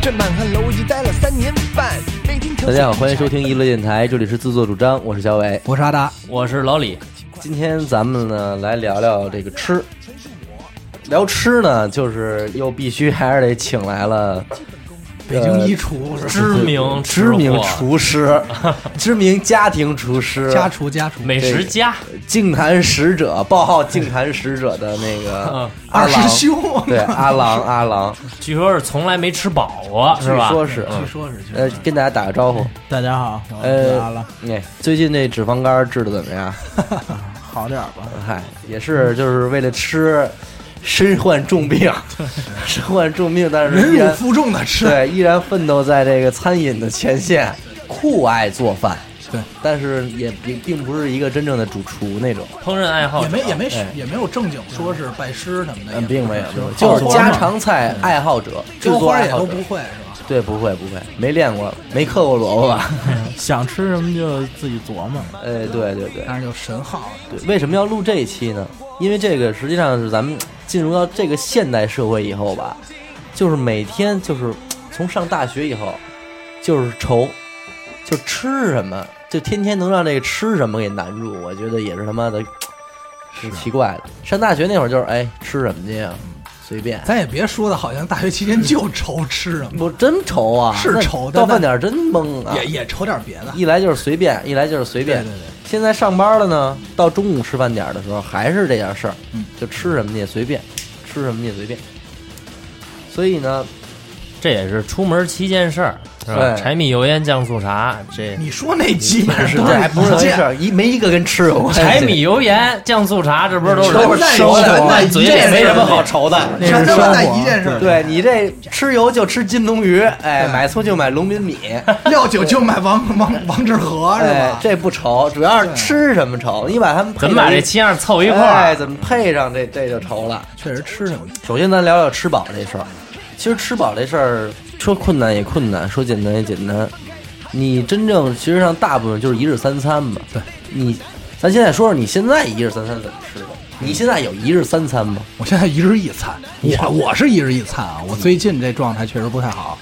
这满汉楼已经待了三年半，每天大家好，欢迎收听呃娱乐电台，这里是自作主张，我是小伟。我是阿达，我是老李，今天咱们呢来聊聊这个吃，聊吃呢就是又必须还是得请来了北京一厨是吧知名知名厨 厨师、知名家庭厨师、家厨家厨，美食家，净坛使者、报号净坛使者的那个阿嗯二郎师，兄，对阿郎阿郎， 据说是从来没吃饱过，是吧？嗯据说是，据说是据呃说是，跟大家打个招呼。大家好，我是呃嗯阿郎，，哎，最近这脂肪肝治的怎么样？好点儿吧？嗨，哎也是就是为了吃，身患重 病，身患重病，但是忍依辱然负重的吃，对依然奋斗在这个餐饮的前线，酷爱做饭，对，但是也并并不是一个真正的主厨那种，烹饪爱好也者没也没哎也没有正经说是拜师什呃么的，嗯，也并没有是吧，就是浇花家嘛常菜爱好者，制浇作花爱也好都者不，会是吧？对，不会不会，没练过，没嗑过萝卜吧？ 想吃什么就自己琢磨。哎，对对对，但是就神号了，对，为什么要录这一期呢？因为这个实际上是咱们进入到这个现代社会以后吧，就是每天就是从上大学以后，就是愁，就吃什么，就天天能让这个吃什么给难住，我觉得也是他妈的挺奇怪的。上大学那会儿就是哎吃什么去呀、随便，咱也别说的好像大学期间就愁吃什么，我真愁啊，是那愁但到饭点儿真懵啊也，也愁点别的， 一来就是随便，一来就是随便。对对对现在上班了呢，到中午吃饭点儿的时候还是这点事儿，嗯就吃什么你也随便，吃什么你也随便。所以呢，这也是出门七件事儿，是吧？对哎柴米油盐酱醋茶，这你说那基本上这都还不是一回事件，儿，一没一个跟吃有关系。柴米油盐酱醋茶，这不是都是都是那生活那嘴里没什么好愁的，全他妈那一件事儿，对你这吃油就吃金龙鱼，哎，对买醋就买龙民米，料酒就买王王王致和是哎吧，？这不愁，主要是对吃什么愁。你把他们配怎么把到这一七样凑一块哎，儿？怎么配上这这就愁了。确实吃什么首先，咱聊聊吃饱这事儿。其实吃饱这事儿，说困难也困难，说简单也简单。你真正其实上大部分就是一日三餐嘛。对，你，咱现在说说你现在一日三餐怎么吃的？你现在有一日三餐吗？我现在一日一餐，我我是一日一餐啊，我最近这状态确实不太好，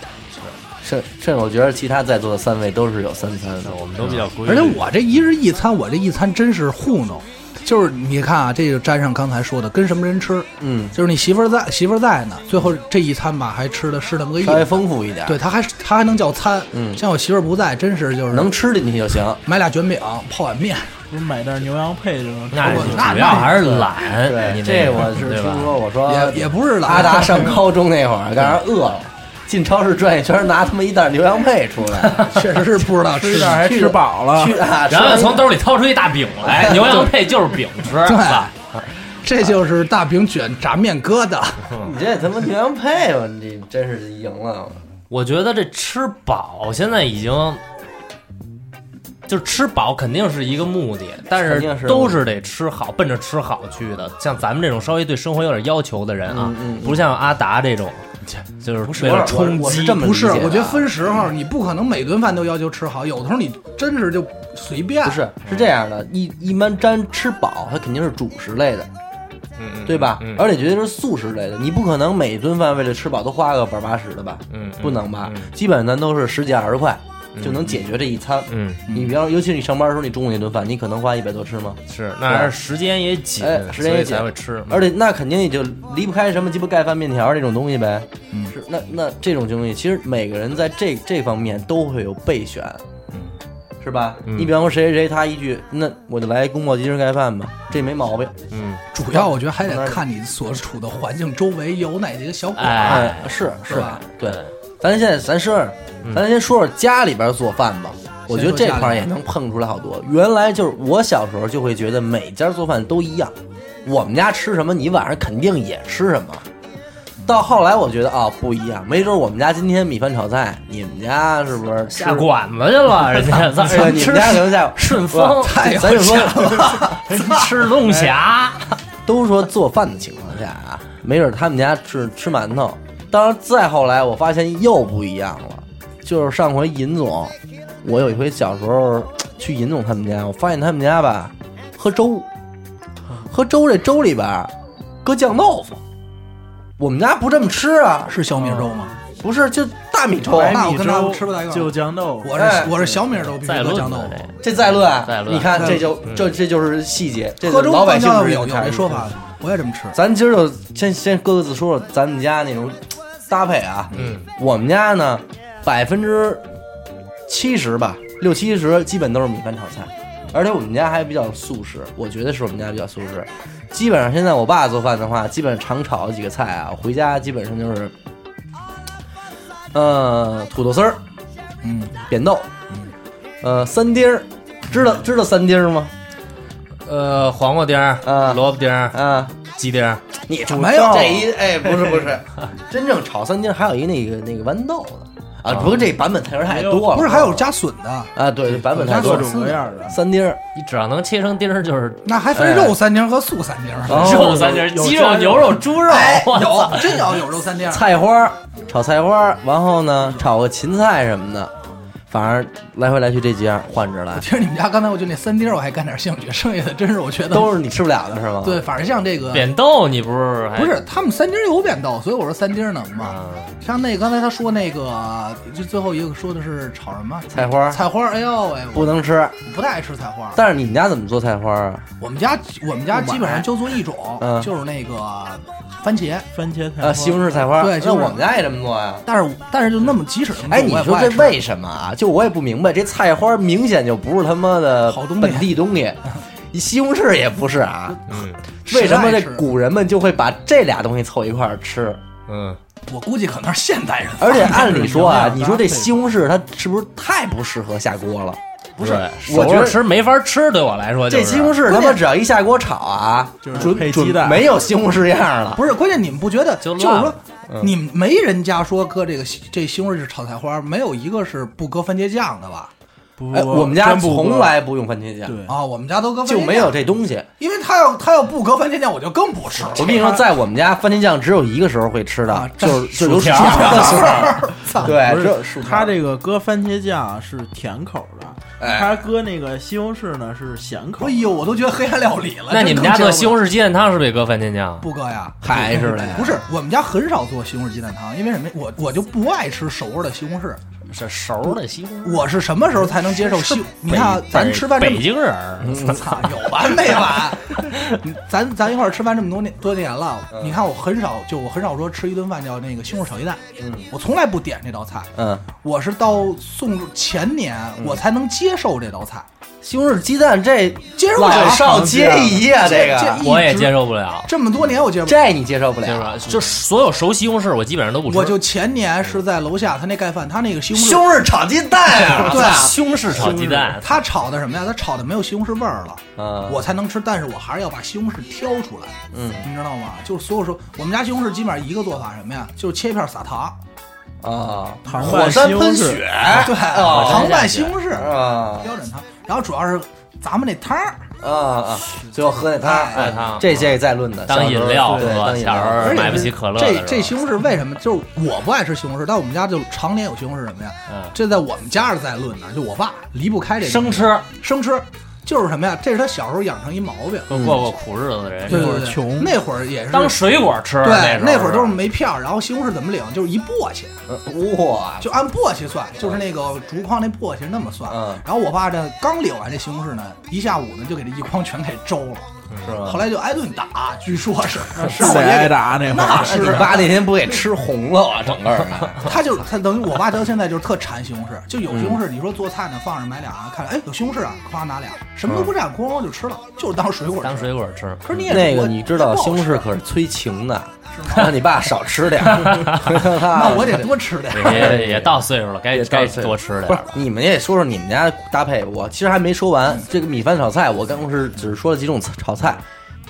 甚甚，我觉得其他在座的三位都是有三餐的。我们都比较规律，而且我这一日一餐，我这一餐真是糊弄，就是你看啊，这就沾上刚才说的跟什么人吃，嗯，就是你媳妇儿在媳妇儿在呢，最后这一餐吧还吃的是那么个意稍微思，丰富一点，对，，他还他还能叫餐，嗯像我媳妇儿不在，真是就是能吃进去就行。买俩卷饼泡碗面，不是买袋牛羊配这种，那我那主要还是懒，对，你这个我是对吧听？说，我说也也不是懒啊阿达上高中那会儿，赶上饿了，进超市转一圈，拿他妈一袋牛羊配出 来。确实是不知道吃这啥，还吃饱了，去啊，然后吃完从兜里掏出一大饼 来，牛羊配就是饼吃，是对吧？这就是大饼卷炸面疙瘩，你这他妈牛羊配吧，你真是赢了。啊我觉得这吃饱现在已经，就吃饱肯定是一个目的，但肯定是是都是得吃好，奔着吃好去的。像咱们这种稍微对生活有点要求的人啊，嗯嗯嗯不像阿达这种，就是为了冲我是击这。么不是理解？的我觉得分时候，你不可能每顿饭都要求吃好，有的时候你真是就随便，不是是这样的，一一般沾吃饱，它肯定是主食类的，嗯嗯对吧？嗯而且绝对是素食类的，你不可能每顿饭为了吃饱都花个百八十的吧？嗯不能吧嗯？基本上咱都是十几二十块就能解决这一餐。嗯，你比方，尤其是你上班的时候，你中午那顿饭，你可能花一百多吃吗？是，那还是时间也紧，哎，时间也紧所以才会嗯吃。而且那肯定也就离不开什么鸡巴盖饭、面条这种东西呗。嗯是那那这种东西，其实每个人在这这方面都会有备选，嗯是吧？你比方说谁谁谁，他一句，那我就来宫保鸡丁盖饭吧，这没毛病。嗯，主要我觉得还得看你所处的环境周围有哪些小馆儿，哎，哎，是是是吧对。咱现在咱说，嗯咱先说说家里边做饭吧。我觉得这块儿也能碰出来好多。原来就是我小时候就会觉得每家做饭都一样，我们家吃什么，你晚上肯定也吃什么。到后来我觉得啊、不一样，没准我们家今天米饭炒菜，你们家是不是吃下？馆子去 了，人家咱对，你们家 可能下顺风不咱就说吃龙虾，哎都说做饭的情况下啊，没准他们家是吃馒头。当然，再后来我发现又不一样了，就是上回尹总，我有一回小时候去尹总他们家，我发现他们家吧喝粥，喝粥这粥里边儿搁酱豆腐，我们家不这么吃啊，是小米粥吗？不是就大米粥，啊那我跟他们粥吃不到一块儿就酱豆哦腐，我哎是我是小米儿都比再喝论酱豆的腐。这这再论啊，再论你看嗯这就这这就是细节，这喝是粥老百放姓酱豆是腐有有看这的说法，我也这么吃。咱今儿就先先各自说说咱们家那种搭配啊。嗯，我们家呢，百分之七十吧，六七十基本都是米饭炒菜，而且我们家还比较素食，我觉得是我们家比较素食。基本上现在我爸做饭的话，基本常炒几个菜啊，我回家基本上就是，呃，土豆丝儿，嗯，扁豆，呃，三丁儿，知道知道三丁儿吗？呃，黄瓜丁儿啊、萝卜丁儿、啊，鸡丁儿，你怎么有这一哎，不是不是， 真正炒三丁还有一那个那个豌豆的啊，不过这版本太是太多了，不是还有加笋 的，啊？对，版本太加多各了种。各样的。三丁儿，你只要能切成丁儿，就是那还哎分肉三丁和素三丁。然后肉三丁儿，有鸡加肉、肉牛肉、猪肉，哎，我操有真有有肉三 丁。菜花儿炒菜花儿，然后呢炒个芹菜什么的，反正来回来去这几样换着来我，听你们家刚才，我就那三丁我还感点兴趣，剩下的真是我觉得都是你吃不了的是吗？对，，反正像这个扁豆，你不是哎还不是他们三丁有扁豆，所以我说三丁呢嘛。啊？像那刚才他说那个，就最后一个说的是炒什么菜花儿菜花儿，哎呦喂，我不能吃，不太爱吃菜花儿。啊但是你们家怎么做菜花儿啊？我们家我们家基本上就做一种嗯，就是那个番茄，番茄菜花啊，西红柿菜花儿，对那就是我们家也这么做呀。但是但是就那么几尺的。哎，你我也不说爱这吃为什么啊？就我也不明白，这菜花明显就不是他妈的好东西本地 东西，啊西红柿也不是啊。嗯 为什么实在这是古人们就会把这俩东西凑一块儿吃？嗯，我估计可能是现代人发而且 明的，按理说啊，这是营养搭配你说这西红柿它是不是太不适合下锅了？不是，我熟觉着得吃没法吃，对我来说就这是西红柿他关妈键只要一下锅炒啊，就是准配准鸡蛋没有西红柿样了。不是关键，你们不觉得就就辣是说嗯你们没人家说搁这个西这西红柿炒菜花，没有一个是不搁番茄酱的吧？不，哎，我们家真不从喝来不用番茄酱，对啊，我们家都搁番茄就酱没有，这东西。因为他要他要不搁番茄酱，我就更不吃了。 我跟你说，在我们家番茄酱只有一个时候会吃的啊，就是就是有薯条条， 操 对，不只有是薯条它这个搁番茄酱是甜口的，哎它搁那个西红柿呢是咸口哎。呦，我都觉得黑暗料理了。那你们家这更做接西受红柿鸡蛋汤是不是也搁番茄酱？啊不搁呀？还是的呀不是，我们家很少做西红柿鸡蛋汤，因为什么？我我就不爱吃熟的西红柿。是熟的西红柿。我是什么时候才能接受西？你看啊，咱吃饭这么北京人儿，操，有完没完？ 咱咱一块儿吃饭这么多年多年了，你看我很少，就我很少说吃一顿饭叫那个西红柿炒鸡蛋，我从来不点这道菜，嗯，我是到宋祝前年我才能接受这道菜，西红柿鸡蛋这接受不老了少皆宜啊，这这这个一我也直接受不了，这么多年我接受不了。这你接受不就是了。吧就所有熟西红柿我基本上都不吃。我就前年是在楼下他那盖饭，他那个西西红柿，红柿炒鸡蛋啊，对啊西红柿炒鸡蛋，他炒的什么呀？他炒的没有西红柿味儿了。嗯我才能吃，但是我还是要把西红柿挑出来，嗯你知道吗？就是所有时候，我们家西红柿基本上一个做法，什么呀？就是切一片撒糖，啊，糖火拌山西红喷柿血对，哦糖拌西红柿，啊标准汤。然后主要是咱们那汤儿，啊啊！最后喝那汤儿，哎哎这这个再论的，当饮料对，当喝，饮小时料。哎候而且买不起可乐的时这候。这西红柿为什么？就是我不爱吃西红柿，但我们家就常年有西红柿什么呀？嗯这在我们家是在论呢，就我爸离不开这生吃吃，生吃，就是什么呀？这是他小时候养成一毛病，都呃过过苦日子的人，对嗯那会对儿对，穷那会儿也是当水果吃。对，那那会儿都是没票，然后西红柿怎么领？就是一簸箕。嗯哇，就按簸箕算，就是那个竹筐那簸箕那么算。嗯然后我爸这刚领完这西红柿呢，一下午呢就给这一筐全给周了，是吧？后来就挨顿打，据说是。是我挨打那会那儿，是你爸那天不给吃红了啊，整个儿他就他等于我爸到现在就是特馋西红柿，就有西红柿，你说做菜呢放着买俩啊，看着哎有西红柿啊，哐拿俩，什么都不蘸，哐哐就吃了，就是当水果吃。当水果吃。可是你也那个我你知道，不好西红吃柿可是催情的， 让你爸少吃点儿。 那那我得多吃点。也也到岁数了，该也到该岁数多吃点不是儿，了。你们也说说你们家搭配。我其实还没说完这个米饭炒菜，我刚刚是只是说了几种炒菜。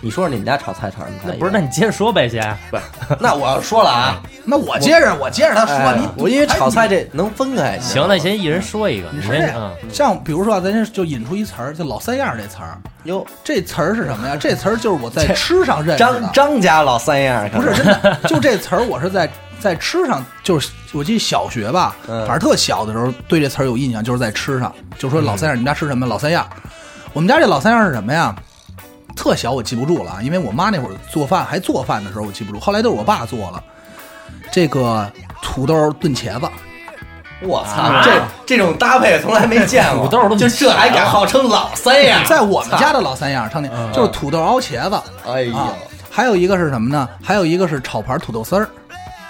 你说说你们家炒菜炒什么菜？不是，那你接着说呗，先。不是，那我要说了啊。那我接着我接着他哎说你，我因为炒菜这这能分开。行，那先一人说一个。你是这先样嗯，，像比如说啊，咱先就引出一词儿，就老三样儿这词儿。哟，这词儿是什么呀？这词儿就是我在吃上认识张的，张家老三样儿，不 是真的，就这词儿我是在在吃上，就是我记得小学吧，嗯反正特小的时候对这词儿有印象，就是在吃上，就说嗯老三样，你们家吃什么？老三样，我们家这老三样是什么呀？特小我记不住了啊，因为我妈那会儿做饭还做饭的时候我记不住，后来都是我爸做了。这个土豆炖茄子，啊我操，这这种搭配从来没见过，土豆都啊就这还敢号称老三样，哎在我们家的老三样，常年就是土豆熬茄子，嗯哎呦，啊，还有一个是什么呢？还有一个是炒盘土豆丝儿，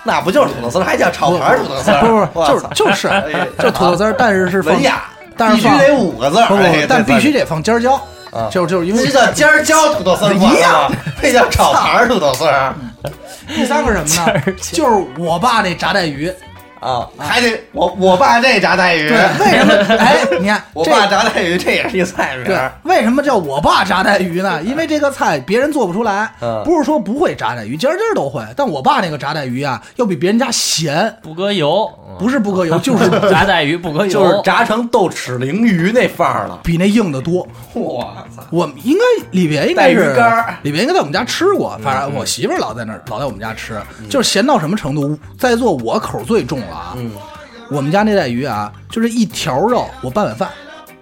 那不就是土豆丝儿，还叫炒盘土豆丝儿？不是不 我是，就是操哎就是呀就是土豆丝儿，但是是放文雅，但必是须放得五个字儿，不不哎呀，但必须这得放尖椒啊，就是就是因这为就叫尖儿椒土豆丝儿一样， 啊这叫炒盘土豆丝儿第三个是什么呢？就是我爸那炸带鱼，啊，还得我我爸这炸带鱼对，，为什么？ 哎，你看我这爸炸带鱼这也是一菜名对儿，，为什么叫我爸炸带鱼呢？因为这个菜别人做不出来嗯，不是说不会炸带鱼，尖儿尖儿都会。但我爸那个炸带鱼啊，要比别人家咸，不搁油，不是不搁油，就是炸带鱼不搁油，就是炸成豆豉鲮鱼那范儿了，比那硬的多。哇操！我们应该李别应该带是鱼干儿李别应该在我们家吃过，反嗯正我媳妇儿老在那儿老在我们家吃，就是咸到什么程度，在座我口儿最重了啊。嗯我们家那带鱼啊，就是一条肉，我半碗饭，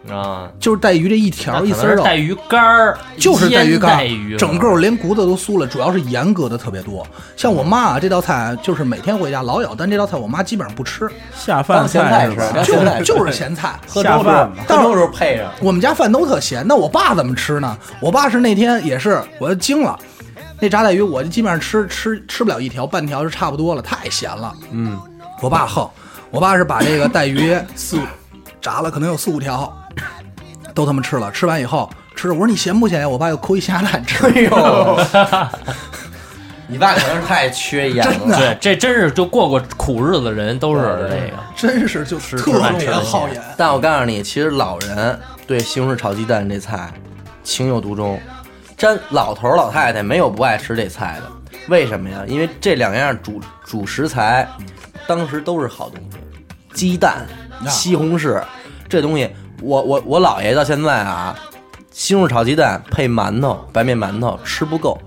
啊，就是带鱼这一条那一可丝能儿是肉，带鱼干儿，就是带鱼腌干带鱼，儿，整个连骨头都酥了，主要是盐搁的特别多。像我妈啊，这道菜就是每天回家老咬，但这道菜我妈基本上不吃，下饭菜是吧？当咸菜吃就现在就是咸 菜。喝下粥时候饭吧喝粥时候配上，我们家饭都特咸，那我爸怎么吃呢？我爸是那天也是，我就惊了，那炸带鱼我基本上吃吃吃不了一条，半条就差不多了，太咸了。嗯，我爸横，我爸是把这个带鱼四五炸了，可能有四五条，都他妈吃了。吃完以后吃着，我说你咸不咸呀？我爸又抠一咸鸭蛋吃，哎呦，你爸可能是太缺盐真了，的对，这真是就过过苦日子的人都是这个，真是就特别好盐。但我告诉你，其实老人对西红柿炒鸡蛋这菜情有独钟，真老头儿老太太没有不爱吃这菜的。为什么呀？因为这两样主主食材，当时都是好东西，鸡蛋、啊西红柿这东西，我我我姥爷到现在啊，西红柿炒鸡蛋配馒头、白面馒头吃不够，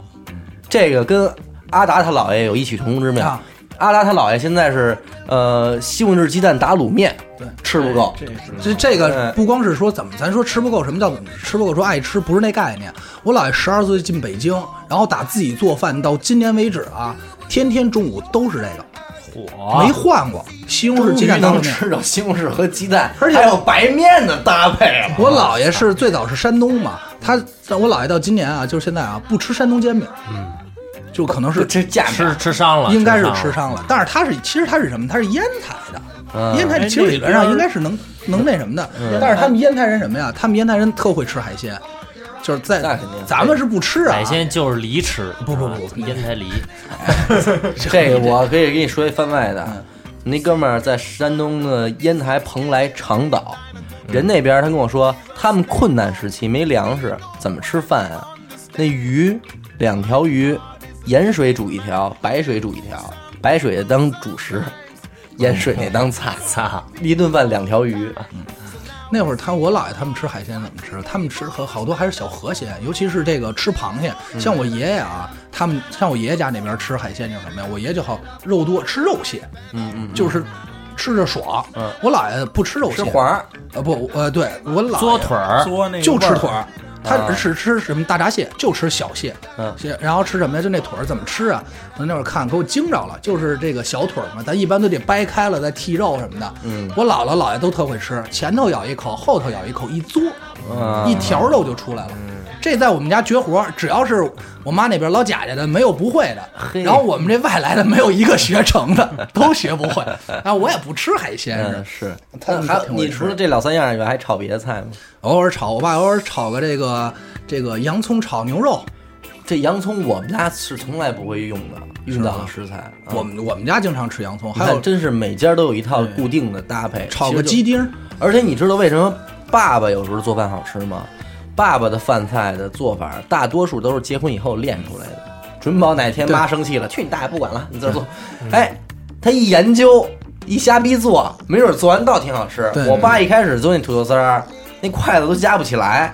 这个跟阿达他姥爷有异曲同工之妙。啊阿达他姥爷现在是呃西红柿鸡蛋打卤面，对哎吃不够。这是这这个对不光是说怎么，咱说吃不够，什么叫怎么吃不够？说爱吃不是那概念。我姥爷十二岁进北京，然后打自己做饭到今年为止啊，天天中午都是这个，火没换过西红啊终柿鸡于蛋汤能面。吃到西红柿和鸡蛋，而且还有白面的搭配了。我姥爷是最早是山东嘛，他我姥爷到今年啊，就是现在啊，不吃山东煎饼，嗯，就可能是这价格吃吃伤了，应该是吃吃伤了，但是它是其实它是什么？它是烟台的，烟台哎其实理论上那边儿应该是能能那什么的，但是他们烟台人什么呀？他们烟台人特会吃海鲜，就是那在肯定咱们是不吃啊，海鲜就是梨吃，不不啊不哎烟台梨，这个我可以给你说一番外的。嗯那哥们儿在山东的烟台蓬莱长岛，嗯人那边儿他跟我说，他们困难时期没粮食，怎么吃饭啊？那鱼两条鱼，盐水煮一条，白水煮一条，白水当主食，盐水那当嗯 菜，操，一顿饭两条鱼。那会儿他我姥爷他们吃海鲜怎么吃？他们吃和好多还是小河鲜，尤其是这个吃螃蟹。像我爷爷啊，他们像我爷爷家那边吃海鲜就是什么呀？我爷就好肉多，吃肉蟹，嗯嗯，就是吃着爽。我姥爷不吃肉蟹，吃黄儿，呃不呃对我姥爷嘬腿儿，嘬那个就吃味儿腿儿，他只吃什么大闸蟹，就吃小蟹，嗯蟹，然后吃什么呀？就那腿儿怎么吃啊？我那会儿看给我惊着了，就是这个小腿儿嘛，咱一般都得掰开了再剔肉什么的。嗯，我姥姥姥爷都特会吃，前头咬一口，后头咬一口，一嘬，一条肉就出来了。这在我们家绝活儿，只要是我妈那边老贾家的，没有不会的。嘿然后我们这外来的，没有一个学成的，都学不会。啊，我也不吃海鲜，嗯是。他那们还挺会你吃除了这老三样以外，还炒别的菜吗？偶尔炒，我爸偶尔炒个这个这个洋葱炒牛肉。这洋葱我们家是从来不会用的，用到的食材。啊我们我们家经常吃洋葱，你嗯还有看，真是每家都有一套固定的搭配，炒个其实鸡就。 丁儿，而且你知道为什么爸爸有时候做饭好吃吗？爸爸的饭菜的做法，大多数都是结婚以后练出来的。准保哪天对嗯妈生气了，去你大爷，不管了，你自个儿做。哎，他一研究，一瞎逼做，没准做完倒挺好吃对。我爸一开始做那土豆丝儿，那筷子都夹不起来，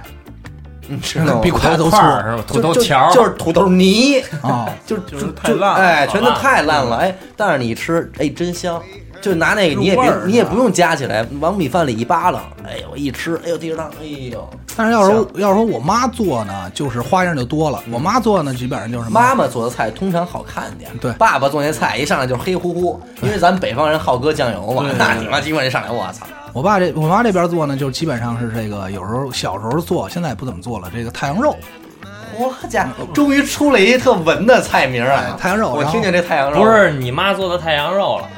你知道吗？ 比筷子都粗块儿是吧？土就豆就条儿就是土豆泥。 啊，就 就是就太烂了哎，好全都烂太烂了，哎，但是你吃，哎，真香，就拿那个你也入味别儿是吧你也不用夹起来，往米饭里一扒拉，哎呦一吃，哎呦地上烫，哎呦，但是要是要是说我妈做呢，就是花样就多了。嗯我妈做呢，基本上就是妈妈做的菜通常好看点儿，对爸爸做那菜一上来就是黑乎乎，因为咱北方人好搁酱油嘛，那你妈今晚一上来，我操，我爸这我妈这边做呢，就基本上是这个，有时候小时候做，现在也不怎么做了。这个太阳肉，我家伙终于出了一特文的菜名儿啊哎，太阳肉我然后听见这太阳肉不是你妈做的太羊肉了，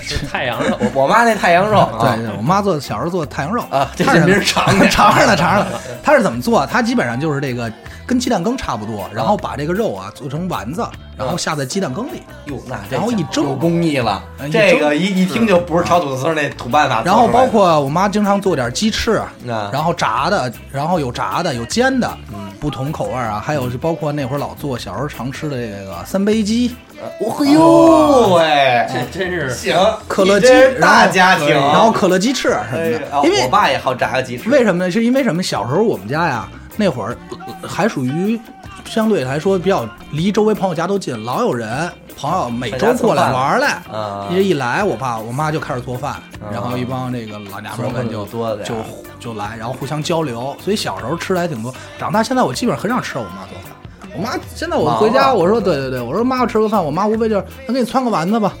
是太羊肉。 我我妈那太阳肉啊，对，我妈做小时候做太阳肉啊这她是这名儿长 点尝 着呢，尝着呢。她是怎么做？她基本上就是这个跟鸡蛋羹差不多，然后把这个肉啊做成丸子，然啊后下在鸡蛋羹里，哟那这然后一蒸有工艺了哎，一蒸这个一一听就不是炒土司那土办法做然出后来的，包括我妈经常做点鸡翅，啊嗯然后炸的，然后有炸的，有煎的，不同口味儿啊。还有就包括那会儿老做小时候常吃的这个三杯鸡，我嘿哎哦呦喂，这真是行，可乐你鸡这是，然大后家庭，然后可乐鸡翅什哎么呀的。啊因为我爸也好炸个鸡翅，为什么呢？是因为什么？小时候我们家呀，那会儿呃还属于相对来说比较离周围朋友家都近，老有人朋友每周过来玩儿来啊，这一来我爸我妈就开始做饭，然后一帮这个老娘们儿们就做的多的呀就就来，然后互相交流，所以小时候吃的还挺多。长大现在我基本上很少吃到我妈做饭。我妈现在我回忙家，了我说对对对，我说妈，我吃个饭，我妈无非就是，那给你汆个丸子吧，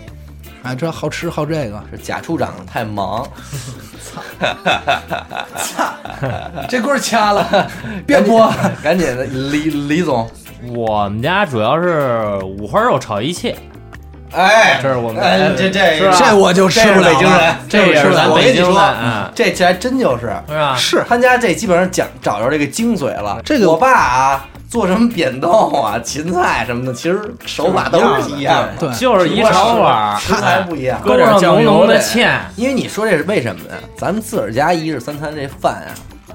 哎，这好吃好这个，是贾处长太忙， 这棍儿掐了，别播了。赶紧的，李李总，我们家主要是五花肉炒一切，哎，这是我们哎这这是吧这我就吃这不是了了北京人，这也是是咱我北跟你京说的啊，这这还真就是，是吧？是他家这基本上讲找着这个精髓了。这个我爸啊，做什么扁豆啊、 芹菜什么的，其实手法都是一样的，对，就是一炒碗儿，食材不一样。搁上浓浓的芡，因为你说这是为什么呢？咱们自个儿家一日三餐这饭啊，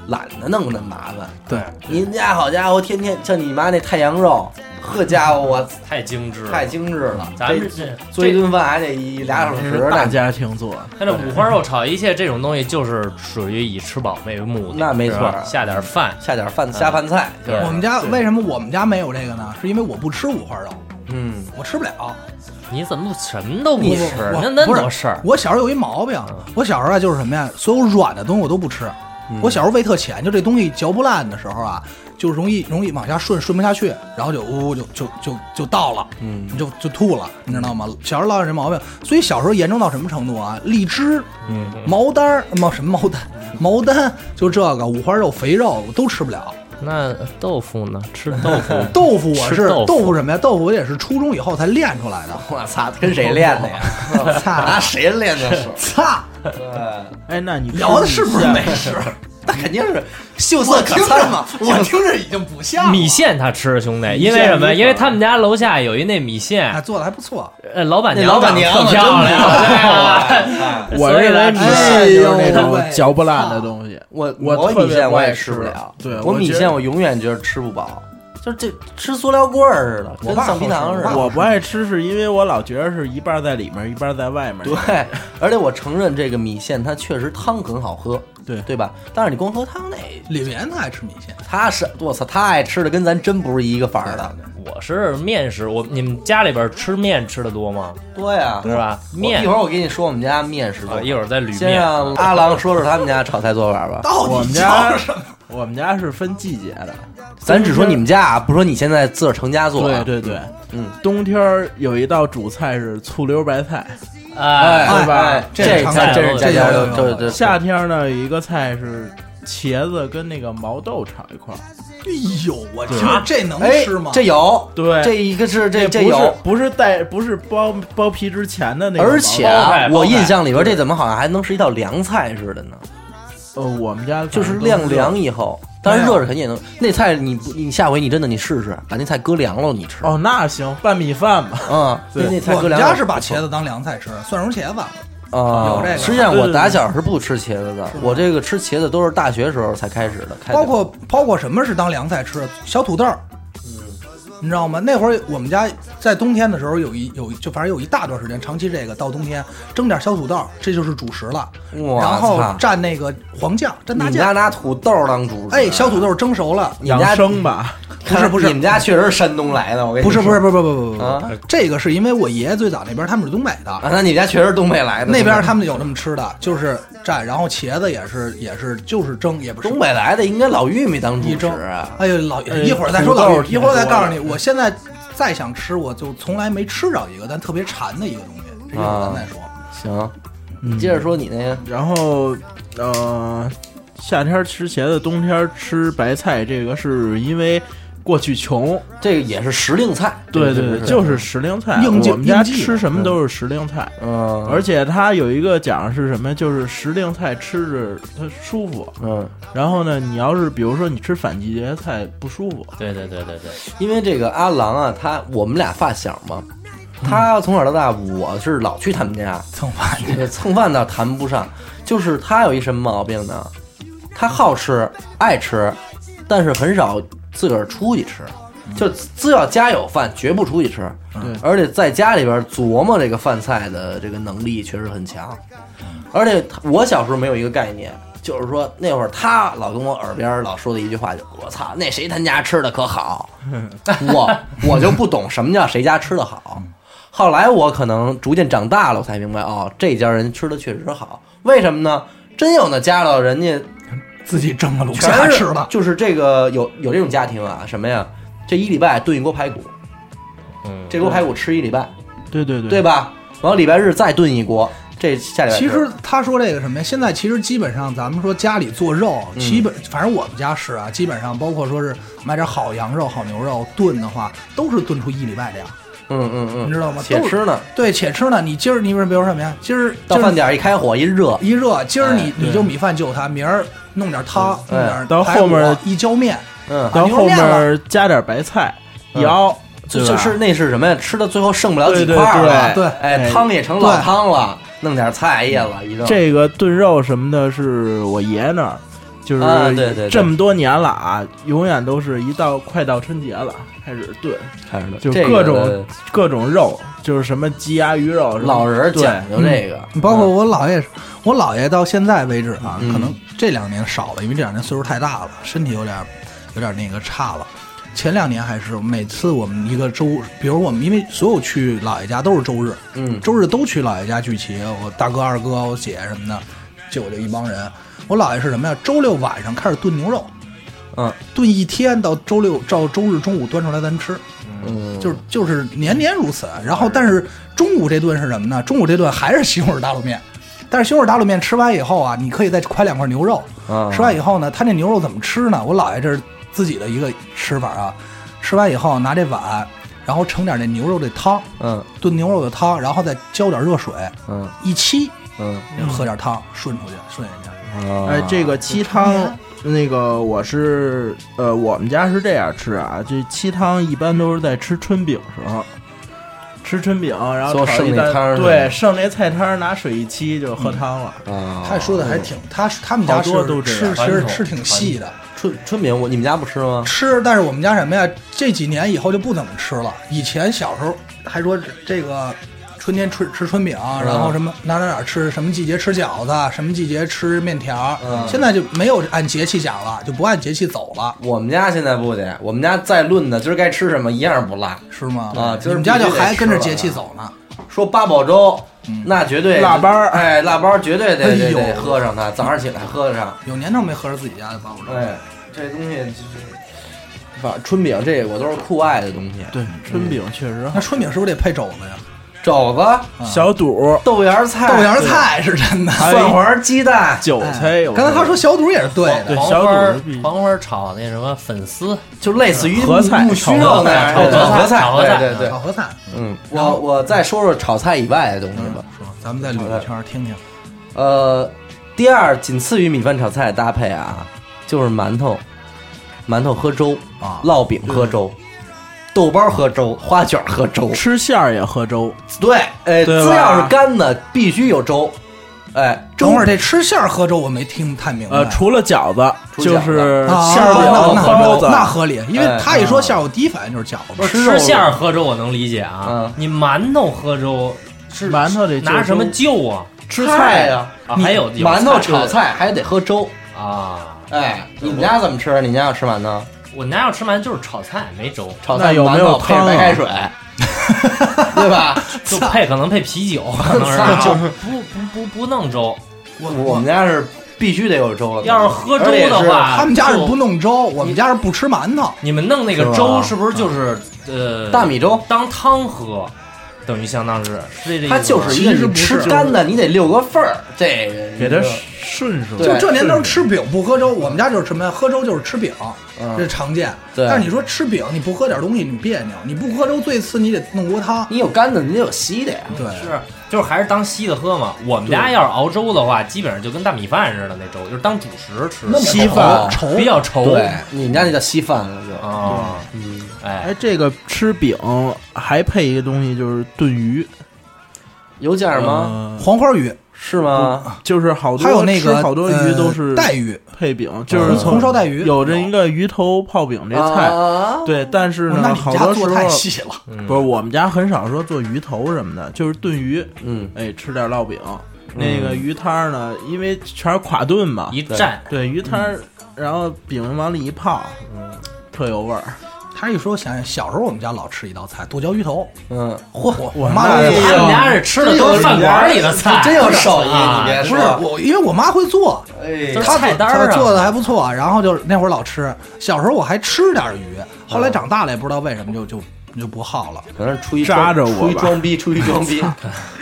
懒得弄那么麻烦。对，您家好家伙，天天像你妈那太阳肉，呵家伙我太精致了。太精致了。咱这们这做一顿饭还得一俩小时大呢，家庭做，它这五花肉炒一切这种东西，就是属于以吃饱为目的，那没错是吧下点饭，下点饭下饭菜。对我们家为什么我们家没有这个呢？是因为我不吃五花肉，嗯，我吃不了。你怎么什么都不我吃？我那那不么是多事儿，嗯我小时候有一毛病，我小时候啊就是什么呀，所有软的东西我都不吃。嗯我小时候胃特浅，就这东西嚼不烂的时候啊，就容易容易往下顺，顺不下去，然后就呜呜就就就就到了，嗯，就就吐了，你知道吗？小时候老有这毛病，所以小时候严重到什么程度啊？荔枝、嗯、毛丹儿、毛什么毛丹、毛丹，就这个五花肉、肥肉我都吃不了。，那豆腐呢？吃豆腐 豆腐我吃是豆腐豆腐什么呀？豆腐我也是初中以后才练出来的。 我操，跟谁练 的呀？拿操谁练的 手？嗯操！对，哎，那你吃聊的是不是美米线食？那肯定是秀色可餐嘛。我听着已经不像了米线他吃，兄米弟，线因为什么？米粉因为他们家楼下有一那米哎，线，做的还不错。呃，老板啊娘那老板长得娘特啊漂真漂 亮啊亮，我所以认呢为米哎线就是那呦种喂嚼不烂的东西。 我我我特米别线不我爱也吃吃不了，对我我米觉得线我永远觉得吃不饱，就是这吃塑料棍儿似的，我跟爸橡皮好糖吃似我的。爸我不爱吃，是因为我老觉得是一半在里面，一半在外面。对，而且我承认这个米线它确实汤很好喝，对对吧？但是你光喝汤那，李岩他爱吃米线，他是我操，他爱吃的跟咱真不是一个法儿的。我是面食，我你们家里边吃面吃的多吗？多呀，是吧？啊我面一会儿我给你说我们家面是啊做，一会儿再捋先面。让阿郎说说他们家炒菜做法吧。到我们家我们家是分季节的，咱只说你们家啊，不说你现在自个儿成家做啊。对对对，嗯，冬天儿有一道主菜是醋溜白菜，哎，哎对吧哎这这这常这见真是这家有这有这夏天儿呢有一个菜是茄子跟那个毛豆炒一块儿，哎呦，我听着这能哎吃吗？这有对这一个是这这这不是有，不是带不是剥剥皮之前的那个毛豆，而且包啊菜，包我菜印象里边这怎么好像还能是一道凉菜似的呢？呃我们家就是反正都晾凉以后，当然没有热着肯定也能。那菜你不你下回你真的你试试，把那菜搁凉了你吃。哦，那行拌米饭吧，嗯，对那那菜我搁们凉家了是把茄子当凉菜吃，蒜蓉茄子。啊有这。个实际上对我对对打小是不吃茄子的，我这个吃茄子都是大学时候才开始的，开的包括包括什么是当凉菜吃？小土豆，嗯，你知道吗？那会儿我们家在冬天的时候有一有就反正有一大段时间，长期这个到冬天蒸点小土豆，这就是主食了。哇然后操蘸那个黄酱，蘸你大们家酱，拿土豆当主食，哎哎，小土豆蒸熟了，你们家养生吧，不是不是你们家确实是山东来的，我跟你不是不说是不是不不不不啊不，这个是因为我爷爷最早那边他们是东北啊，的，那你们家确实是东北来的，那边他们有那么吃的，就是蘸，然后茄子也是也是就是蒸，也不是东北来的应该老玉米当主一食蒸啊。哎呦老呃一会儿再说土豆老玉，挺一会儿再多的告诉你，我现在再想吃，我就从来没吃着一个，但特别馋的一个东西，这啊一会儿咱再说。行，嗯你接着说你那个，然后，呃，夏天吃茄子，冬天吃白菜，这个是因为过去穷，这个也是时令菜，对这个对，就是时令菜。应季我们家应季吃什么都是时令菜，嗯，而且它有一个讲是什么，就是时令菜吃着它舒服。嗯，然后呢，你要是比如说你吃反季节菜不舒服，对对对对对，因为这个阿郎啊，他我们俩发小嘛，他从小到大我是老去他们家，蹭饭去，这蹭饭倒谈不上，就是他有一什么毛病呢？他好吃爱吃，但是很少自个儿出去吃，就只要家有饭，绝不出去吃。对而且在家里边琢磨这个饭菜的这个能力确实很强。而且他我小时候没有一个概念，就是说那会儿他老跟我耳边老说的一句话就我操，那谁他家吃的可好， 我我就不懂什么叫谁家吃的好。后来我可能逐渐长大了，我才明白哦，这家人吃的确实好。为什么呢？真有那家了，人家自己蒸了卤全虾是吃了，就是这个有有这种家庭啊，什么呀？这一礼拜炖一锅排骨，嗯，这锅排骨吃一礼拜，对对对对，吧？然后礼拜日再炖一锅，这下礼拜其吃实他说这个什么呀？现在其实基本上咱们说家里做肉，嗯基本反正我们家是啊，基本上包括说是买点好羊肉、好牛肉炖的话，都是炖出一礼拜这样，嗯嗯你嗯，知道吗？且都是吃呢，对，且吃呢。你今儿你比如什么呀？今儿今到儿饭点儿一开火一热，一热，今儿你哎对你就米饭就它，明儿弄点汤，嗯弄点到排骨后面一浇面，嗯，然后后面加点白菜，嗯摇，就对吧就是那是什么呀？吃到最后剩不了几对对块儿了，对哎，哎汤也成老对汤了，弄点菜叶子一弄，这个炖肉什么的，是我爷爷那儿，就是啊对对对这么多年了啊，永远都是一到快到春节了开始炖开始了就这个各种各种肉，就是什么鸡鸭鱼肉，什么老人儿对讲究这个，包括我姥爷，我姥爷到现在为止啊，嗯可能这两年少了，因为这两年岁数太大了，身体有点有点那个差了。前两年还是每次我们一个周，比如我们因为所有去姥爷家都是周日，嗯周日都去姥爷家聚齐，我大哥、二哥、我姐什么的，就我这一帮人。我姥爷是什么呀？周六晚上开始炖牛肉，嗯炖一天到周六到周日中午端出来咱吃。嗯，就是就是年年如此。然后，但是中午这顿是什么呢？中午这顿还是西红柿打卤面，但是西红柿打卤面吃完以后啊，你可以再㧟两块牛肉。啊吃完以后呢，他那牛肉怎么吃呢？我姥爷这是自己的一个吃法啊。吃完以后拿这碗，然后盛点那牛肉的汤，嗯炖牛肉的汤，然后再浇点热水，嗯一沏，嗯，喝点汤顺出去，顺人家。啊哎，这个鸡汤，那个我是呃，我们家是这样吃啊，这鸡汤一般都是在吃春饼时候。吃春饼，然最后后炒剩一那汤儿蛋，是吧嗯对，剩那菜汤儿拿水一沏就喝汤了。啊，他说的还挺，他他们家是好多都这吃样其传实统吃挺细的。春春饼，我你们家不吃吗？吃，但是我们家什么呀？这几年以后就不怎么吃了。以前小时候还说这个春天吃吃春饼，啊然嗯后什么哪哪哪吃什么季节吃饺子，什么季节吃面条。嗯现在就没有按节气讲了，就不按节气走了，我们家现在不得，我们家再论呢，今儿该吃什么一样不落。是吗？啊就是你们家就必须得还跟着吃节了气走呢。说八宝粥，那绝对腊八儿哎，腊八儿绝对得得哎得呦喝上它，早上起来喝上。有年头没合着自己家的八宝粥，哎，这东西就是，反正春饼这我都是酷爱的东西。对，春饼确实好那。春饼是不是得配肘子呀？肘子、小肚、豆芽儿菜、豆芽菜是真的。哎蒜黄鸡蛋，韭菜有时候。刚才他说小肚也是对的对，黄小肚花儿儿必黄花儿炒那什么粉丝，就类似于合菜木须肉那样炒合菜对合炒合对菜对对炒。合菜。嗯，我我再说说炒菜以外的东西吧。说，咱们再捋一圈儿听听。呃，第二仅次于米饭炒菜的搭配啊，就是馒头，馒头喝粥啊烙饼喝粥，豆包喝粥，花卷喝粥。吃馅儿也喝粥，对，哎，对吧只要是干的必须有粥，哎，等粥会儿这吃馅儿喝粥，我没听太明白。呃，除了饺子除就饺子是啊呃馅儿饼、那包那子。哎嗯合理，因为他一说馅儿，我第一反应就是饺子。吃馅儿喝粥我能理解啊嗯，你馒头喝粥是馒头得拿什么救啊？吃菜呀、啊，你还有有馒头菜炒菜还得喝粥，啊，哎，你们家怎么吃？你们家要吃馒头？我们家要吃馒头就是炒菜，没粥，炒那菜有没有馒头配汤啊白开水， 对吧？就配可能配啤酒，可能是就是不不不不弄粥。我我们家是必须得有粥了，要是喝粥的话，他们家是不就弄粥，我们家是不吃馒头。你们弄那个是吧粥是不是就是呃大米粥，当汤喝，等于相当是是这这意思吗它就是一个其实你不是吃干的，你得六个份儿，这给它顺顺。对就这年头吃饼不喝粥，我们家就是什么呀？喝粥就是吃饼，嗯这常见。对但是你说吃饼你不喝点东西你别扭，你不喝粥最次你得弄锅汤。你有干的，你得有稀的呀。对，是，就是还是当稀的喝嘛。我们家要是熬粥的话，基本上就跟大米饭似的那粥，就是当主食吃，那么稀稠饭稠比较稠。对，你们家那叫稀饭了就。啊，嗯，哎哎，，这个吃饼还配一个东西，就是炖鱼，有点儿吗？嗯黄花鱼，是吗？就是好多还有那吃个好多鱼都是呃带鱼，配饼，就是从红烧带鱼有着一个鱼头泡饼这菜。啊，对，但是哦那呢，你好家多时做太候细了。嗯不是我们家很少说做鱼头什么的，就是炖鱼，嗯，哎，吃点烙饼。那嗯个鱼摊儿呢，因为全是垮炖嘛，一蘸，对鱼摊儿，然后饼往里一泡，嗯特有味儿。他一说想小时候我们家老吃一道菜剁椒鱼头，嗯，嚯，我那妈他是哎呦们家是吃的都是饭馆里的菜，真有手艺，啊你别不说是，我，因为我妈会做，哎都是她菜单做儿啊做的还不错，然后就那会儿老吃。小时候我还吃点儿鱼，后来长大了也不知道为什么就就就不好了。可能是出一扎着我吧出一装逼，出一装 逼，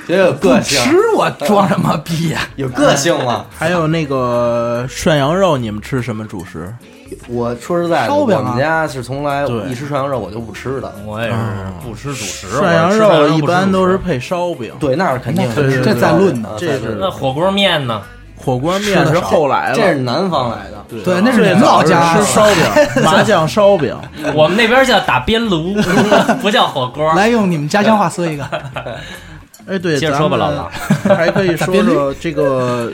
觉 得有个性，吃我装什么逼呀、有个性 了。还有那个涮羊肉，你们吃什么主食？我说实在的，烧我饼啊们家是从来对一吃涮羊肉我就不吃的。我也是不吃主食，涮我羊吃涮肉不一吃般主都是食。配烧饼，对，那是肯定的，对对对这对在论啊呢，这在论那火锅面呢？火锅面吃是的少后来了。这是南方来的，对对，那是你最们早老是家啊吃烧 饼， 麻酱烧饼，我们那边叫打边炉，不叫火锅。来用你们家乡话说一个，哎，对，接着咱说吧们老老 还可以说说这个，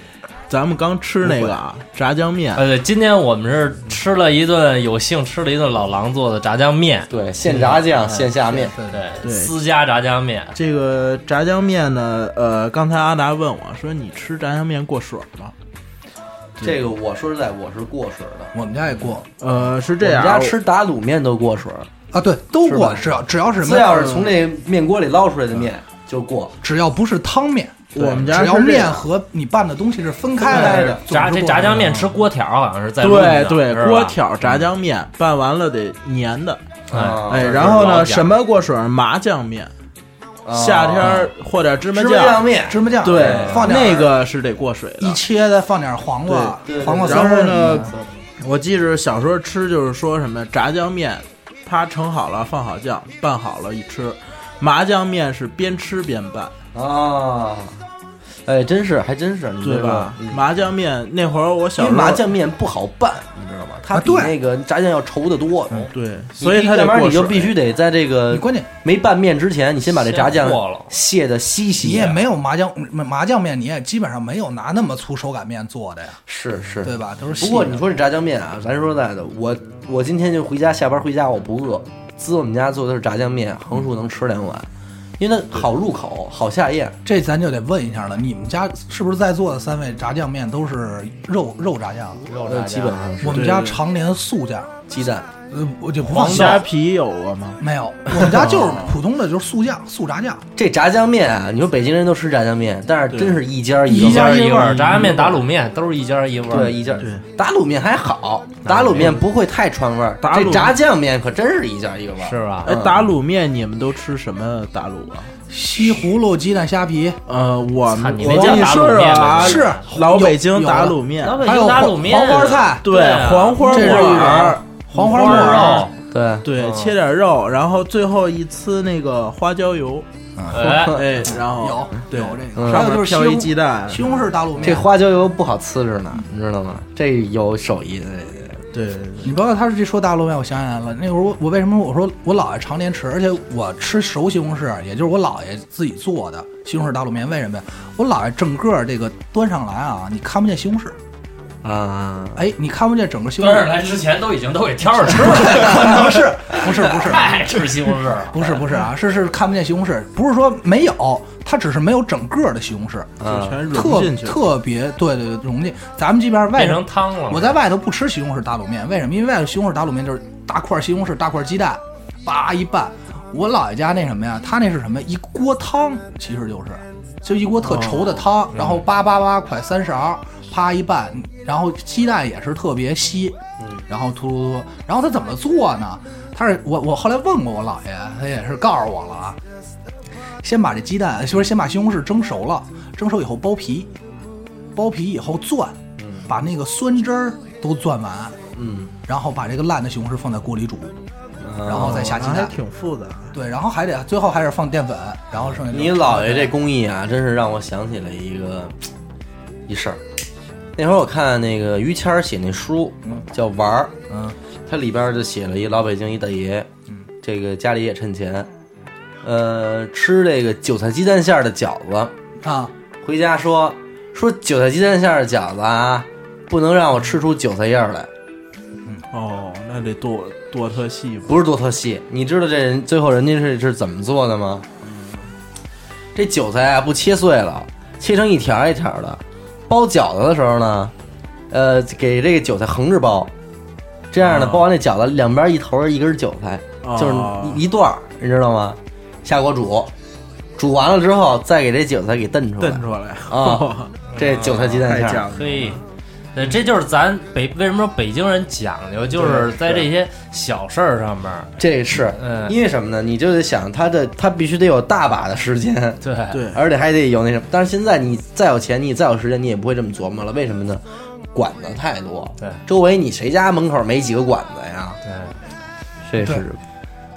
咱们刚吃那个啊，炸酱面，呃，对，今天我们是吃了一顿，有幸吃了一顿老狼做的炸酱面，对，现炸酱、现下面，对，对私家炸酱面，这个炸酱面呢，呃，刚才阿达问我说：“你吃炸酱面过水吗这个我说实在，我是过水的。我们家也过？”呃，是我这们样，家吃打卤面都过水，啊，对，都是过，吧只要只要是什只么，要是从那面锅里捞出来的面嗯就过。只要不是汤面，我我们家只要是这面样和你拌的东西是分开来的。炸总之过这炸酱面吃锅条好像是在论对的对是吧锅条炸酱面拌完了得粘的，哎，哎，啊然后老酱呢，什么过水？麻酱面，夏天啊儿和点哦芝麻芝麻酱酱，哎面，芝麻酱，对，放点那个是得过水一的。切再放点黄瓜对对对，黄瓜丝然儿后什么呢的。，我记着小时候吃就是说什么炸酱面，它盛好了放好酱，拌好了一吃。麻酱面是边吃边拌，啊，哎，真是，还真是，你对别说吧？嗯麻酱面那会儿我因小为时候麻酱面不好拌，你知道吗？它啊比对那个炸酱要稠得多。嗯对，你所以它要得不然过你就水。必须得在这你个关键没拌面之前，你先把这炸酱先和了卸的稀稀。你也没有麻酱麻酱面，你也基本上没有拿那么粗手擀面做的呀，是是，对吧？都是细不的过你说这炸酱面啊，咱说实在的，我我今天就回家，下班回家我不饿，滋我们家做的是炸酱面，横竖能吃两碗，因为它好入口，好下咽。这咱就得问一下了，你们家是不是在座的三位炸酱面都是肉肉炸酱？肉呃，基本上是我们家常年素酱，鸡蛋，呃，我就不放黄酱虾皮有过吗？没有，我们家就是普通的，就是素酱、素炸酱。这炸酱面啊，你说北京人都吃炸酱面，但是真是一家一一个味家儿。一味儿，炸酱面、打卤面都是一家一味儿。对，一家对打卤面还好，打卤面不会太串味儿。打卤这炸酱面可真是一家一个味儿。是吧？哎，打卤面你们都吃什么打卤啊？ 西葫芦鸡蛋虾皮，呃，我们你我们跟家你打说卤说面啊，吗是老有北京有打的卤面，老北还有京打黄卤面、黄花菜、对对啊黄花这木是耳，黄花花木耳肉，，对，对，嗯切点肉，然后最后一呲那个花椒油，哎，哎，然后有对嗯有这嗯个，上还有面就是飘西一红鸡蛋，西红柿打卤面。这花椒油不好呲着呢，你知道吗？这有手艺的。对对对。你包括他是这说大陆面，我想起来了，那会儿我我为什么我说我姥爷常年吃，而且我吃熟西红柿，也就是我姥爷自己做的西红柿大卤面，为什么呀？我姥爷整个这个端上来啊，你看不见西红柿，啊，哎，你看不见整个西红端上柿，来之前都已经都给挑着吃了，可能是不 是不是太吃西红柿了。不是不是啊，是是看不见西红柿，不是说没有，它只是没有整个的西红柿，啊就嗯全融特进去了，特别对对对融进。咱们这边外变省成汤了嘛，我在外头不吃西红柿打卤面，为什么？因为外头西红柿打卤面就是大块西红柿、大块鸡蛋，叭一拌。我姥爷家那什么呀，他那是什么？一锅汤，其实就是，就一锅特稠的汤，然后叭叭叭快三勺，啪一拌，然后鸡蛋也是特别稀，然后突突突，然后他怎么做呢？他是我我后来问过我姥爷，他也是告诉我了啊，先把这鸡蛋，就是先把西红柿蒸熟了，蒸熟以后剥皮，剥皮以后攥，嗯把那个酸汁儿都攥完，嗯，然后把这个烂的西红柿放在锅里煮，然后再下鸡哦那还蛋，嗯挺复杂。对，然后还得最后还是放淀粉，然后剩下就你姥爷这工艺啊，真是让我想起了一个一事儿。那会儿我看那个于谦儿写那书，叫《玩儿》，嗯，它里边儿就写了一老北京一大爷，这个家里也趁钱，呃，吃这个韭菜鸡蛋馅儿的饺子，啊，回家说说韭菜鸡蛋馅儿的饺子啊，不能让我吃出韭菜叶儿来，哦，那得剁剁特细吧？不是多特细。你知道这人最后人家是是怎么做的吗？这韭菜啊，不切碎了，切成一条一条的。包饺子的时候呢，呃，给这个韭菜横着包，这样呢，哦包完这饺子两边一头一根韭菜，哦就是一一段儿，你知道吗？下锅煮，煮完了之后再给这韭菜给炖出来炖。出来啊，这韭菜鸡蛋太馅儿，讲究了。嘿，呃，这就是咱北为什么说北京人讲究，就是在这些小事儿上面儿，这是嗯，因为什么呢？你就得想他的，他必须得有大把的时间。对对，而且还得有那什么。但是现在你再有钱，你再有时间，你也不会这么琢磨了。为什么呢？管的太多。对，周围你谁家门口没几个管子呀？对，这对是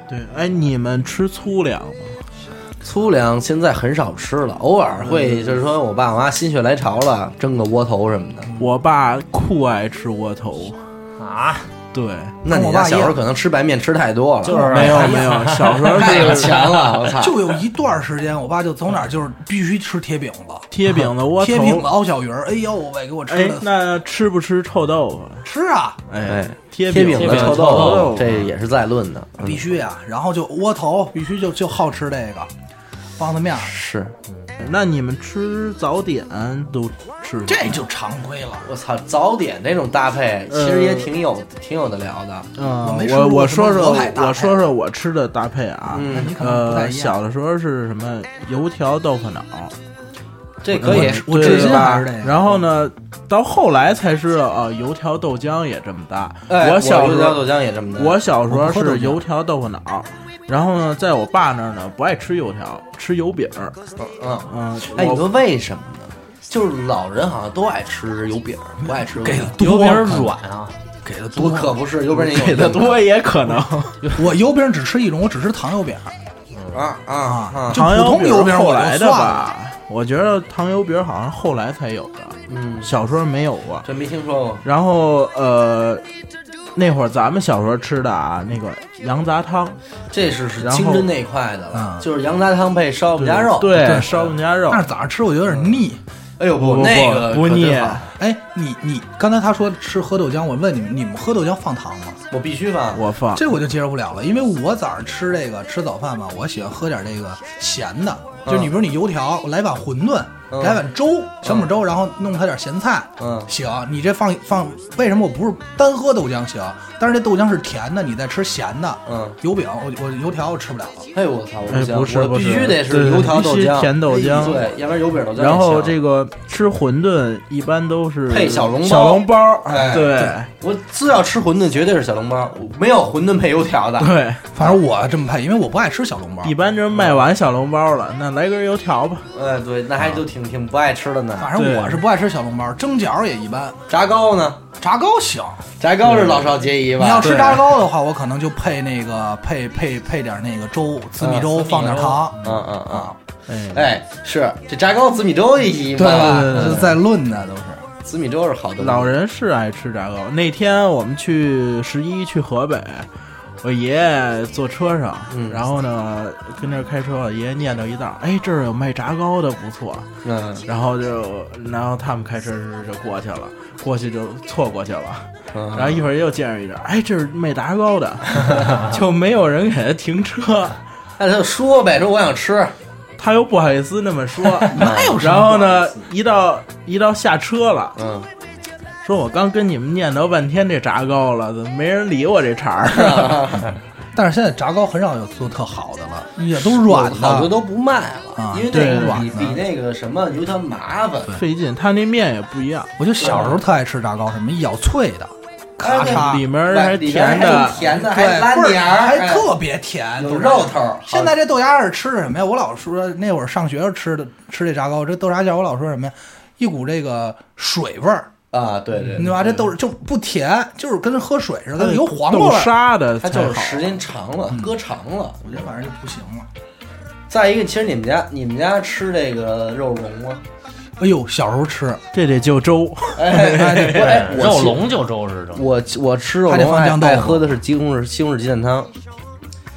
对，哎，你们吃粗粮吗？粗粮，现在很少吃了，偶尔会就是说我爸我妈心血来潮了，蒸个窝头什么的。我爸酷爱吃窝头，啊，对，那跟你我家爸小一时候样可能吃白面吃太多了，就 是没有没有，小时候太有是钱了，我操！啊就有一段时间，我爸就走哪儿就是必须吃铁饼子，贴饼子窝铁饼子头。熬小鱼儿，哎呦喂，给我吃哎，的那吃不吃臭豆腐？吃啊，哎哎，，贴贴饼子子臭臭豆豆腐，这也是在论的，嗯必须啊，然后就窝头，必须就就好吃这个，棒子面儿，是。那你们吃早点都吃什么？这就常规了。我操，早点这种搭配其实也挺有挺有的聊的。嗯我没吃我过我什么说说鹅排搭配我说说我吃的搭配啊，嗯那你可能不太呃，一样。小的时候是什么油条豆腐脑，嗯这可以，我对至今还吧是这样？。然后呢，到后来才知道啊，油条豆浆也这么搭。哎，我小时椒候豆浆也这么的。我小时我候不喝豆是浆油条豆腐脑，然后呢，在我爸那儿呢不爱吃油条，吃油饼儿。嗯，嗯，哎，你我说为什么呢？就是老人好像都爱吃油饼，不爱吃给的油多，饼儿软啊，给的多多可不是油饼，你给的多也可能。我油饼只吃一种，我只吃糖油饼啊啊啊！就糖普油通饼油儿饼后来我的就算了。吧，我觉得糖油饼儿好像后来才有的，嗯，小时候没有过。这没听说过。然后呃，那会儿咱们小时候吃的啊，那个羊杂汤，这是是然后清真那一块的了，嗯就是羊杂汤配烧饼对夹肉。，对，烧饼夹肉但。是早上吃我觉得有点腻。哎呦不那个不可真腻，好哎，你你刚才他说吃喝豆浆，我问你们，你们喝豆浆放糖吗？我必须放。我放这我就接受不了了，因为我早上吃这个吃早饭嘛，我喜欢喝点这个咸的，就你比如你油条，我来碗馄饨，嗯来碗粥，小米粥，然后弄它点咸菜，嗯行。你这放放，为什么我不是单喝豆浆行？但是这豆浆是甜的，你再吃咸的，嗯，油饼我我油条我吃不了了，哎呦我操，我哎行，不是我不必是须得是对油条豆必须浆、哎甜豆浆对，要不然油饼豆浆也香。然后这个吃馄饨一般都是配小笼包小笼包，哎对我只要吃馄饨，绝对是小笼包，我没有馄饨配油条的。对，反正我这么配，因为我不爱吃小笼包一。般就是卖完小笼包了，那来根油条吧。哎，对，那还就挺挺不爱吃的呢。反正我对是不爱吃小笼包，蒸饺也一般，炸糕呢？炸糕行。炸糕是老少皆宜嗯吧？你要吃对炸糕的话，我可能就配那个配配配点那个粥，紫米粥，嗯放点紫米粥糖。嗯嗯嗯，哎，哎，是这炸糕紫米粥也一对般吧？吧？这是在论呢，都是。紫米粥是好的，老人是爱吃炸糕。那天我们去十一去河北，我爷爷坐车上，嗯然后呢跟那儿开车，爷爷念叨一道：“哎，这儿有卖炸糕的，不错。”嗯然后就，然后他们开车就过去了，过去就错过去了。然后嗯，一会儿又见着一人，哎，这是卖炸糕 的，就没有人给他停车，那他就说呗，说我想吃，他又不好 意思那么说。哪然后呢，一到一到下车了，嗯说我刚跟你们念叨半天这炸糕了，怎么没人理我这茬儿？啊啊但是现在炸糕很少有做特好的了，也都软的，好多都不卖了，啊因为那个比对比那个什么油条麻烦。费劲，他那面也不一样，我就小时候特爱吃炸糕，什么一咬脆的，咔啊里嚓，面儿还里边甜还的是，甜的，对，还拉倍黏儿儿，还哎特别甜，有肉头儿。现在这豆芽儿吃的什么呀？我老说那会儿上学时候吃的吃这炸糕，这豆芽馅儿我老说什么呀？一股这个水味儿，啊，对对，对你知道吧？这豆就不甜，就是跟喝水似的，有黄瓜豆味儿。沙的它才就是啊好时间长了，嗯搁长了。我觉得反正就不行了。再一个，其实你们家你们家吃这个肉蓉 吗？哎呦，小时候吃，这得就粥，哎，哎我哎我肉其龙就周日蒸，我我吃肉还得龙放爱酱豆爱腐喝的是西红柿西红柿鸡蛋汤，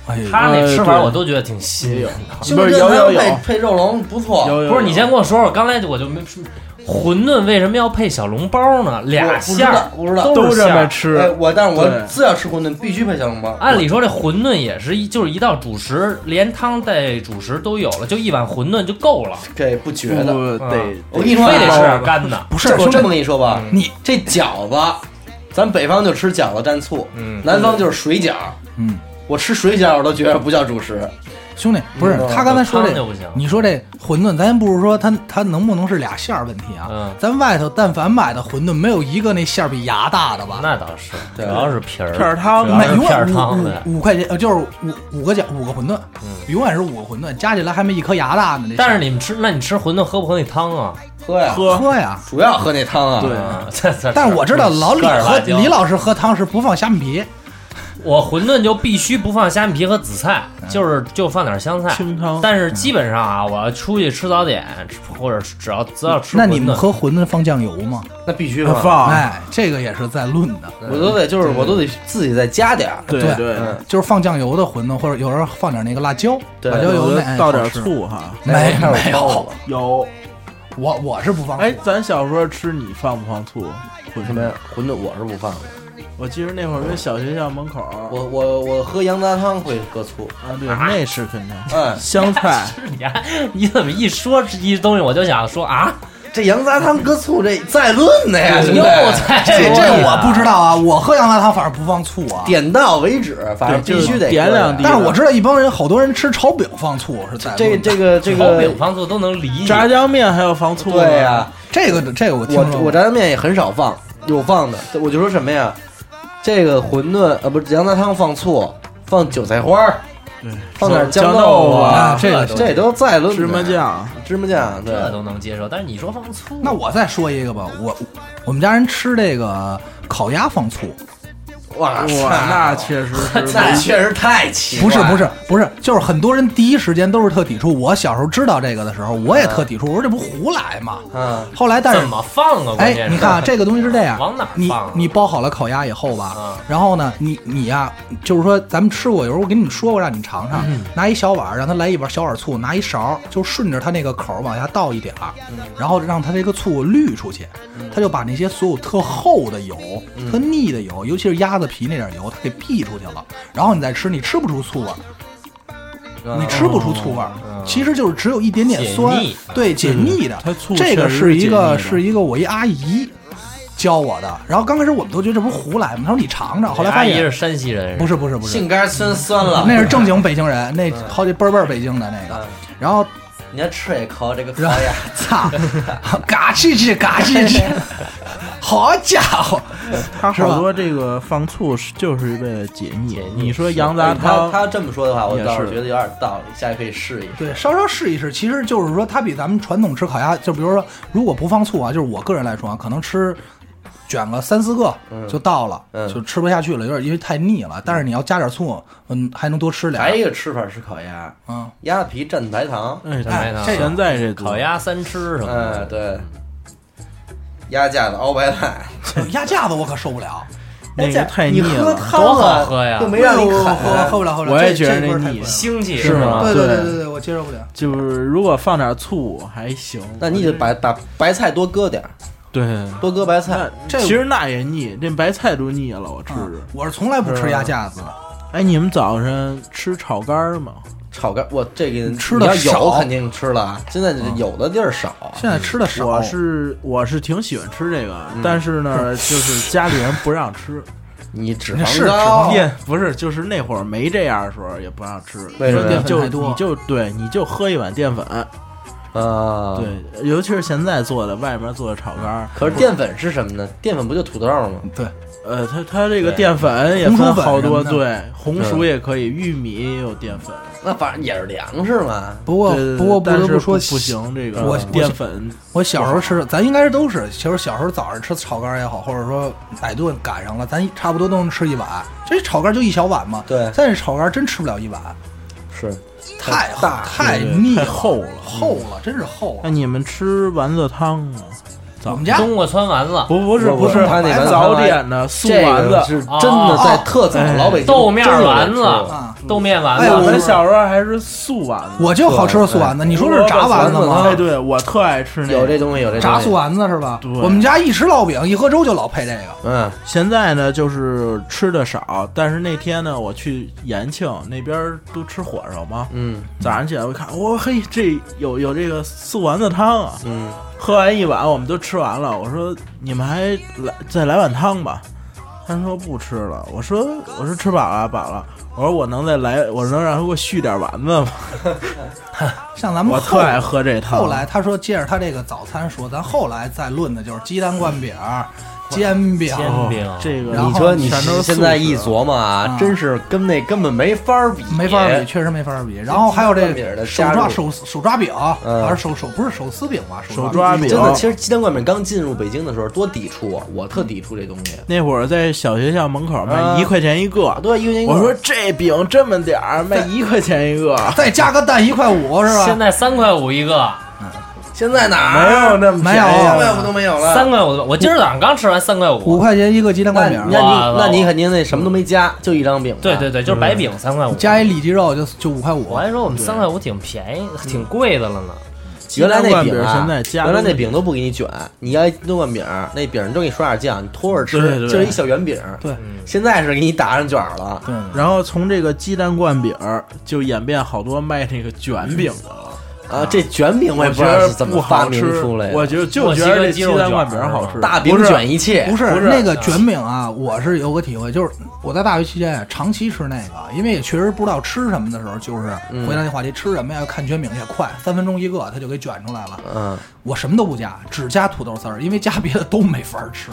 哎呦，他那呃吃法对我都觉得挺哎新颖。西不红柿是鸡有蛋汤有有配配肉龙不错。有有，不是你有先跟我说说，刚才我就没说馄饨为什么要配小笼包呢？俩馅儿我不知道不知道都是啊这馅么儿。吃哎，，我但是我对自要吃馄饨必须配小笼包。按理说这馄饨也是一就是一道主食，连汤带主食都有了，就一碗馄饨就够了。这不觉不得？不嗯得我跟你说啊，非得吃点干的。不是这我兄弟这么跟你说吧，你这饺子，咱北方就吃饺子蘸醋，嗯南方就是水饺。嗯，我吃水饺我都觉得不叫主食，兄弟，不是嗯他刚才说汤就这不行，你说这馄饨，咱不是说它它能不能是俩馅儿问题啊？嗯咱外头但凡买的馄饨，没有一个那馅儿比牙大的吧？那倒是，主对要是皮儿片儿汤主要每是永片儿远汤五的。嗯五五块钱，呃，就是五五个饺五个馄饨，永远是五个馄饨，加起来还没一颗牙大呢。这但是你们吃，那你吃馄饨喝不喝那汤啊？喝呀，喝喝呀，主要喝那汤啊。对啊， 这这但是我知道老李这儿喝辣椒李老师喝汤是不放虾米皮，我馄饨就必须不放虾米皮和紫菜，哎就是就放点香菜清汤但是基本上啊，我要出去吃早点，吃或者只要只要吃那馄饨啊你们喝馄饨放酱油吗？那必须嘛啊放，哎，这个也是在论的，我都得就是我都得自己再加点儿。对对对，嗯就是放酱油的馄饨，或者有人放点那个辣椒，对辣椒油有那的哎倒点好吃醋哈，没哎我没有，有。我我是不放醋。哎，咱小时候吃你放不放醋？什么呀？馄饨我是不放的，我记得那会儿跟小学校门口儿，我我我喝羊杂汤会搁醋，啊，对，那是肯定。哎，香 菜你还 你怎么一说这一东西我就想说啊？这羊杂汤搁醋这再论的呀，兄弟又在这这我不道。知道啊，我喝羊杂汤反而不放醋啊。点到为止，反正对就是必须得点搁两呀滴但是我知道一帮人，好多人吃炒饼放醋是在论这的这个这炒饼个，放醋都能理解，炸酱面还要放醋呢对呀，这个这个我听我说我过炸酱面也很少放，有放的，我就说什么呀？这个馄饨呃不是羊杂汤放醋，放韭菜花儿，对，放点酱豆豆腐啊啊，这个这都在论的芝麻酱，芝麻酱，对，这都能接受。但是你说放醋，那我再说一个吧，我我们家人吃这个烤鸭放醋，哇哇，塞那确实是 那确实太奇不怪是了，不是不是，就是很多人第一时间都是特抵触。我小时候知道这个的时候，我也特抵触，我说这不胡来吗？嗯后来但是怎么放啊？关哎键，是你看啊，这个东西是这样， 往哪儿你放啊你包好了烤鸭以后吧，啊然后呢，你你呀、就是说咱们吃过，有时候我给你们说过，让你尝尝，拿一小碗儿，让它来一碗小碗醋，拿一勺儿，就顺着它那个口儿往下倒一点儿，嗯然后让它这个醋滤出去，它就把那些所有特厚的油、嗯特腻的油，尤其是鸭子皮那点油，它给避出去了，然后你再吃，你吃不出醋味啊儿。嗯你吃不出醋味儿，其实就是只有一点点嗯解酸腻，对，解腻的它醋。这个确实是一解腻个的是一个我一阿姨教我的，然后刚开始我们都觉得这不是胡来吗？她说你尝尝，后来发阿姨现是山西人，不是不是不是，性肝酸酸了，那是正经北京人，那嗯好几倍儿倍儿北京的那个嗯，然后 你要吃也靠这个烤然后鸭，操，嘎吱吱嘎吱 吱，好家伙，它是吧好多这个放醋是就是为了解腻解。腻你说羊哎杂他汤，他这么说的话，我也倒是是觉得有点道理，下回可以试一试。对，稍稍试一试，其实就是说，它比咱们传统吃烤鸭，就比如说，如果不放醋啊，就是我个人来说啊，可能吃卷个三四个就到了，嗯就吃不下去了，有点因为太腻了。但是你要加点醋，嗯，还能多吃俩还。有一个吃法是烤鸭，嗯，鸭皮蘸白糖，哎，哎它这个现在这多烤，鸭三吃什么嗯，的，对，鸭架子熬白菜，哎鸭架子我可受不了，哎那个太腻你喝了。汤多啊好喝呀又没让你喝哎啃，喝不了，喝不了。我也这觉得这那味儿太腻不腥气是吗吗？对对对对对对，我接受不了。就是如果放点醋还行，那你得把把白菜多搁点儿，对。多搁白菜那。这其实那也腻，这白菜都腻嗯了，我吃着。嗯啊我是从来不吃鸭架子的，哎，你们早晨吃炒肝儿吗？烤干，我这个吃的你要有少肯定吃了啊。现在这有的地儿少，现在吃的少，我是我是挺喜欢吃这个，但是呢，就是家里人不让吃。你脂是肪脂高肪，店不是，就是那会儿没这样的时候也不让吃，为什么你呀就淀粉太多你就对你就喝一碗淀粉，啊。，对，尤其是现在做的，外面做的炒肝儿，可是淀粉是什么呢？淀粉不就土豆吗？对，呃，它它这个淀粉也红薯分粉好多，什么对，红薯也可以，玉米也有淀粉。那反正也是粮食嘛。不过对对对不过不但得是不说不。行，这个我淀粉我小时候吃，咱应该是都是，其实小时候早上吃炒肝也好，或者说哪顿赶上了，咱差不多都能吃一碗。这炒肝就一小碗嘛，对现在炒肝真吃不了一碗，是，太大太对腻太了，厚了厚了，真是厚那了。你们吃丸子汤吗？早我们家冬瓜汆丸子、不不是我不是，他那丸子早点的素这丸个子。是真的在特早老北京豆面真有丸人吃子过、啊，豆面丸哎我子，们小时候还是素丸子，我就好吃素丸子，你说这是炸丸子吗哎，？对我特爱吃那个。有这东西，有这炸素啊。丸子是吧？对我们家一吃烙饼，一喝粥就老配这个。嗯，现在呢，就是吃的少，但是那天呢，我去延庆那边儿都吃火烧嘛，嗯早上起来我一看，我嘿，这有有这个素丸子汤啊，嗯，喝完一碗我们都吃完了，我说你们还来再来碗汤吧，他说不吃了，我说我说吃饱了饱了，我说我能再来，我能让他给我续点丸子 吗？像咱们我后特爱喝这汤。后来他说，接着他这个早餐说，咱后来再论的就是鸡蛋灌饼、煎饼，煎饼哦这个然后你说你全都是现在素食一琢磨啊，啊真是跟那根本没法儿比，没法比，确实没法比。然后还有这鸡蛋灌饼的个手加入抓手手抓饼，嗯还是手手不是手撕饼吧？手抓抓饼，真的，其实鸡蛋灌饼刚进入北京的时候多抵触啊，我特抵触这东西。那会儿在小学校门口啊嗯卖一块钱一个，对，一块钱一个我说这饼这么点儿，卖一块钱一个，再加个蛋一块五是吧？现在三块五一个，现在哪没儿有那么啊没有便宜三了块五都没有了。三块五，我今儿早上刚吃完三块五五。块钱一个鸡蛋那灌你饼，那哇你那你肯定那什么都没加，就一张饼。对对，对，就是白饼三块五。加一里脊肉就就五块我五。还说我们三块五挺便宜，挺贵的了呢。原来那鸡蛋灌饼啊现在加原来那饼都不给你卷，你要一鸡蛋灌饼，那饼都给你刷点酱，你拖着对吃，对就是一小圆饼。对现在是给你打上卷儿了。啊对，然后从这个鸡蛋灌饼儿就演变好多卖这个卷饼的了。啊，这卷饼我也我不知觉道得是怎不么发好明吃，出来我的。觉得就觉得这鸡蛋灌饼儿好吃，大饼不是卷一切不，是不是那个卷饼啊，我是有个体会，就是我在大学期间啊，长期吃那个，因为也确实不知道吃什么的时候，就是回到那话题，吃什么呀？看卷饼也快，三分钟一个，它就给卷出来了。嗯，我什么都不加，只加土豆丝儿，因为加别的都没法吃，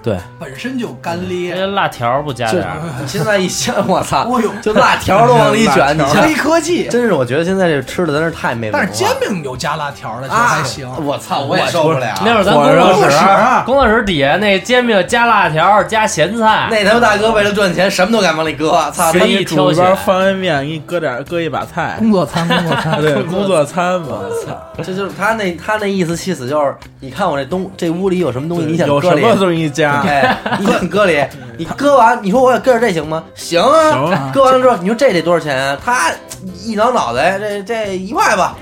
对。本身就干那裂。些辣条不加就点儿，你现在一想，我操哎哦呦，就辣条都往里卷，你黑想，科技，真是我觉得现在这吃的咱是太没文化但了。是煎饼有加辣条的，其实啊，还行。我操，我也受不了。那会儿咱火工烧作屎室，工作室底下那煎饼加辣条加咸菜，那他妈大哥为了赚钱，什么都敢往里搁，操！随他意你挑煮一选包方便面，给你搁点儿搁一把菜，工作 餐，工作餐，嗯对，工作餐嘛，我操，这就是他那他那意思，意思就是，你看我这东这屋里有什么东西，你想嗯有搁什里，么东 西加？哎，你想搁里，你搁完，你说我也搁着这行吗？行行啊啊，搁完了之后，你说这得多少钱啊？他一挠脑袋，这这一块吧，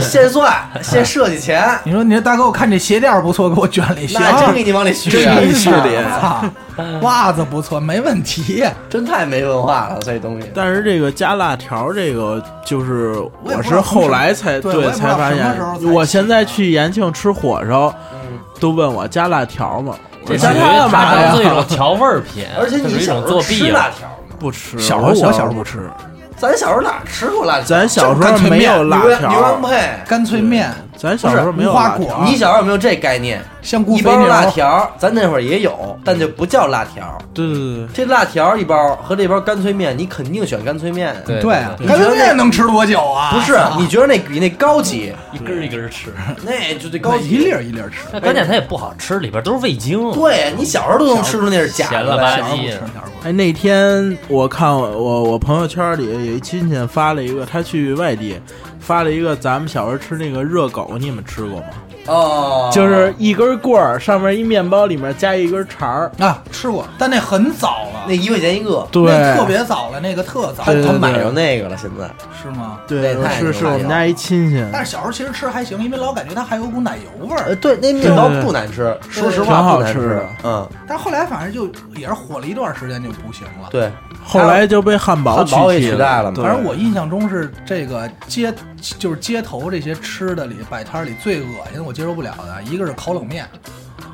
现算现设计钱，你说你说大哥，我看这鞋垫儿不错，给我卷了一那真给箱。你往 里续啊，真给你续里操，袜子不错，没问题。真太没文化了，这东西。但是这个加辣条，这个就是我也不知是道后来才对我也不知才道发什么时候才现，起嗯我现在去延庆吃火烧，都问我加辣条吗？我这说属加于它干嘛它当做一种呀？调味儿品，而且这你属于一小种时候作吃弊啊辣了。条吗？不吃，小时候我我时小候时候不吃，咱小时候哪吃过辣条？咱小时候干脆没面有辣牛羊牛条啊羊，配。干脆面、咱小时候没有无花辣条果你小时候有没有这概念？香菇一肥包牛，辣条，咱那会儿也有，但就不叫辣条。对对对对。这辣条一包和这包干脆面，你肯定选干脆面。对对啊，干脆面能吃多久啊？不是，你觉得那比那高级，一根儿一根儿 吃， 那就得高每级一粒。儿一粒儿吃，那关键它也不好吃，里边都是味精。对你小时候都能吃出那是假咸的了来吧小时候不吃唧，小时候不吃哎，那天我看我我我朋友圈里有一亲戚发了一个，他去外地发了一个咱们小时候吃那个热狗，你们吃过吗？哦，就是一根棍儿，上面一面包，里面加一根肠儿。啊，吃过，但那很早了那，一块钱一个，对，那特别早了，那个特早他对他对买着那个了，现在是吗？对那，太是牛是了我们家一亲戚，但是小时候其实吃还行，因为老感觉它还有股奶油味呃，儿，对，那面包对对不难吃，说实挺话好不难吃的嗯，但是后来反正就也是火了一段时间就不行了。对，后来就被汉堡汉堡取也取代了了对反正我印象中是这个街，就是街头这些吃的里摆摊儿里最恶心的，我接受不了的，一个是烤冷面，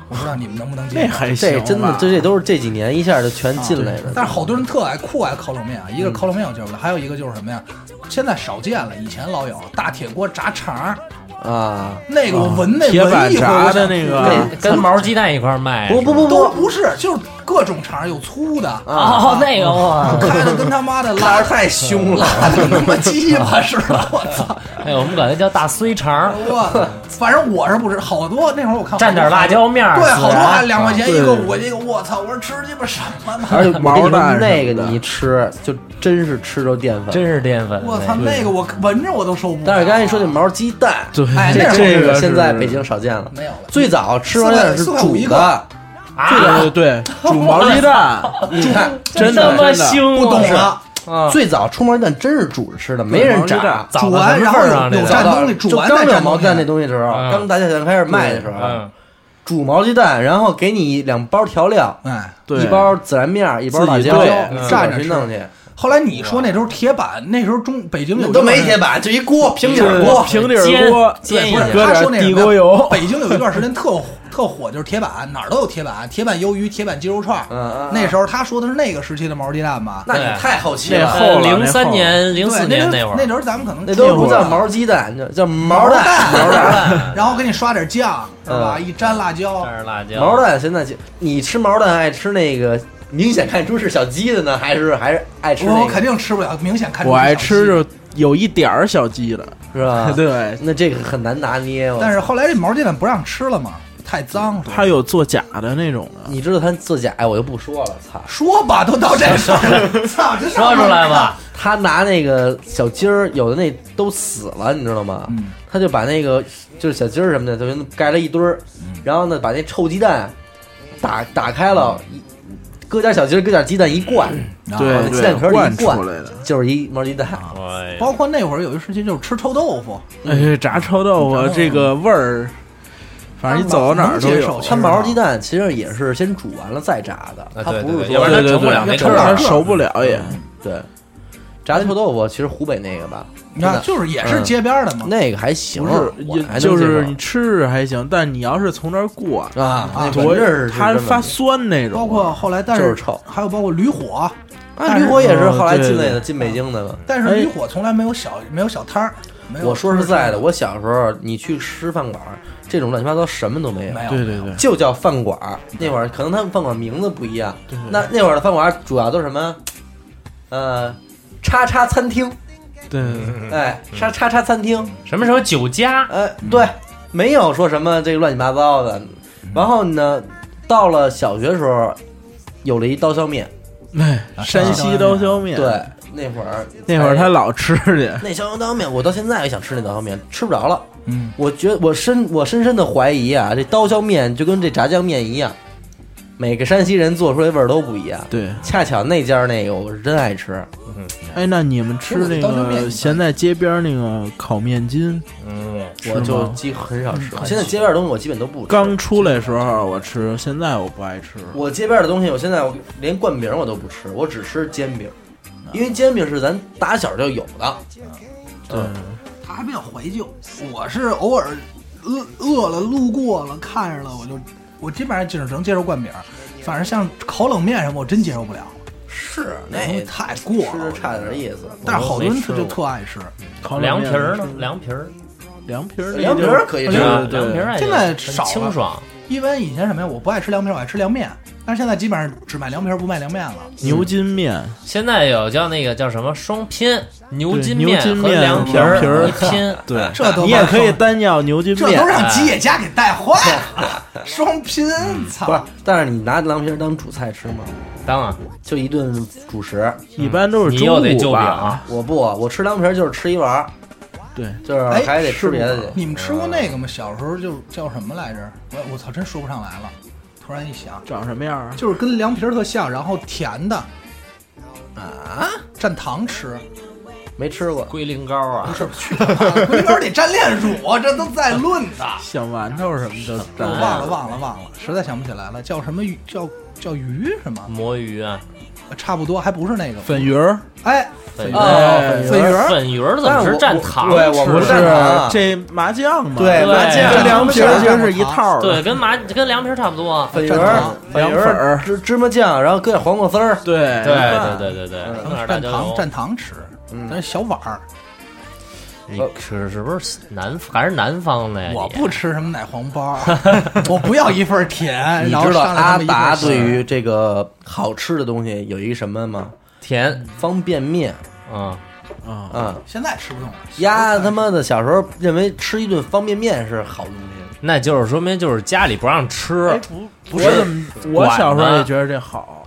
我不知道你们能不能接那受。还哎行这吧真啊的，这这都是这几年一下就全进来了。但是好多人特爱酷爱烤冷面啊，一个是烤冷面我接受不了，还有一个就是什么呀？现在少见了，以前老有大铁锅炸肠儿，啊，那个我闻那铁板闻一会儿炸我的想那对个，跟毛鸡蛋一块儿卖。不不不都不不是，就是各种肠儿，有粗的，哦，那个哇，开的跟他妈的 拉太凶嗯了，拉的跟他妈鸡巴似的，我操！ 哎，我们管它叫大碎肠儿，我反正我是不吃，好多那会儿我看蘸点辣，椒面儿，对，好多还还两块钱一个对五块钱一个，我操！我说吃鸡巴什么呢？而且我毛跟你说蛋什么的那个你一吃就真是吃着淀粉。真是淀粉。我操，那个我闻着我都受不了。但是刚才你说那毛鸡蛋，对哎那这是这这个个是现在北京少见了，没有了最早吃毛鸡蛋是四块四块五一煮个的，啊对对对， 煮毛鸡 蛋，你看真他的妈真的腥，不懂了，啊！最早出毛鸡蛋真是煮着吃的，没人毛鸡蛋炸。早煮的完什么然味后儿啊？有那有个蘸早东西，就煮完刚再有蘸毛东鸡蛋那西。东西的时候，嗯刚大家想开始卖的时候，嗯，煮毛鸡蛋，然后给你两包调料，哎，对一包孜然面儿，一包辣椒自己，对蘸蘸着着吃弄去。后来你说那时候铁板，那时候中北京有都没一段时铁间，板，就一锅平底就是儿锅，平底儿煎锅，煎一不下是，搁他说点那地什么沟呀，油北京有一段时间特火特火，就是铁板，哪儿都有铁板，铁板鱿鱼、铁板鸡肉串儿。嗯嗯嗯那时候他说的是那个时期的毛鸡蛋吧？那你对太好奇了那。后了零那后三了年、零四对年那时会候儿，那时候咱们可能那都听不过叫毛鸡蛋，叫叫毛毛蛋，蛋，毛蛋，然后给你刷点酱，是吧？嗯一沾辣椒，蘸着辣椒，毛蛋。现在就你吃毛蛋爱吃那个明显看出是小鸡的呢，还是还是爱吃我那肯个定吃不了，明显看出我爱是小吃鸡。就有一点儿小鸡啊的，？是吧 对，那这个很难拿捏。我但是后来这毛鸡蛋不让吃了嘛，太脏了。它有做假的那种的，啊你知道他作假，哎我就不说了。操，说吧，都到这份儿，操，这说出来吧。他拿那个小鸡儿，有的那都死了，你知道吗？嗯他就把那个就是小鸡儿什么的，就盖了一堆儿，然后呢，把那臭鸡蛋打打开了，一搁点小鸡儿，搁点鸡蛋一灌，啊对那鸡蛋壳对，里灌一出灌嗯来的。就是一毛鸡蛋。哎包括那会儿有一时期就是吃臭豆腐，哎，炸臭豆腐这个味儿，反正你走到哪儿都能接有受。它毛鸡蛋其实也是先煮完了再炸的，啊它对不对是对要不说哎然它成不了对那对个对儿它熟不了也。对。炸的臭豆腐其实湖北那个吧，你看真的就是也是街边儿的嘛。那个还行，不是我还，能就是你接吃着还行，但你要是从这儿过，受啊，那多闻着是它是发酸那种。啊包括后来，但就是臭还有包括驴火，啊，驴火也是后来进来对对的，进北京的嘛。但是哎驴火从来没有小没有小摊儿。没有哎我说实在的，我小时候你去吃饭馆儿，这种乱七八糟什么都没有，没有，对对对，就叫饭馆儿。那会儿可能他们饭馆名字不一样，那那会儿的饭馆儿主要都是什么？呃，叉叉餐厅，对对对，哎，叉叉叉餐厅，什么时候酒家？呃，对，没有说什么这个乱七八糟的。然后呢，到了小学时候，有了一刀削面，哎，山西刀削面，对，，那会儿那会儿他老吃去，那小刀削面，我到现在也想吃那刀削面，吃不着了。嗯，我觉得我深我深深的怀疑啊，这刀削面就跟这炸酱面一样，每个山西人做出来味儿都不一样。对，恰巧那家那个我是真爱吃，哎，那你们吃如果那刀削面个现在街边那个烤面筋，嗯，我是就吗几很少吃。嗯现在街边的东西我基本都不吃。刚出来的时候我吃，现在我不爱吃。我街边的东西，我现在我连灌饼我都不吃，我只吃煎饼，啊因为煎饼是咱打小就有的。对，他还比较怀旧。我是偶尔饿饿了、路过了、看着了，我就我基本上只能接受灌饼儿，反正像烤冷面什么，我真接受不了，是那东西太过吃了着。差点意思。但是好多人他我都就没吃特爱吃，烤冷凉皮面儿呢？凉皮儿，凉皮儿那就，凉皮儿可以吃对吧对对凉皮儿还现在很少了清爽，因为以前什么呀，我不爱吃凉皮儿，我爱吃凉面，但是现在基本上只卖凉皮儿不卖凉面了。牛筋面，现在有叫那个叫什么双拼牛筋牛面筋和面凉皮凉皮儿一拼，对，这都你也卖可以双单要牛筋这面都，让吉野家给带坏了， 双拼，不操是！，但是你拿凉皮儿当主菜吃吗？当然就一顿主食。一般都是你又得中就午饼吧？啊，我不，我吃凉皮儿就是吃一碗儿，对，就是哎还得吃别的去。你们吃过那个吗？小时候就叫什么来着？我我操，真说不上来了。突然一想，长什么样啊？就是跟凉皮儿特像，然后甜的，啊？蘸糖吃，没吃过。龟苓膏啊，是不 去他妈的龟苓膏得蘸炼乳，这都在 论的。小馒头什么的，我忘了忘了忘了，实在想不起来了，叫什么鱼叫叫鱼什么，魔芋啊，差不多，还不是那个粉鱼儿，哎，粉哦哎粉鱼儿粉鱼儿怎么是蘸糖啊对，我不不是蘸糖，这麻酱嘛？啊对对麻酱这凉皮儿这其两实个是一套对，的。跟麻跟凉皮儿差不多。啊粉鱼蘸儿糖、粉鱼凉粉儿芝芝麻酱，然后搁点黄瓜丝儿。对对对对哎对嗯对对，弄点大蘸椒糖油。蘸糖吃，嗯但是小碗儿，你吃哎是不是南还是南方的哎呀？我你不吃什么奶黄包， 我不要一份儿甜，哎你然后知道上来阿这么一份儿达咸对于这个好吃的东西有一个什么吗？甜，方便面嗯，啊，啊！现在吃不动了，丫他妈的小时候认为吃一顿方便面是好东西，那就是说明就是家里不让吃哎，不不是这么，我小时候也觉得这好，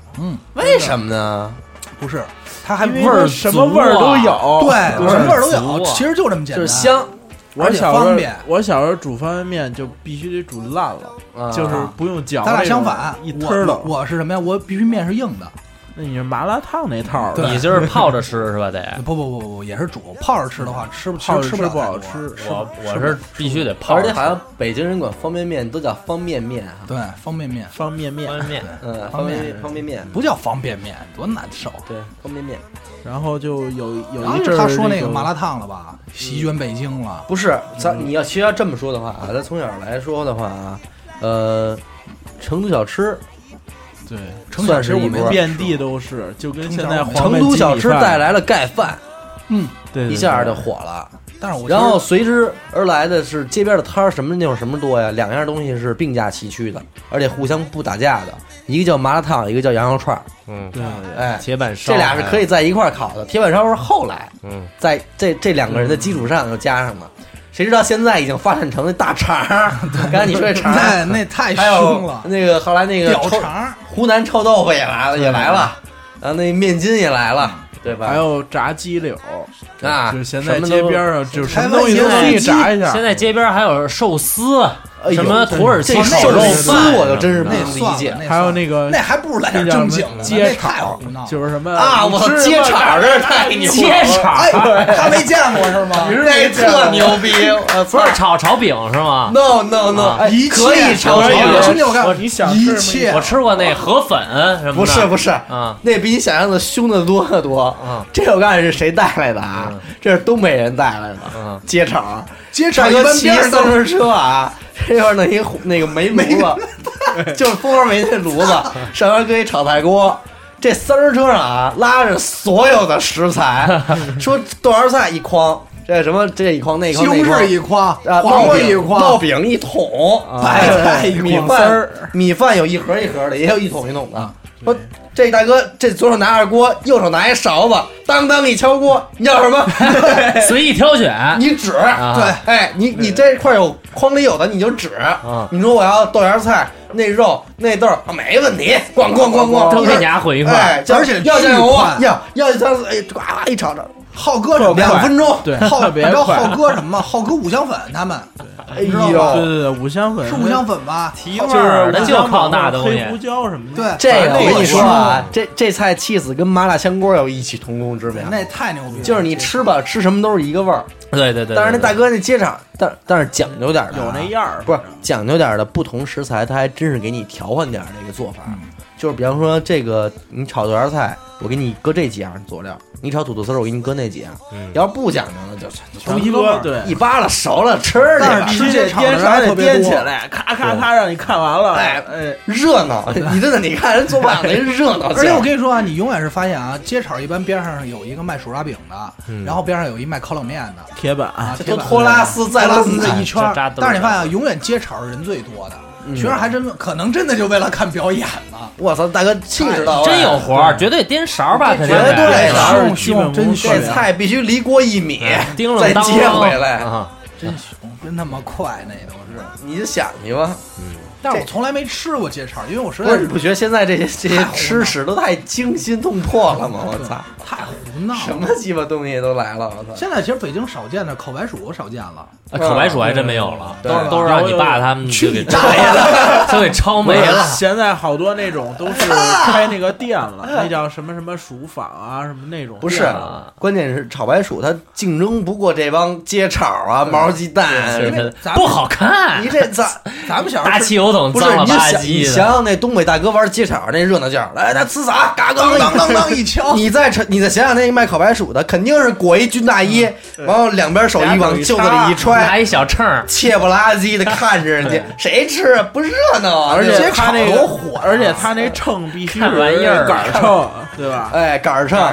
为什么呢？不是，它还因为味儿它什么味儿啊都有。对，哦对什么味儿都足啊有，其实就这么简就单，是香，我小而且时方候便我小时候煮方便面就必须得煮烂了，啊就是不用搅。咱俩相反，一我呲儿的。我是什么呀？我必须面是硬的，那你是麻辣烫那套的，你就是泡着吃是吧？得，不不不不不，也是煮，泡着吃的话，吃不哎泡着吃吃了不好太多吃，我我是必须得泡而着且吃好像北京人管方便面都叫方便面哈，对，方便面方便面方，便面。嗯，方方便便面方便面，不叫方便面，多难受。对，方便面然后就有有然后一就阵是儿他说那个个麻辣烫了吧，席卷北京了，不是嗯咱你要其实要这么说的话啊，咱从小来说的话啊，呃，成都小吃对，成本算是一我们波遍地都是，就跟现在黄成焖都鸡小米吃饭带来了盖饭，对对一下就对火了。但是我然后随之而来的是街边的摊儿，什么地方什么多呀？两样东西是并驾齐驱的，而且互相不打架的，一个叫麻辣烫，一个叫羊肉串儿。嗯，对哎，铁板烧，这俩是可以在一块儿烤的。铁板烧是后来嗯，在这这两个人的基础上又加上的，谁知道现在已经发展成那大肠儿。嗯 刚才你说这 肠那儿，那太还凶有了，那个后来那个屌臭肠儿，湖南臭豆腐也来了，也来了，然后那面筋也来了，对吧？还有炸鸡柳啊就是现什在么街都边上就是什台么湾东西现都在可以鸡炸一下，现在街边还有寿司，啊哎呦什么土耳其这烤肉寿司饭我就真是不那能算理了解。那还有算了那个那还不如来点那叫正什经么的，街那太炒胡闹了，就是什么啊！你我吃接吧场这太牛街了，炒 哎，他没见过是吗？这特牛逼！我不操是炒炒饼是吗？ ，no no no，哎一切可以啊炒可炒以啊饼，兄弟我看哦你想一吃吗切我吃过那河粉什么的，不是不是啊，那比你想象的凶的多得多。嗯，这我告诉你是谁带来的啊？这是东北人带来的。嗯，接场，街炒大一哥般骑边上自都是行车啊，这块弄一火那个煤炉子， 就是蜂窝煤那炉子， 上面搁一炒菜锅。这三轮车上啊，拉着所有的食材， 说豆芽菜一筐，这什么这一筐那一筐，西红那筐柿一筐，啊，黄瓜烙饼一筐，啊烙饼一桶，白菜一米筐丝饭儿，米饭有一盒一盒的，也有一桶一桶的。说这大哥，这左手拿着锅，右手拿一勺子，当当一敲锅，你要什么？ 随意挑选，你指，啊对，哎，你你这块有筐里有的你就指，啊你说我要豆芽菜、那肉、那豆儿，啊没问题，咣咣咣咣，都给你俩混一块儿哎，而且要酱油巨啊，快要要一汤匙，哎，呱呱一炒炒，浩哥特什么别呀两快分钟，对浩，特你别知道快浩哥什么吗？浩哥五香粉，他们哎知道吧对呦，对对，五香粉是五香粉吧？提味味儿那就靠那大东西黑胡椒什么对，的，这个我跟你说啊反， 这这菜气死跟麻辣香锅有异曲同工之妙正，那太牛逼了，就是你吃吧，吃什么都是一个味儿。对对对。但是那大哥哥那街场，但但是讲究点儿的啊，有那样儿，不是讲究点儿的，不同食材它还真是给你调换点儿那个做法。就是比方说这个你炒豆芽菜，我给你搁这几样佐料；你炒土豆丝儿，我给你搁那几样。嗯要是不讲究呢，就就都就一个味儿，对。一扒拉熟了吃去但吧是，必须得颠勺得颠起来，咔咔咔，让你看完了。哎哎，热闹。 你真的你看人做饭那热闹劲儿，而且我跟你说啊，你永远是发现啊，街炒一般边上有一个卖手抓饼的，然后边上有一卖烤冷面的，铁板啊，这都拖拉丝再再拉拉丝丝这一圈儿这扎堆儿，但是你发现啊，永远街炒是人最多的，学生还真可能真的就为了看表演呢，我操，大哥气质到位真有活儿，绝对颠勺吧，肯定哎绝得对的勺凶是基本啊凶功真凶这，菜必须离锅一米，叮了再当接回来。啊，真凶，真他妈快，那都是。你就想去吧。但是我从来没吃过街炒，因为我实不在是你是不觉得现在这些这些吃食都太惊心动魄了吗？我操，太胡闹什了。么鸡巴东西都来了，我操！现在其实北京少见的烤白薯少见了，啊烤白薯还真没有了，对都对都让你爸他们就给大爷了， 就给抄没了。现在好多那种都是开那个店了，那叫什么什么薯坊啊，什么那种。不是，关键是炒白薯，它竞争不过这帮街炒啊、毛鸡蛋看因为着它咱们不好看你，这咱咱们小时候大吃汽油桶不是脏了你吧想你唧想的，想那东北大哥玩街场那热闹劲儿，来他呲啥，嘎当嘎当当 当一敲，你再你再想想那个卖烤白薯的，肯定是裹一军大衣，然后两边手一往袖子里一拿揣，一小秤儿，怯不拉几的看着人家， 谁吃啊不热闹啊？而这且他那烤个火，啊而且他那秤必须看玩是意儿啊杆儿秤，对 吧？哎杆儿上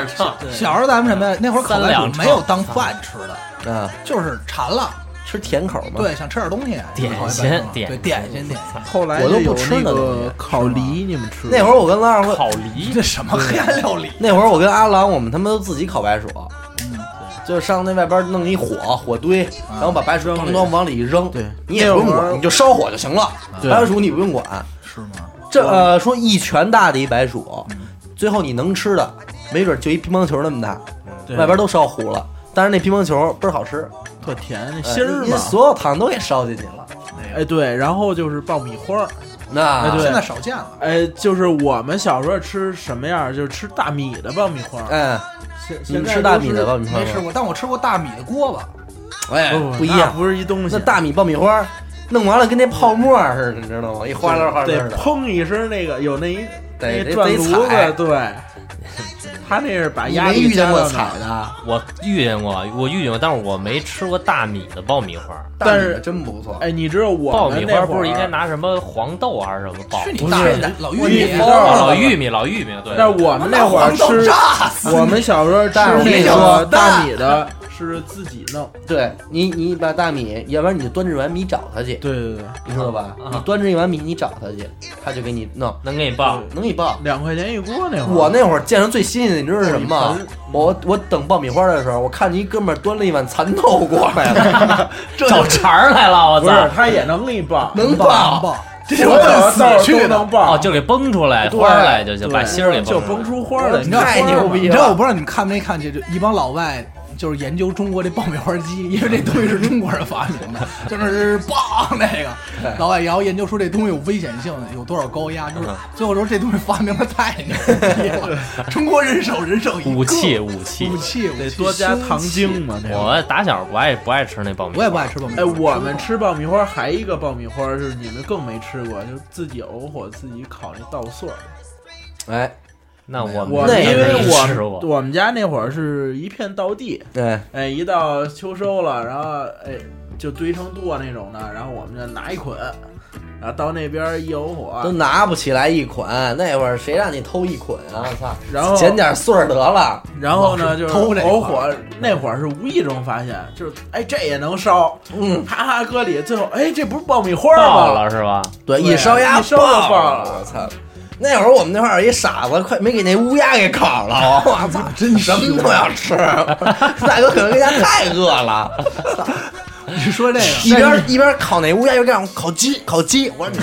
小时候咱们什么呀？那会儿烤三白薯两没有当饭吃的，啊，就是馋了，吃甜口嘛。，对，想吃点东西，点烤一心白薯点对点心点心。后来我都就有不吃那呢个烤梨，你们吃那会儿我跟老二会，烤梨这什么黑暗 料理？那会儿我跟阿郎，我们他妈都自己烤白薯，嗯就是上那外边弄一火火堆，然后把白薯咣咣往里一扔，啊对你也不用那会儿管，你就烧火就行了。对白薯你不用管，是吗？这呃说一拳大的一白薯，嗯最后你能吃的，没准就一乒乓球那么大，对外边都烧糊了，但是那乒乓球倍儿好吃，特甜，那哎芯儿你你嘛。所有糖都给烧进去了。哎，对，然后就是爆米花儿，那哎对现在少见了。哎，就是我们小时候吃什么样儿，就是吃大米的爆米花儿。哎，现你现们在吃都大是米的爆米花没吃吗？过，但我吃过大米的锅巴，哎，不不一哦那样，不是一东西。那啊大米爆米花弄完了跟那泡沫似的，你知道吗？一哗啦哗啦得的。砰一声，那个有那一得那转得炉踩子，对， 他那是把你压没力遇见加过到哪踩儿的，我遇见过，我遇见过，但是我没吃过大米的爆米花。大但米是的真不错。哎，你知道爆我米们花那不会是应该儿，拿什么黄豆啊还是什么爆去？你不大是爷老我玉米你锅知道老玉米，老玉米，对。但是我们那会儿那黄豆吃，炸死我们小时候吃但是我跟那你说个大米的是自己弄，对你，你把大米，要不然你就端着碗米找他去，对对对，你知道吧？啊你端着一碗米，你找他去，他就给你弄，能给你爆，能给你爆。两块钱一锅那会儿，我那会儿见着最新鲜的，你知道是什么吗爆嗯米盆？我我等爆米花的时候，我看见一哥们儿端了一碗蚕豆过来 了，这找就茬儿来了，我不是操！他也能给你爆，能棒爆。棒，这所有豆死都去的能。爆，哦，就给崩出来啊对花儿来就行，对把芯儿给就崩崩出出花儿来，你知道太牛逼你了知道我不知道你们看没看见，就一帮老外就是研究中国这爆米花机，因为这东西是中国人发明的，就是棒那个老外，然后研究出这东西有危险性，有多少高压，就是最后说这东西发明的太牛逼了，中国人手人手一个来。武器，武器武。器得多加糖精嘛，那会儿我打小不爱不爱吃那爆米花，我也不爱吃爆米花。哎，我们吃爆米花还一个爆米花，就是你们更没吃过，就是自己偶火自己烤那稻穗儿。哎，那我我们们那因也没为吃我过，我们家那会儿是一片稻地，对，哎，一到秋收了，然后哎就堆成垛那种的，然后我们就拿一捆，然后到那边一偶都火，拿不起来一捆。那会儿谁让你偷一捆啊？操！然后捡点穗儿得了。然后呢就是偷这偶块火，那会儿是无意中发现，就是哎这也能烧，嗯，哈哈搁里，最后哎这不是爆米花爆吗？了是吧？对，对一烧鸭一烧就爆了，了我操！那会儿我们那块儿有一傻子，快没给那乌鸦给烤了，我操！真什么都要 吃，大哥可能跟家太饿了，你说这个，一边一边烤那乌鸦，一边干烤鸡，烤鸡。我说你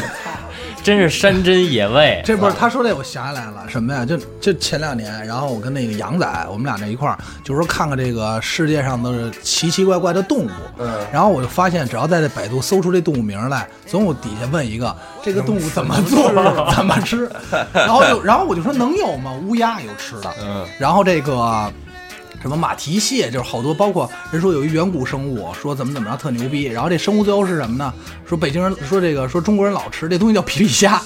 真是山珍野味，这不是他说这，我想起来了，什么呀？就就前两年，然后我跟那个杨仔，我们俩在一块儿，就说看看这个世界上的奇奇怪怪的动物。嗯然后我就发现，只要在这百度搜出这动物名来，总有底下问一个这个动物怎么做、 怎么吃。然后就，然后我就说能有吗？乌鸦有吃的，嗯，然后这个什么马蹄蟹，就是好多，包括人说有一远古生物，说怎么怎么着特牛逼。然后这生物最后是什么呢？说北京人说这个说中国人老吃这东西叫皮皮虾，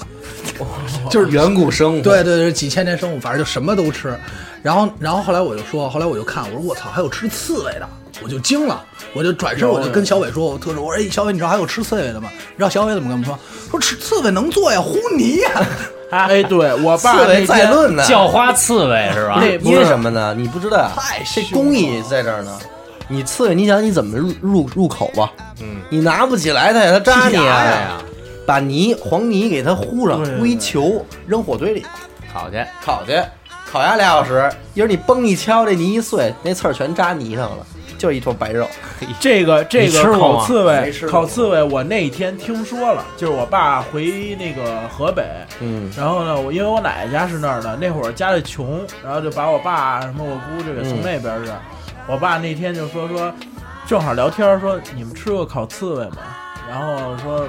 就是远古 生物，对对对，几千年生物，反正就什么都吃。然后然后后来我就说，后来我就看，我说我操，还有吃刺猬的。我就惊了，我就转身，我就跟小伟说，我特说，我说，哎，小伟，你知道还有吃刺猬的吗？你知道小伟怎么跟我们说？说吃刺猬能做呀，糊泥呀。哎，对我爸刺那猬天再论呢，叫花刺猬是吧？那因为什么呢？你不知道啊，太这凶了工艺在这儿呢。你刺猬，你想你怎么入入入口吧？嗯，你拿不起来它呀，它扎你哎啊呀！，把泥黄泥给它糊上，对糊一球，扔火堆里好去，烤去，烤鸭俩小时。一会儿你崩一敲，这泥一碎，那刺儿全扎泥上了，就是一坨白肉。这个这你吃个过吗烤刺没猬吃，过烤刺猬，我那天听说了，就是我爸回那个河北，嗯，然后呢，我因为我奶奶家是那儿的，那会儿家里穷，然后就把我爸什么我姑就给送那边去。嗯我爸那天就说说，正好聊天说你们吃过烤刺猬吗？然后说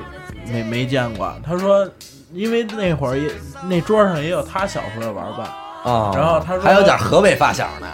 没没见过，他说因为那会儿也那桌上也有他小时候的玩伴，啊然后他说还有点河北发小呢，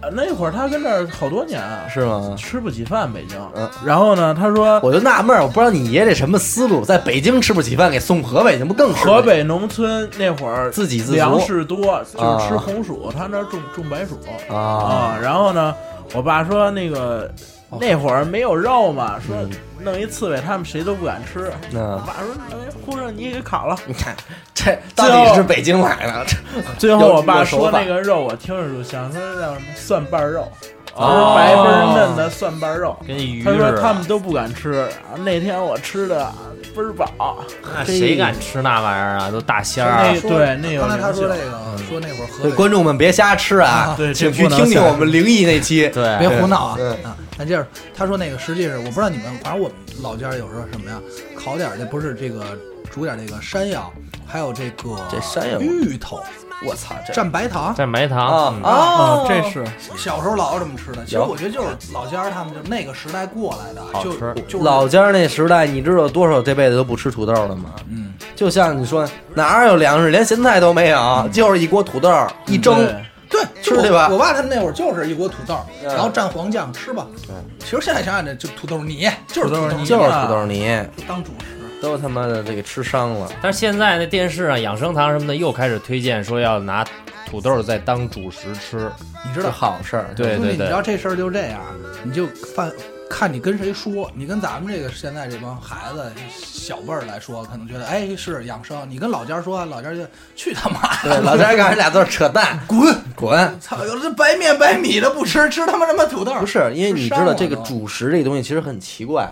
呃那会儿他跟这儿好多年啊，是吗？吃不起饭北京。嗯然后呢，他说我就纳闷儿，我不知道你爷这什么思路，在北京吃不起饭，给送河北去不更吃不起？河北农村那会儿自给自足粮食多，就啊是吃红薯，他那儿种种白薯啊，然后呢，我爸说那个哦那会儿没有肉嘛，说嗯弄一刺猬，他们谁都不敢吃。我那爸说弄一烀上你给烤了。你看这到底是北京买的？这最后嗯有我爸有手说法那个肉，我听着就香，他说叫什么蒜瓣肉，哦白嫩嫩的蒜瓣肉。跟鱼他似说的。他们都不敢吃，啊那天我吃的倍儿饱。那啊谁敢吃那玩意儿啊？都大仙儿啊那，对那有刚才他说灵这性个，说那会儿河对北观众们别瞎吃啊！对请这去不能听听算我们灵异那期。别对，胡闹啊嗯！啊，咱接着，他说那个实际是我不知道你们，反正我们老家有时候什么呀，烤点儿那不是这个煮点儿这个山药，还有这个这山药芋头我操，这蘸白糖。在埋啊糖嗯啊哦，这是 小时候老是这么吃的，其实有我觉得就是老家儿他们就那个时代过来的，好就吃就是老家那时代，你知道多少这辈子都不吃土豆的吗？嗯，就像你说，哪有粮食，连咸菜都没有，就是一锅土豆一蒸，嗯对对，吃去吧我我爸他们那会儿就是一锅土豆，嗯然后蘸黄酱吃吧。对，其实现在想想，这就土豆泥就是土豆泥啊就是土豆泥，当主食。都他妈的这个吃伤了。但是现在那电视上养生堂什么的又开始推荐说要拿土豆再当主食吃，你知是道，好事儿，兄对弟，对你知对道，这事儿就这样，你就看看你跟谁说，你跟咱们这个现在这帮孩子小辈儿来说，可能觉得哎是养生，你跟老家说，老家就去他妈对，老家干这俩字儿扯淡，滚！滚！操，有这白面白米的不吃，吃他妈什么土豆？不是，因为你知道这个主食这东西其实很奇怪，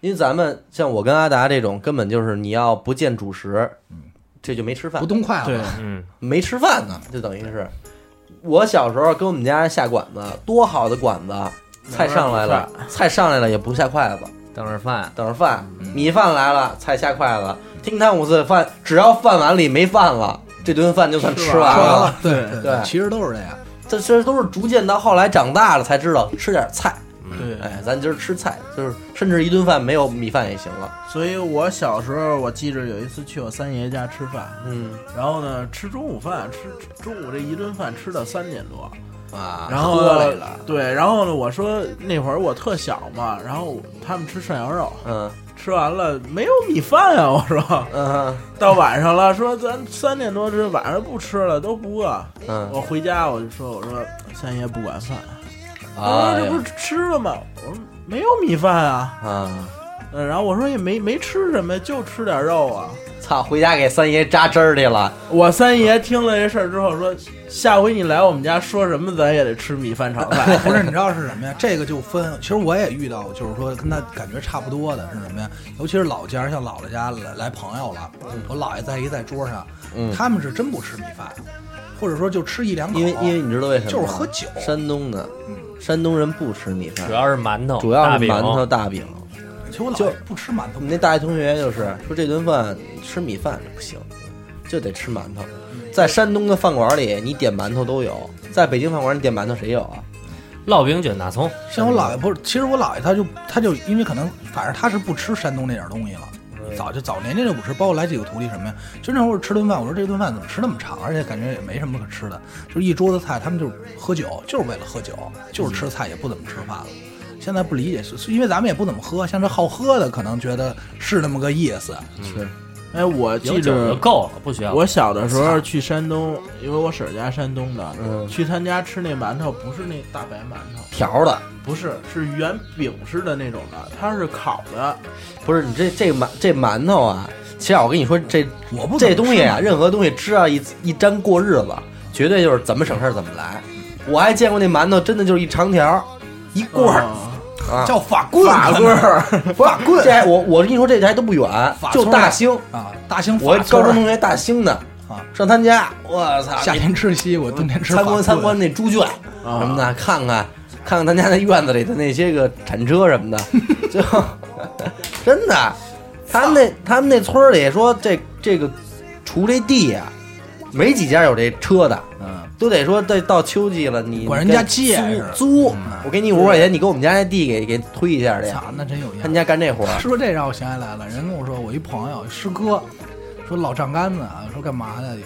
因为咱们像我跟阿达这种，根本就是你要不见主食，这就没吃饭不，动筷对子，嗯，没吃饭呢，就等于是。我小时候跟我们家下馆子，多好的馆子，菜上来了，菜上来了也不下筷子，当着饭，等着饭，米饭来了，菜下筷子，听汤五次饭，只要饭碗里没饭了，这顿饭就算吃说完完了。了，对对对其实都是这样。这其实都是逐渐到后来长大了才知道吃点菜。对，哎，咱今儿吃菜，就是甚至一顿饭没有米饭也行了。所以我小时候我记着有一次去我三爷家吃饭，嗯然后呢吃中午饭，吃中午这一顿饭吃到三点多，啊，然后喝来呢了，对，然后呢我说那会儿我特小嘛，然后他们吃涮羊肉，嗯吃完了没有米饭啊，我说 嗯到晚上了，说咱三点多吃，晚上不吃了，都不饿。嗯我回家我就说我说三爷不管饭，啊他说这不是吃了吗？我说没有米饭啊，啊，嗯，然后我说也没没吃什么，就吃点肉啊。操，回家给三爷扎针儿去了。我三爷听了这事儿之后说，下回你来我们家说什么咱也得吃米饭炒饭。 不是，你知道是什么呀？这个就分，其实我也遇到，就是说跟他感觉差不多的是什么呀？尤其是老家，像姥姥家来来朋友了，我姥爷在一在桌上，嗯他们是真不吃米饭，或者说就吃一两口，因为因为你知道为什么吗？就是喝酒山东的嗯，山东人不吃米主饭，要是馒头，主要大是饼馒头大饼。其实我姥就爷不吃馒头我，们那大学同学就是说这顿饭吃米饭不行，就得吃馒头。在山东的饭馆里，你点馒头都有；在北京饭馆，你点馒头谁有啊？烙饼卷大葱，像我姥爷不是，其实我姥爷他就他就因为可能反正他是不吃山东那点东西了。早就早年间就不吃，包括来几个徒弟什么呀，就那会儿吃顿饭，我说这顿饭怎么吃那么长，而且感觉也没什么可吃的，就是一桌子菜，他们就是喝酒，就是为了喝酒，就是吃菜，也不怎么吃饭了。现在不理解，是是因为咱们也不怎么喝，像这好喝的可能觉得是那么个意思，是 哎，我有记酒啊就着够了，不需要。我小的时候去山东，因为我婶儿家山东的，嗯去他家吃那馒头不是那大白馒头，条的，不是是圆饼似的那种的，它是烤的。不是你这这馒这馒头啊，其实我跟你说，这我不怎么这东西啊，吃任何东西只要一一沾过日子，绝对就是怎么省事儿怎么来。我还见过那馒头真的就是一长条，一棍儿啊啊，叫法棍，法棍儿，法棍。这还我我跟你说，这还都不远，法就村儿大兴。啊，大兴法我村高儿中同学大兴的啊，上他家，我操，夏天吃西瓜，冬天吃法啊参观棍参观那猪圈什么的，看看看看他家那院子里的那些个铲车 什么的，就真的，他们那他们那村儿里说这这个除这地啊，没几家有这车的，嗯，都得说这到秋季了，你管人家跟借是租租嗯，我给你五十块钱，你给我们家那地给给推一下去，操，那真有样他。们家干这活儿，说这让我啊想起来了，人跟我说，我一朋友师哥说老丈杆子啊，说干嘛的，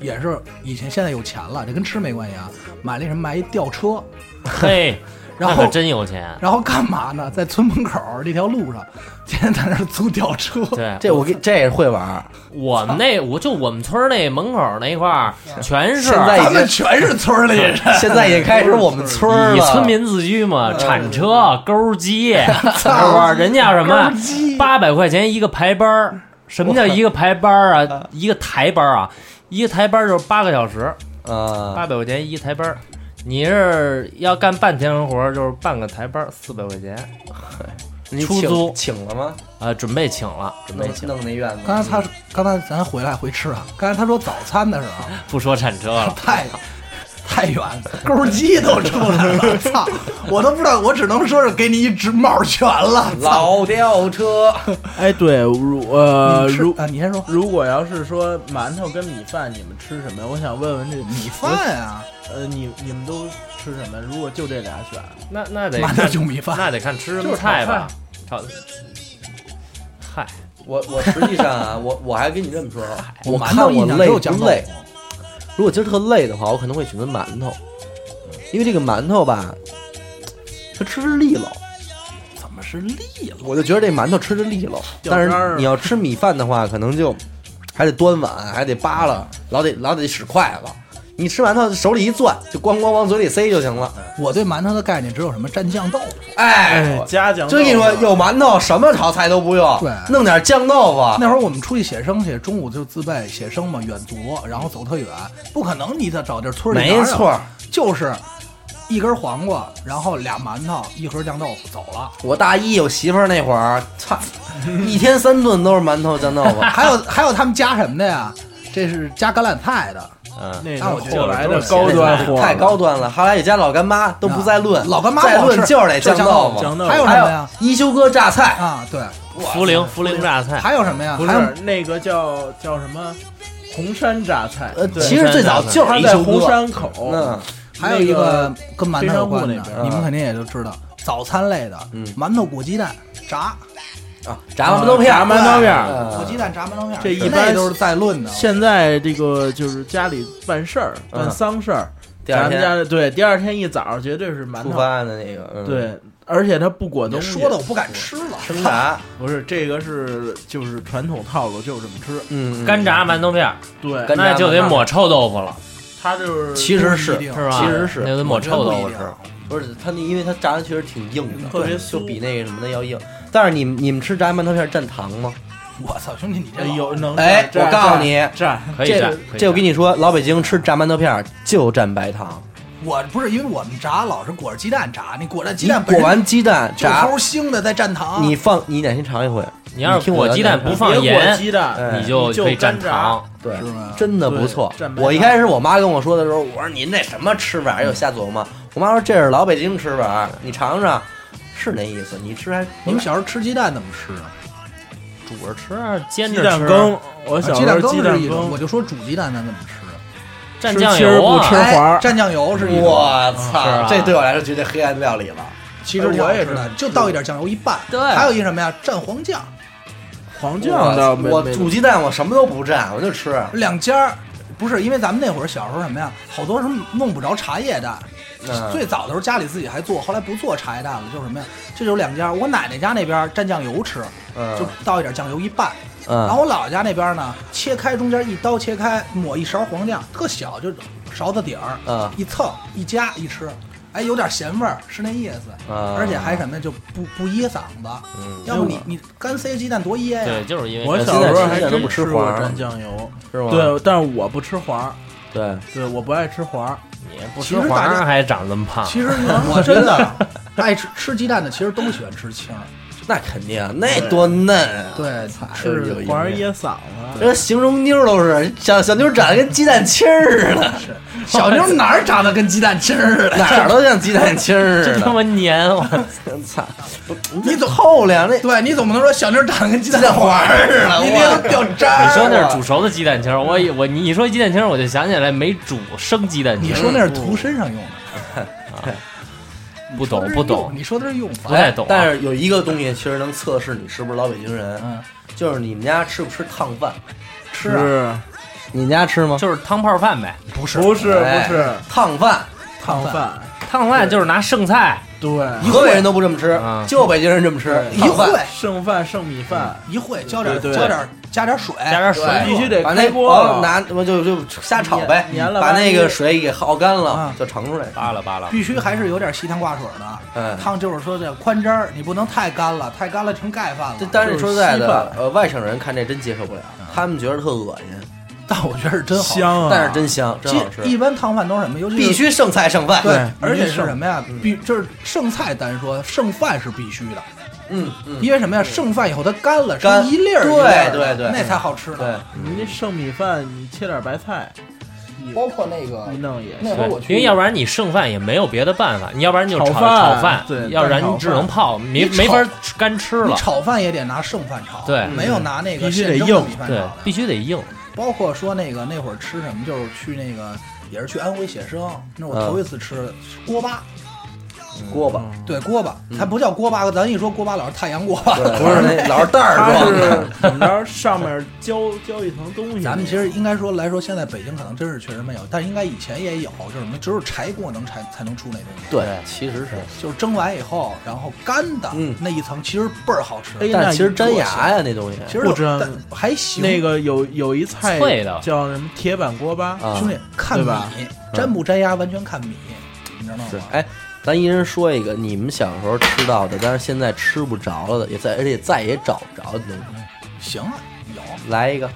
也是以前现在有钱了，这跟吃没关系啊，买了一什么买一吊车， 嘿，然那后可真有钱。然后干嘛呢？在村门口这条路上，天天在那儿租吊车，对， 这我给这也会玩儿，我们那我就我们村儿那门口那块儿全是现在他们全是村儿里人。现在也开始我们村 儿以了。呃村民自居嘛，铲车、钩机，是不是？人家什么八百块钱一个排班儿？什么叫一个排班儿啊？一个台班儿啊？一个台班儿就是八个小时，啊，八百块钱一台班儿。你是要干半天活儿，就是半个台班儿，四百块钱你出请租请了吗？啊！准备请了，准备弄请，弄那院子。刚才他说刚才咱回来回吃啊，刚才他说早餐的时候啊。不说铲车了 太太远，钩鸡都出来了，操！我都不知道，我只能说是给你一指帽全了，操！老吊车， 哎，对，如呃你吃如啊，你先说如果要是说馒头跟米饭，你们吃什么呀？我想问问这米饭啊，呃，你你们都吃什么？如果就这俩选，那那得馒头看就米饭，那得看吃什就么是炒菜菜吧。炒，嗨，我我实际上啊， 我我还跟你这么说，啊 我馒看头我印象累只有酱不豆累腐。。如果今儿特累的话，我可能会选择馒头，因为这个馒头吧，它吃着利落，怎么是栗了？我就觉得这馒头吃着利落。掉但渣是儿你要吃米饭的话，可能就还得端碗，还得扒拉，老得老得使筷子。你吃馒头手里一攥，就咣咣往嘴里塞就行了。我对馒头的概念只有什么蘸酱豆腐。哎，我家酱就跟你说，有馒头什么炒菜都不用对，弄点酱豆腐。那会儿我们出去写生去，中午就自备写生嘛，远足，然后走特远，不可能你再找地儿村里哪没有错，，就是一根黄瓜，然后俩馒头，一盒酱豆腐，走了。我大一有媳妇儿那会儿，操，一天三顿都是馒头酱豆腐。还 有还有他们加什么的呀？这是加橄榄菜 的，嗯。那是那我觉得后来的就是高端货，太高端了。后来也加老干妈，都不再论，老干妈再不好论吃就是得就是酱豆腐。酱豆腐还有什还么有呀？一休哥榨菜，啊，对，涪陵涪陵榨菜，还有什么呀？不还有是那个叫叫什么红山榨菜，呃，对其实最早就是它一在休红哥。山口，嗯，还有一个跟馒头有关非常户那的，边你们肯定也就知道，早餐类的，啊嗯馒头裹鸡蛋炸，啊，炸馒头片儿，炸馒头片儿嗯裹鸡蛋炸馒头片儿，呃这一那般都是在论的。现在这个就是家里办事儿、嗯办丧事儿，第咱二们家天的对，第二天一早绝对是馒出头，发的那个，嗯，对，而且它不裹你东西。说的我不敢吃了，生炸，不是这个是就是传统套路，就是这么吃。嗯，嗯干。炸馒头片儿，对干，炸那就得抹臭豆腐了，它就是其实是不一定是吧？其实是那就得抹臭豆我腐觉吃得。不是它那，因为它炸的确实挺硬的，特别酥就比那个什么的要硬。但是你们你们吃炸馒头片儿蘸糖吗？我操，兄弟，你这哎有能哎，我告诉，你，蘸可这以蘸可以蘸这我跟你说，老北京吃炸馒头片儿就蘸白糖，我不是因为我们炸老是裹着鸡蛋炸，你裹着鸡你蛋裹完鸡蛋就炸齁腥的，在蘸糖，你放，你哪天尝一回？你要是听我裹鸡蛋的不放别裹盐，鸡蛋，哎你就可以干蘸炸糖。对是吗真的不错对蘸。白我一糖开始我妈跟我说的时候，我说您这什么吃法儿又瞎琢磨。我妈说这是老北京吃法儿，你尝尝，是那意思。你吃还你们小时候吃鸡蛋怎么吃啊？煮着吃，啊煎鸡着蛋吃，羹，我啊小鸡时蛋候羹鸡是蛋一种，羹我，就说煮鸡蛋咱怎么吃？啊蘸吃酱其实油不吃啊。哎黄儿蘸酱油是一种，我是操啊，这对我来说绝对黑暗料理了。其实我也是的，就倒一点酱油一拌。对还有一什么呀？蘸黄酱，黄酱倒我没我没煮鸡蛋我什么都不蘸，我就吃。两家儿。不是，因为咱们那会儿小时候什么呀，好多人弄不着茶叶蛋。嗯最早的时候家里自己还做，后来不做茶叶蛋了，就是什么呀？这就是两家儿，我奶奶家那边儿蘸酱油吃，嗯就倒一点酱油一拌。然嗯后我姥姥家那边儿呢，切开中间一刀切开，抹一勺黄酱，特小，就勺子底儿，嗯一蹭一夹一吃，哎，有点咸味儿，是那意思。啊而且还什么呀，就不不噎嗓子。嗯要不你你干塞鸡蛋多噎呀、对，就是因为我这小时候还现在真都不吃吃过黄儿蘸酱油，是吗？对，但是我不吃黄儿，对，对，我不爱吃黄儿。你不其吃实黄大家儿还长这么 胖，其实我觉得爱吃吃鸡蛋的，其实都喜欢吃青儿。那肯定，那多嫩啊！ 对，有是有一黄儿面噎嗓子，这形容妞儿都是小小妞儿长得跟鸡蛋清儿似的，小妞哪儿长得跟鸡蛋清儿似啊的？哪儿都像鸡蛋清儿似 这的他。妈黏 我。 操！你怎么透亮那？对，你总不能说小妞长得跟鸡蛋黄哎儿似 的，你得掉渣儿你啊说那是煮熟的鸡蛋清儿，我以我你一说鸡蛋清儿，我就想起来没煮生鸡蛋清你儿。说那是涂身上用的，不懂不懂，你说的是用法不。太懂啊但是有一个东西其实能测试你是不是老北京人，嗯，就是你们家吃不吃烫饭。吃啊，你家吃吗？就是汤泡饭呗。不是不是哎不是烫啊饭，烫饭，汤饭就是拿剩菜，对，河北人都不这么吃啊，就北京人这么吃。一烫饭烩剩饭剩米饭，一烩，浇点对对浇点加点水，加点水对必须得把开那锅哦拿不就就瞎炒呗粘粘，了把吧那个唧水给耗干了啊就盛出来。扒拉扒拉。必须还是有点稀汤挂水的。嗯汤就是说这宽汁儿，你不能太干了，太干了成盖饭了这。但是说实在就是稀的饭，呃，外省人看这真接受不了，啊他们觉得特恶心，但我觉得是真好，香啊，但嗯是真香，真好嗯一吃，般汤饭都是什么？尤其是必须剩菜剩饭。对哎对，而且必须是剩什么呀？必嗯就是剩菜单说，剩饭是必须的，嗯嗯，因为什么呀？剩饭以后它干了，干是一粒儿一粒儿对的对对那才好吃呢。对，你那剩米饭，你切点白菜，一包括那个哦一嗯弄也那行。会儿我对，因去，为要不然你剩饭也没有别的办法，你要不然你就炒炒饭饭，对要不然炒你饭只能泡，没你炒没法干吃你了。炒饭也得拿剩饭炒，对没有拿那个必须得现蒸的硬米饭炒对的，必须得硬。包括说那个那会儿吃什么，就是去那个也是去安徽写生，那我头一次吃锅巴，锅巴嗯对锅巴，它不叫锅巴，咱一说锅巴老是太阳锅巴，不是那老是袋儿它装的，是怎么着？上面浇浇一层东西。咱们其实应该说来说，现在北京可能真是确实没有，但应该以前也有，就是什么，只有柴锅能柴才能出那东西， 对，其实是。就是蒸完以后，然后干的、嗯那一层其实倍儿好吃，哎但那其实粘你牙呀，那东西。其实不真但还行。那个有有一菜脆的叫什么铁板锅巴，啊兄弟看嗯对米吧，嗯粘不粘牙完全看米，你知道吗？是，哎，咱一人说一个你们小时候吃到的，但是现在吃不着了的，也在而且再也找不着的东西。行啊，有。来一个，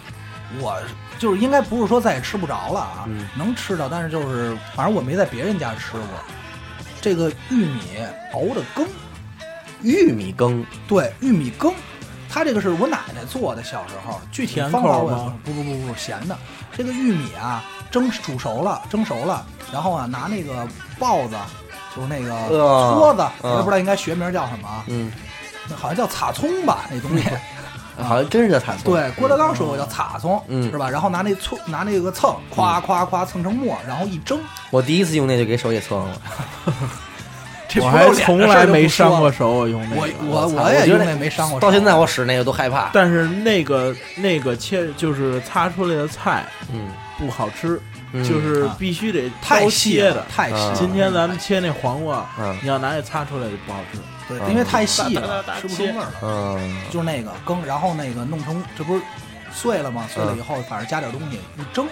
我就是应该不是说再也吃不着了啊，嗯能吃到，但是就是反正我没在别人家吃过。这个玉米熬的羹，玉米羹，对，玉米羹，它这个是我奶奶做的，小时候具体甜方法口我也吗不不不不咸的。这个玉米啊，蒸煮熟了，蒸熟了，然后啊拿那个刨子，就是那个呃撮子，我呃也不知道应该学名叫什么啊，嗯，好像叫擦葱吧，那东西。好像真是叫塔葱。对，郭德纲说过叫擦葱，嗯是吧？然后拿那搓，拿那个蹭，夸夸夸蹭成沫，然后一蒸，嗯我第一次用那就给手给蹭了。这我不还露脸从的事来儿就没不说伤过了。手，我用那我个。我操我也觉因得为没伤过手，到现在我使那个都害怕。但是那个那个切就是擦出来的菜嗯，不好吃，嗯就是啊必须得太刀细切了的，。太细啊了。今天咱们切那黄瓜嗯，你要拿那擦出来就不好吃。对啊，因为太细嗯大大了大，大吃不出切味儿了。嗯，就是那个羹，然后那个弄成，这不是碎了吗？碎嗯了以后，反正加点东西一蒸，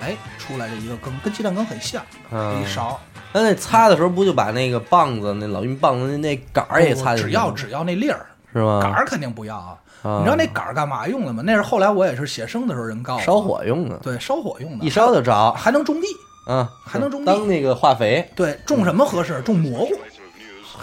哎，出来这一个羹，跟鸡蛋羹很像，嗯一勺。那那擦的时候不就把那个棒子、那老鹰棒子那那杆儿也擦进只去要吗？只要那粒儿，是吗？杆儿肯定不要啊。啊你知道那杆儿干嘛用的吗？那是后来我也是写生的时候人告诉我烧，火用的，对，烧火用的，一烧就着。还能种地。啊，还能种地当那个 化肥。对，种什么合适？种蘑菇，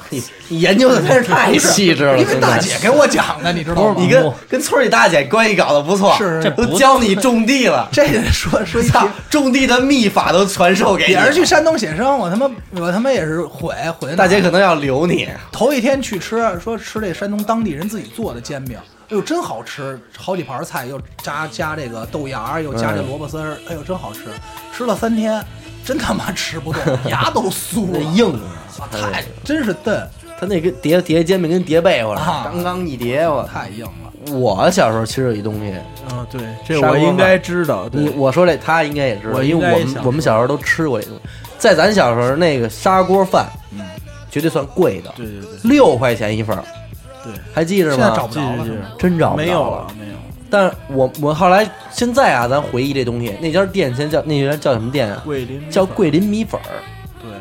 你你研究的真是太细致了，因为大姐 给我讲的，你知道吗？你跟跟村里大姐关系搞得不错，是这都不教你种 地了，这得说说一操下。，种地的秘法都传授给你也了。是去山东写生，我他妈我他妈也是毁毁那。大姐可能要留你，头一天去吃，说吃这山东当地人自己做的煎饼，哎呦真好吃，好几盘菜，又加加这个豆芽儿，又加嗯这萝卜丝儿，哎呦真好吃。吃了三天，真他妈吃不 动，牙都酥那了，硬啊，啊太真是嫩，他那跟叠叠煎饼跟叠被窝似的，啊刚刚一叠我。太硬了。我小时候其实有一东西，嗯，对，这砂锅我饭应该知道。对你我说这他应该也知道，我因应为该我也们想我们小时候都吃过这东西，在咱小时候那个砂锅饭，绝对算贵的，对对对六块钱一份儿，对，还记着吗？现在找不着了记着记着真找不着没有了，没有。但是我我后来现在啊，咱回忆这东西，那家店现在叫那家叫什么店啊？桂林叫桂桂林米粉儿。对，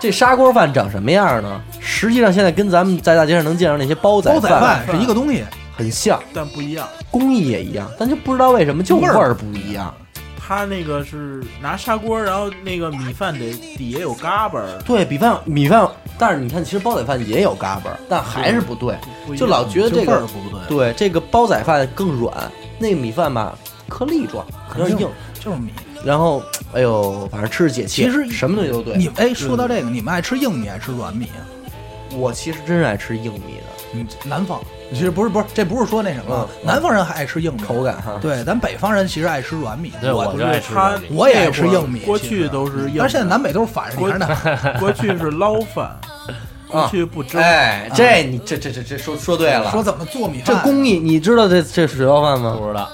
这砂锅饭长什么样呢？实际上现在跟咱们在大街上能见着那些煲仔煲仔饭饭是一个东西，很像，但不一样，工艺也一样，但就不知道为什么就味味儿儿不一样。它那个是拿砂锅，然后那个米饭得底下有嘎 巴儿，对比饭米饭，但是你看，其实煲仔饭也有嘎巴儿，但还是不对，不一样就老觉得这味儿个不对，对这个煲仔饭更软，那个米饭吧颗粒状，有点硬。就是米。然后哎呦，反正吃着解气，其实什么东西都对。你们哎，说到这个，你们爱吃硬米还是吃软米啊？我其实真是爱吃硬米的嗯，南方其实不是不是，这不是说那什么，嗯南方人还爱吃硬米，口感哈。对，咱北方人其实爱吃软米。对，我我就爱吃它这个我也爱吃硬米过其去实嗯都是硬米，但是现在南北都是反着锅来的，过去是捞饭，过去不蒸，啊哎，这 你这这这这说说对了，说怎么做米饭，这工艺，你知道这这水泡饭吗？不知道，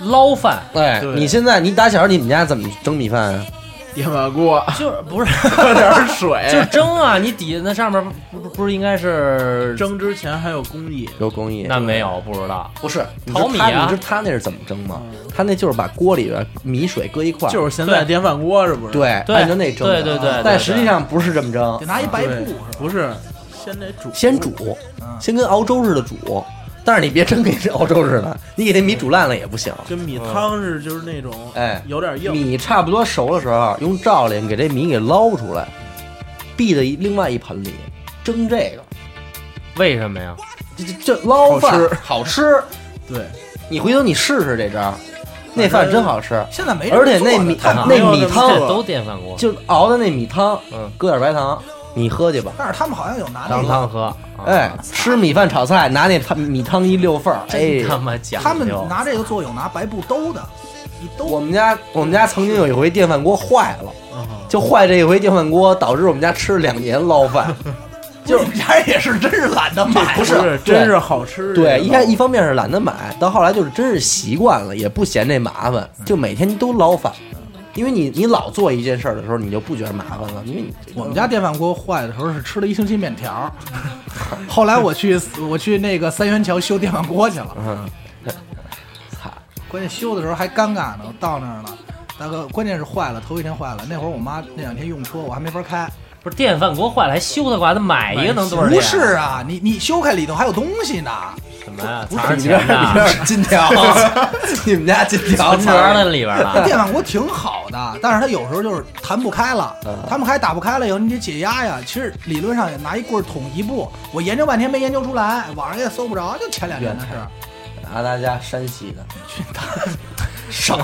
捞饭，哎，对你现在你打小你们家怎么蒸米饭啊？电饭锅，就是不是喝点 水。 就是蒸啊，你底下那上面不不是应该是？蒸之前还有工艺，有工艺？那没有，不知道。不是你知淘米他啊嗯你知他那是怎么蒸吗？他那就是把锅里边米水搁一块儿，就是现在对电饭锅是不是？对，对按照那蒸的。对对对对嗯但实际上不是这么蒸得，拿一白布对是吧？不是，先得煮，先煮，嗯先跟熬粥似的煮。但是你别真给这熬粥似的，你给那米煮烂了也不行。跟米汤是就是那种，哎有点嗯硬，米差不多熟的时候，用笊篱给这米给捞出来，避在另外一盆里蒸这个，为什么呀？这这这捞饭好吃好吃。对，你回头你试试这招，那饭真好吃。嗯现在没人而且做的那米太难没那有米这么汤做这都电饭锅，就熬的那米汤，嗯，搁点白糖，你喝去吧。但是他们好像有拿那当个，汤喝。啊哎，，吃米饭炒菜，拿那汤米汤一溜缝儿，哎真，他妈讲究。他们拿这个做有拿白布兜的，一我兜。们家我们家曾经有一回电饭锅坏了，嗯就坏这一回电饭锅，导致我们家吃了两年捞饭。就你们家人也是真是懒得买，不是，对真是好吃。啊对，这个一开一方面是懒得买，到后来就是真是习惯了，也不嫌这麻烦，就每天都捞饭。因为你你老做一件事儿的时候，你就不觉得麻烦了，因为你我们家电饭锅坏的时候是吃了一星期面条，后来我去我去那个三元桥修电饭锅去了，嗯，操， 关键修的时候还尴尬呢，我到那儿了，大哥，关键是坏了，头一天坏了，那会儿我妈那两天用车，我还没法开。不是电饭锅坏了还修它，还得买一个能多少钱？不是啊，你你修开里头还有东西呢，什么呀？不藏是着你钱们家呢？是金 条，你们家金条存折藏着那里边那了。电饭锅挺好的，但是它有时候就是弹不开了嗯，弹不开打不开了以后，你得解压呀。其实理论上也拿一棍儿捅一步，我研究半天没研究出来，网上也搜不着，就前两年的事儿。阿达家山西的去打省，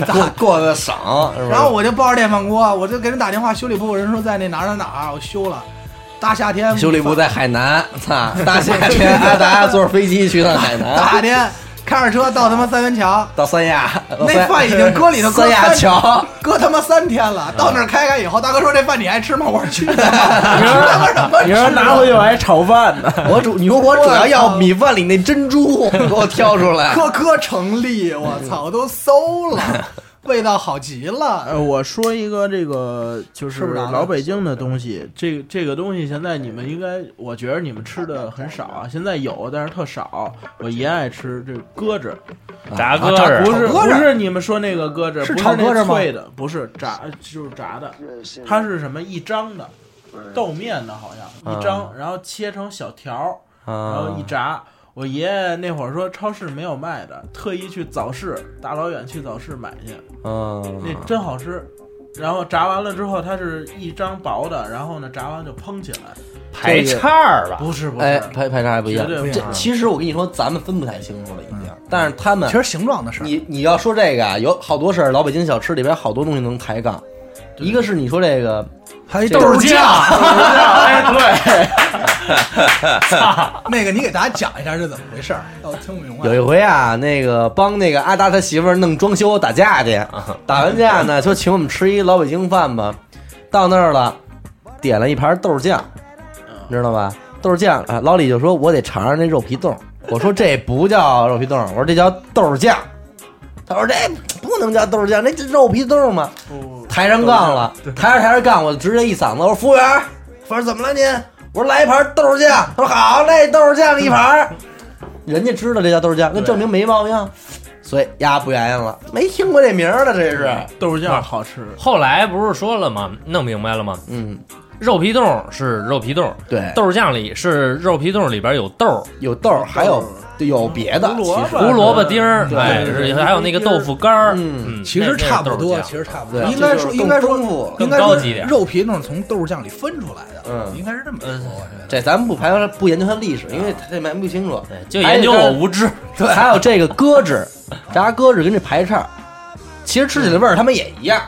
过过的省，是吧然后我就抱着电饭锅，我就给人打电话修理部，人说在那哪儿哪儿哪儿，我修了。大夏天修理部在海南，操，大夏天阿达坐飞机去趟海大 夏南，天开着车到他妈三元桥，到三亚，那饭已经搁里头搁三亚三桥，搁他妈三天了。到那儿开开以后，大哥说这饭你还吃吗？我说去，你 说什么？你说拿回去我还炒饭呢，我主你说我主要要米饭里那珍珠， 给我挑出来。啊颗颗成粒，我操，我都馊 了，味道好极了。 呃，我说一个这个就是吃不着的老北京的东西，这个这个东西现在你们应该，我觉得你们吃的很少啊，现在有但是特少。我爷爱吃这个鸽子，炸鸽炸子，不啊是炒鸽不子是你们说那个鸽子，是不炒鸽子那吗脆的，不是炸就是炸的，它是什么一张的，豆面的好像一张，然后切成小条儿，啊然后嗯一炸。我爷爷那会儿说超市没有卖的，特意去早市，大老远去早市买去。那嗯，真好吃。然后炸完了之后，它是一张薄的，然后呢炸完就烹起来，排叉儿吧？不是不是，哎，排排查还不一样绝对不一。这样其实我跟你说，咱们分不太清楚了，已经。但是他们其实形状的事儿，你你要说这个啊，有好多事儿，老北京小吃里边好多东西能抬杠。一个是你说这个还有一这豆个儿酱，哎，对， 那个你给大家讲一下是怎么回事儿，要听不明白。有一回啊，那个帮那个阿达他媳妇儿弄装修打架去，打完架呢，说请我们吃一老北京饭吧。到那儿了，点了一盘豆酱，你知道吧？豆酱啊，老李就说我得尝尝那肉皮冻。我说这不叫肉皮冻，我说这叫豆酱。他说这不能叫豆酱，那这肉皮冻嘛。不抬上杠了，抬着抬着杠，我直接一嗓子，我说服务员儿，服务员儿怎么了您？我说来一盘豆酱，他说好嘞，豆酱一盘 儿。人家知道这叫豆酱，那证明没毛病啊，所以丫不原谅了，没听过这名儿了，这是，豆酱好吃，后来不是说了吗？弄明白了吗？嗯，肉皮冻是肉皮冻，对，豆酱里是肉皮冻里边有豆儿、有豆儿，嗯还有有别的，胡萝其实卜 胡萝卜丁儿，对哎，对是对还有那个豆腐干儿，嗯嗯，其那实差不那多，是豆其酱实差不多。对应该这说，就是应该更丰富说了，应该更说高级点，肉皮冻是从豆酱里分出来的，嗯应该是这么说。我觉得这咱们不排不研究它历史，因为它这蛮不清楚，对哎就研究我无知，啊对，还有这个鸽子，炸鸽子跟这排叉儿，其实吃起来味儿他们也一样，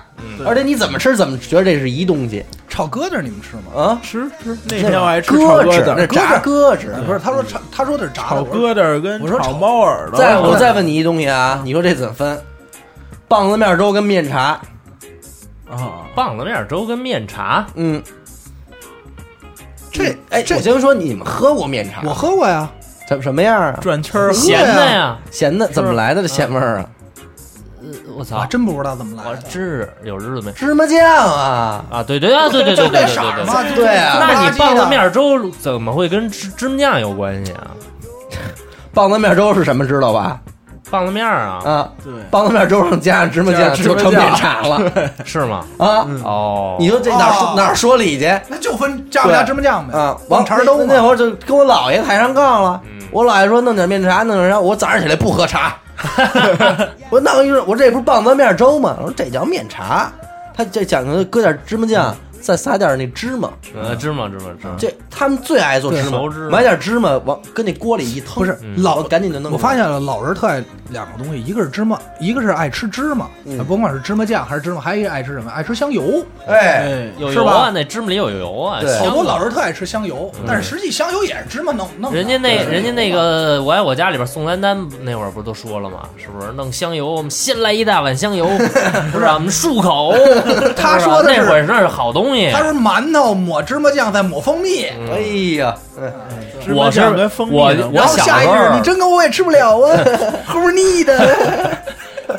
而且你怎么吃怎么觉得这是一东西炒鸽子你们吃吗？啊。吃吃。那那天我还吃炒鸽鸽子，那子，炸鸽子。不是，他嗯说炒，他说的是炸的。炒我说鸽子跟我说炒炒猫耳朵。再我再问你一东西啊，你说这怎么分？棒子面粥跟面茶，啊，棒子面粥跟面茶，嗯，这哎，我这哎先说你们喝过面茶？我喝过呀，怎么什么样啊？转圈儿喝咸的呀，咸的怎么来的这咸味儿啊？我我操，真不知道怎么来我的。知有日子没芝麻酱啊，啊？对对啊，对对对对对对对。对对啊那你棒子面粥怎么会跟芝芝麻酱有关系啊？棒子面粥是什么知道吧？棒子面儿啊，啊，对，棒子面粥上加上芝麻酱加上芝就麻成酱嗯面茶 了是吗？啊！哦，你说这哪说哦哪说理去？那就分加不加芝麻酱呗。啊，往王肠兜那那嘛。会儿就跟我姥爷抬上杠了。我姥爷说弄点面茶，弄点啥？我早上起来不喝茶，我弄一顿，我这不是棒子面粥吗？我说这叫面茶，他这讲究搁点芝麻酱，再撒点那芝麻。呃，芝麻芝麻芝麻，这他们最爱做芝麻熟芝，麻买点芝麻往跟那锅里一腾，不是嗯老赶紧就弄出来。我发现了，老人特爱两个东西，一个是芝麻，一个是爱吃芝麻。嗯甭管是芝麻酱还是芝麻，还有一个爱吃什么？爱吃香油。哎，哎，有是油吧啊，那芝麻里有油啊，对香好多啊老人特爱吃香油，但是实际香油也是芝麻弄弄的。嗯人家那对人家那个《我爱我家》里边宋丹丹那会儿不是都说了吗？是不是弄香油？我们先来一大碗香 油，不是我们漱口。他是吧说的那是会儿那是好东西他。说馒头抹芝麻酱，再抹蜂蜜。哎呀，嗯芝麻我是酱跟蜂蜜我的我然后小下一时句是候你真跟我也吃不了 啊，齁腻哎的。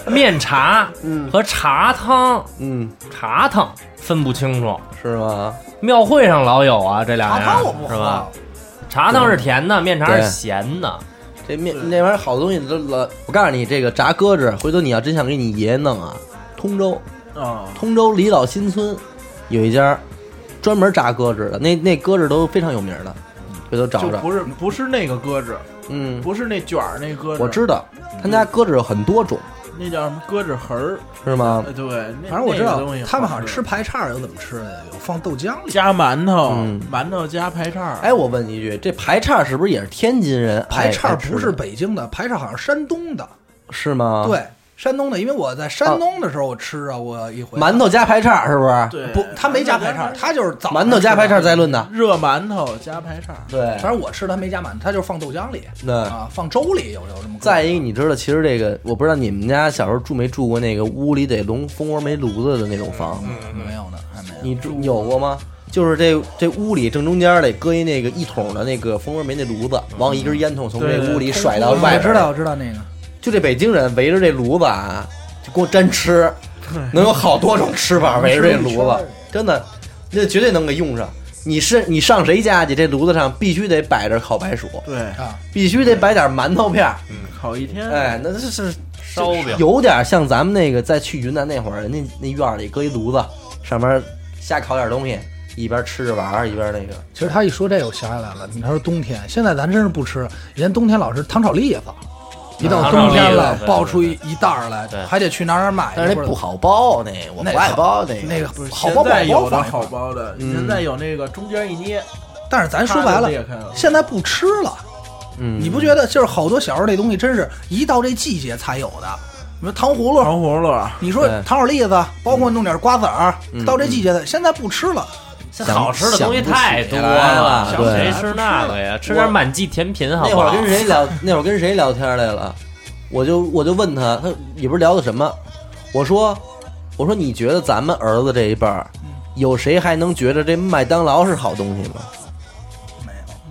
面茶嗯和茶汤、嗯，茶汤分不清楚，是吗？庙会上老有啊，这俩茶样汤我不是吧喝？，茶汤是甜的，面茶对是咸的。这面那玩意儿好东西都老，我告诉你，这个炸鸽子，回头你要真想给你爷爷弄啊，通州。啊，通州离岛新村有一家专门炸鸽子的，那那鸽子都非常有名的，回头找就找。不是不是那个鸽子，嗯，不是那卷儿那鸽子，我知道他家鸽子有很多种，那叫什么鸽子盒儿，是吗呃？对，那反正我知那道个东西他们好像吃吃排叉有怎么吃的，有放豆浆里。加馒头嗯，馒头加排叉，哎，我问你一句，这排叉是不是也是天津人哎爱？排叉爱吃的不啊是北京的，排叉好像山东的。是吗？，对，山东的，因为我在山东的时候我吃啊，我一回馒头加排叉是不是？对，不，他没加排叉，他就是早馒头加排叉再论的。热馒头加排叉，对反正我吃的他没加馒头，他就是放豆浆里那啊，放粥里有有这么个。嗯再一个，你知道，其实这个我不知道你们家小时候住没住过那个屋里得龙蜂窝煤炉子的那种房子，没有呢，还没有。你住有过吗？就是这这屋里正中间儿得搁一那个一桶的那个蜂窝煤那炉子，完一根烟筒从对这对屋里甩到我外边儿。知道，我知道那个。就这北京人围着这炉子啊，就给我真吃，能有好多种吃 法围着这炉子，真的，那绝对能给用上。你是你上谁家去？这炉子上必须得摆着烤白薯，对，啊，必须得摆点馒头片儿，烤一天，哎，那这是烧饼有点像咱们那个在去云南那会儿，人家那院儿里搁一炉子，上面瞎烤点东西，一边吃着玩儿，一边那个。其实他一说这，我想起来了。你他说冬天，现在咱真是不吃，以前冬天老是糖炒栗子，一到糖冬炒天栗了子，爆对出对一一袋儿来对，还得去哪儿哪儿买。但是那不好包，那我那不爱好包那个。那个不是好包现在有的好包好包的，嗯现在有那个中间一捏，但是哎咱说白它就了，裂开了，现在不吃了，嗯，你不觉得就是好多小时候这东西真是一到这季节才有的？你说糖葫芦，糖葫芦啊，你说对糖炒栗子，包括弄点瓜子儿嗯，到这季节的现在不吃了。这想好吃的东西太多了，想不起来了谁吃那个呀？吃点满记甜品好那不会儿好？跟谁聊？那会儿跟谁聊天来了？我就我就问他，他也不是聊的什么，我说我说你觉得咱们儿子这一辈儿，有谁还能觉得这麦当劳是好东西吗？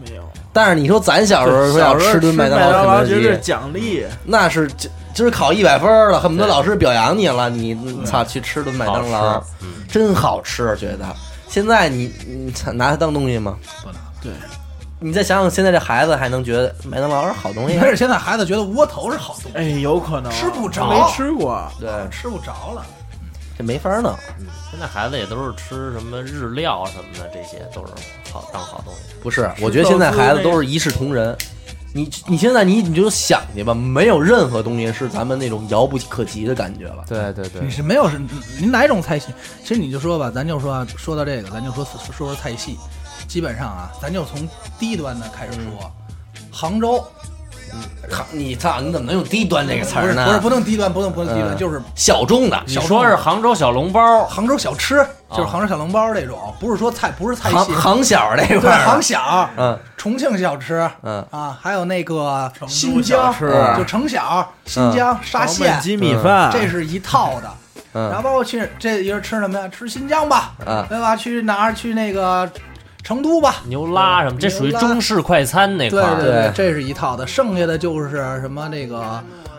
没有。但是你说咱小时候说要小时候吃顿麦当吃劳劳肯德绝对基，奖励，那是今今儿考一百分儿了，恨不得老师表扬你了，你操去吃嗯顿麦当好劳吃，真好吃，觉得。现在你你操拿它当东西吗？对，你再想想，现在这孩子还能觉得麦当劳是好东西 但？是现在孩子觉得窝头是好东西，哎，有可能吃不着没吃过，对，吃不着了。这没法弄。现在孩子也都是吃什么日料什么的，这些都是好当好东西。不是，我觉得现在孩子都是一视同仁。你你现在你你就想去吧，没有任何东西是咱们那种遥不可及的感觉了。对对对你，是没有是，您哪种菜系？其实你就说吧，咱就说啊说到这个，咱就说说说菜系，基本上啊，咱就从低端的开始说。嗯杭州靠你操，你怎么能用低端这个词不儿是呢？不是不能低端，不能不能低端，嗯就是小众的，你说是杭州小笼包，杭州小吃，就哦是杭州小笼包这种，不是说菜，不是菜行系。行小这块对，儿，啊杭小，嗯，重庆小吃，嗯啊，还有那个成都新小疆吃啊就成小、嗯新疆沙糖焖县，鸡米饭，这是一套的。然后啊嗯包括去这一人吃什么呀？吃新疆吧，啊对吧？去哪儿？去那个成都吧，牛拉什么，这属于牛拉中式快餐那块对儿。对对这是一套的。剩下的就是什么这个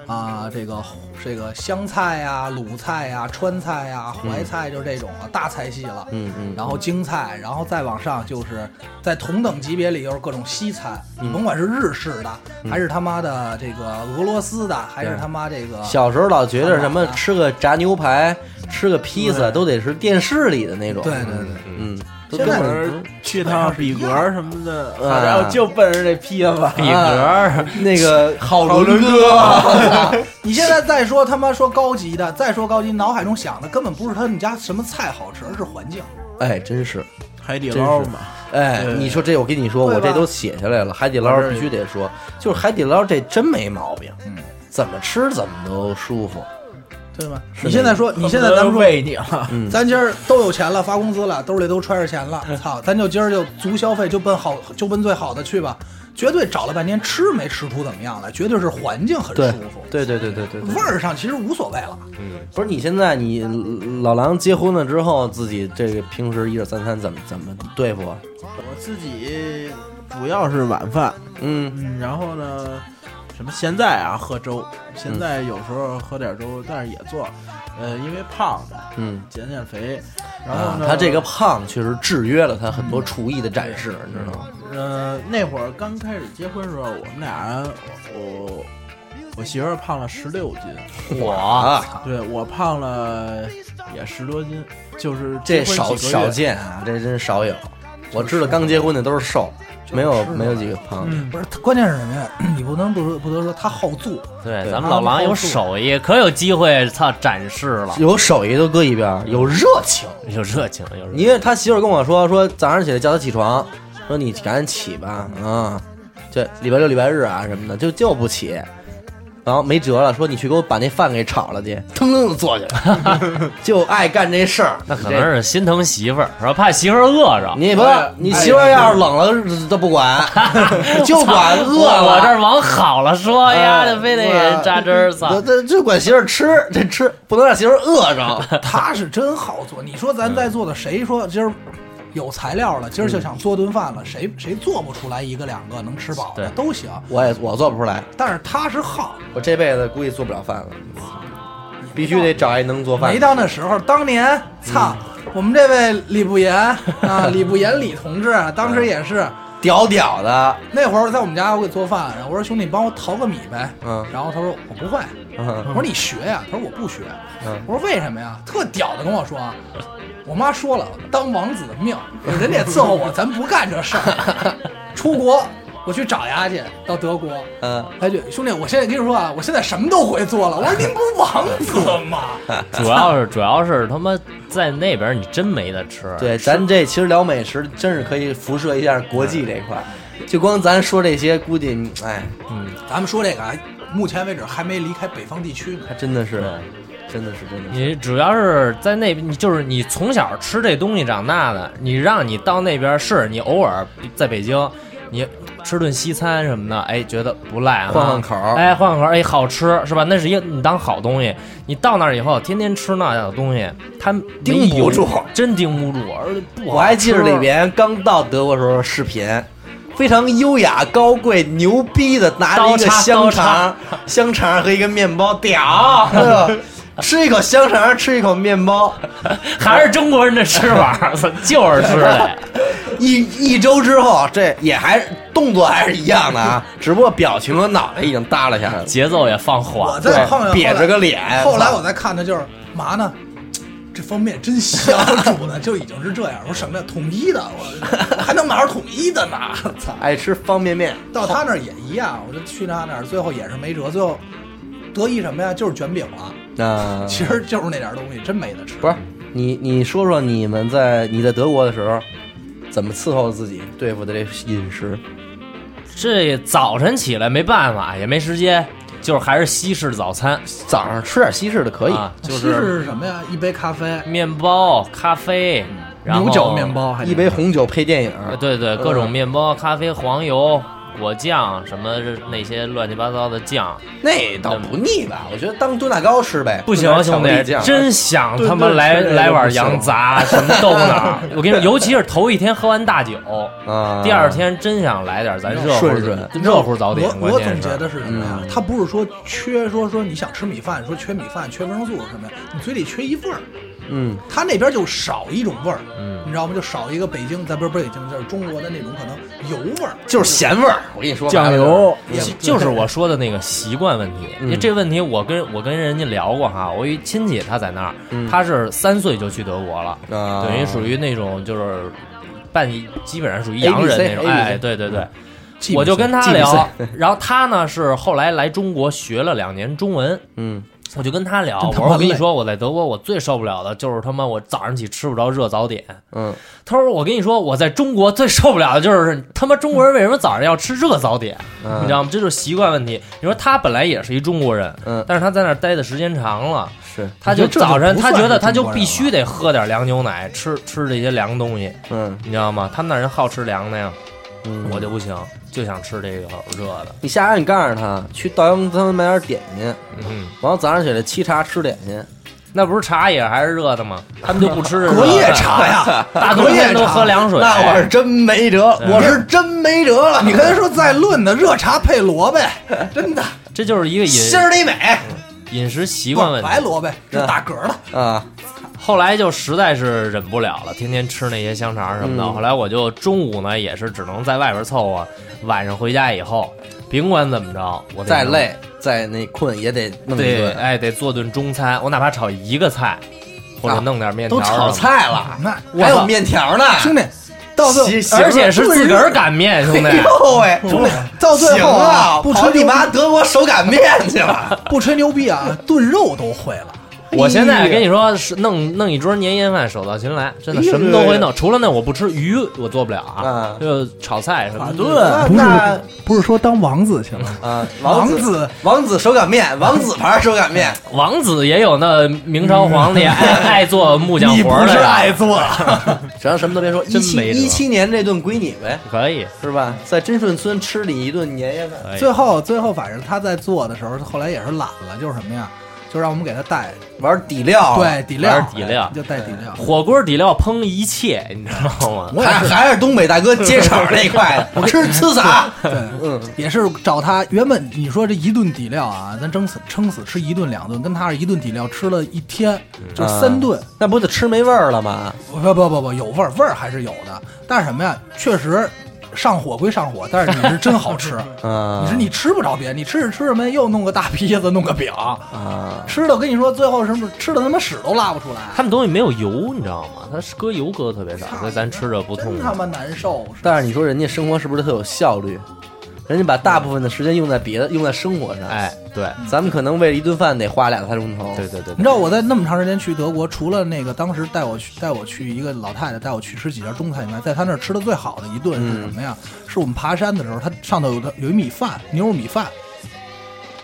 啊，这个这个湘菜呀、鲁菜呀、川菜呀、淮菜，就是这种了，大菜系了。嗯嗯，然后京菜，然后再往上就是在同等级别里又是各种西餐，嗯你甭管是日式的，还是他妈的这个俄罗斯的，还是对他妈这个啊小时候老觉得什么汉堡啊吃个炸牛排、吃个披萨都得是电视里的那种，对对对，嗯，都现在根或本者不是去趟比格什么的，嗯反正我就奔着这披萨吧。比格啊那个 好伦哥，你现在再说他妈说高级的，再说高级，脑海中想的根本不是他们家什么菜好吃，而是环境。 哎，真是，海底捞嘛，哎，对你说这，我跟你说，对我吧这都写下来了，海底捞必须得说，就是海底捞这真没毛病，嗯，怎么吃怎么都舒服，对吧？是你现在说，嗯你现在咱们说，喂你了，嗯咱今儿都有钱了，发工资了，兜里都揣着钱了，操，咱就今儿就足消费，就奔好，就奔最好的去吧。绝对找了半天吃没吃出怎么样来，绝对是环境很对舒服，对对对对对，对味儿上其实无所谓了。不是你现在你老狼结婚了之后，自己这个平时一日三餐怎么怎么对付啊？我自己主要是晚饭，嗯嗯，然后呢，什么现在啊喝粥，现在有时候喝点粥，但是也做，呃，因为胖嘛，嗯。减减肥，然后啊，呢，他这个胖确实制约了他很多厨艺的展示，你知道吗？呃，那会儿刚开始结婚的时候，我们俩人，我我媳妇儿胖了十六斤，啊我对我胖了也十多斤，就是这结婚少几个少月。见啊，这真少有。我知道刚结婚的都是瘦，没有没有几个胖的。嗯，不是，关键是什么呀？ 你不能不说不能说他好做，对对啊咱们老狼有手艺，可有机会操展示了，有手艺都搁一边儿，有热情。有热情，有热情因为他媳妇儿跟我说，说早上起来叫他起床，说你赶紧起吧，啊，这礼拜六、礼拜日啊什么的，就就不起。然后没辙了，说你去给我把那饭给炒了去，腾楞就坐下了，就爱干这事儿。 那可能是心疼媳妇儿，然后怕媳妇儿饿着。你不，你媳妇儿要是冷了都不管， 就管饿我我这了。儿往好了说呀，哎就非得给人扎针儿，操这！这就管媳妇儿吃，这吃不能让媳妇儿饿着。 他是真好做。你说咱在座的谁说今儿有材料了，今儿就想做顿饭了，谁谁做不出来一个两个能吃饱的对都行。我也我做不出来，但是他是好，我这辈子估计做不了饭了，必须得找一能做饭的。没到那时候。当年操，我们这位李不言啊，李不言李同志，当时也是屌屌的，那会儿在我们家我给做饭，然后我说兄弟你帮我淘个米呗，嗯然后他说我不会，嗯我说你学呀、他说我不学，嗯我说为什么呀？特屌的跟我说啊，我妈说了，当王子的命，人家也伺候我，咱不干这事 儿。出国，我去找丫去，到德国，嗯，哎对，兄弟，我现在跟你说啊，我现在什么都会做了。我说您不是王 子吗？主要是主要是他妈在那边你真没得吃，对，咱这其实聊美食，真是可以辐射一下国际这块儿。就光咱说这些，估计哎，咱们说这个啊，目前为止还没离开北方地区呢。还真的是，真的是真的是。你主要是在那，你就是你从小吃这东西长大的，你让你到那边是你偶尔在北京，你吃顿西餐什么的，哎，觉得不赖啊，换换口儿哎，换换口儿，哎，好吃是吧？那是一个你当好东西，你到那儿以后天天吃那样的东西，它没盯不有住真盯不住，而且不好我还记得吃里边刚到德国时候的视频，非常优雅、高贵、牛逼的拿着一个刀叉香刀叉肠、香肠和一个面包，屌！哎呦吃一口香肠，吃一口面包， 还是中国人的吃法儿， 操就是吃 的。一一周之后，这也还是动作还是一样的啊，只不过表情和脑袋已经耷拉下来了，节奏也放我缓，在碰见瘪着个脸。后来我再看他就是嘛呢？这方面真香， 煮的就已经是这样。我说什么呀？统一的，我我还能买着统一的呢。操！爱吃方便面，到他那儿也一样，我就去他那儿，最后也是没辙，最后得意什么呀？就是卷饼了。嗯那其实就是那点儿东西，真没得吃。不是你，你说说你们在你在德国的时候，怎么伺候自己对付的这饮食？这早晨起来没办法，也没时间，就是还是西式早餐，早上吃点西式的可以，啊，就西式是是什么呀？一杯咖啡，面包、咖啡，然后牛角面，包，还一杯红酒配电影，呃对对，各种面包、咖啡、黄油，果酱什么那些乱七八糟的酱，那倒不腻吧？我觉得当多纳糕吃呗，不弄点巧行，兄克弟力酱，真想他妈顿顿来吃这个来碗不行羊杂什么豆脑。我跟你说，尤其是头一天喝完大酒，啊，第二天真想来点咱热乎顺顺热乎早点。我关我键总是嗯觉得是什么呀？他不是说缺，说说你想吃米饭，说缺米饭、缺维生素什么呀？你嘴里缺一味儿，嗯，他那边就少一种味儿，你知道吗？就少一个北京，咱不是不是北京，就是中国的那种可能油味儿，就是咸味儿。我跟你说，酱油，也就就是我说的那个习惯问题，因为这问题我跟我跟人家聊过哈，我一亲戚他在那儿，嗯他是三岁就去德国了，啊等于属于那种就是半基本上属于洋人那种， ABC 哎，对对嗯对，记不我就清跟他记不聊，然后他呢是后来来中国学了两年中文，嗯我就跟他聊，真我他说妈我跟你累说，我在德国我最受不了的就是他妈我早上起吃不着热早点，嗯，他说：“我跟你说，我在中国最受不了的就是他妈中国人为什么早上要吃热早点，嗯你知道吗？这就是习惯问题。你说他本来也是一中国人，嗯但是他在那儿待的时间长了，是，他就我觉得这就早晨不他算觉得是他就中国人必须得喝点凉牛奶，吃吃这些凉东西，嗯你知道吗？他们那人好吃凉的呀，嗯，我就不行，就想吃这个热的。你下班你告诉他去稻香村买点点心，嗯，完了早上起来沏茶吃点心，那不是茶也还是热的吗？他们就不吃这热的隔夜，茶呀，大冬隔夜天都茶喝凉水。那我是真没辙，我是真没辙了。你跟他说再论的热茶配萝卜，真的这就是一个饮心儿里美饮食习一惯问题。白萝卜嗯是打嗝的，啊，后来就实在是忍不了了，天天吃那些香肠什么的。嗯后来我就中午呢，也是只能在外边凑合，晚上回家以后，甭管怎么着，我得再，累再那困也得弄一啊对，顿，哎，得做顿中餐，我哪怕炒一个菜，或者啊弄点面条、都炒，菜了，嗯那还有操面条呢，兄弟，到最后媳媳妇而且是自个儿擀面，兄弟。哎呦喂，兄弟到最后啊，不吹跑你牛妈德国手擀面去了。 不吹牛逼啊，炖肉都会了。哎我现在跟你说，是弄弄一桌年夜饭，手到擒来，真的什么都会弄。除了那我不吃鱼，我做不了啊嗯，就炒菜什么法的。顿，不是那不是说当王子去了，啊，王子子王子手擀面，王子牌手擀面，王子也有那明朝皇帝爱爱做木匠你活不儿的是呀，哎爱做，只要什么都别说。一 真七没辙一七年这顿归你呗，可以。是吧？在真顺村吃你一顿年夜饭，哎最后最后反正他在做的时候，后来也是懒了，就是什么呀，就让我们给他带玩底料，啊对底料哎玩，底料就带底料。火锅底料烹一切，你知道吗？我也还还是东北大哥接手那一 块的，吃吃啥？嗯对，也是找他。原本你说这一顿底料啊，咱撑死撑死吃一顿两顿，跟他是一顿底料吃了一天，就嗯三顿。那不得吃没味儿了吗？不不不不，有味儿，味儿还是有的。但是什么呀，确实上火归上火，但是你是真好 吃。嗯你是你吃不着别的，你吃着吃什么呀又弄个大披子，弄个饼，嗯啊，吃的跟你说最后什么吃的他妈屎都拉不出来，他们东西没有油，你知道吗？它是搁油搁的特别少，所以咱吃着不痛真快他。妈难受。但是你说人家生活是不是特有效率？人家把大部分的时间用在别的，用在生活上。，哎，对，咱们可能为了一顿饭得花两三钟头。对对对你，知道我在那么长时间去德国，除了那个当时带我去带我去一个老太太带我去吃几家中餐以外，在她那儿吃的最好的一顿是什么呀？嗯是我们爬山的时候，她上头有的有一米饭，牛肉米饭，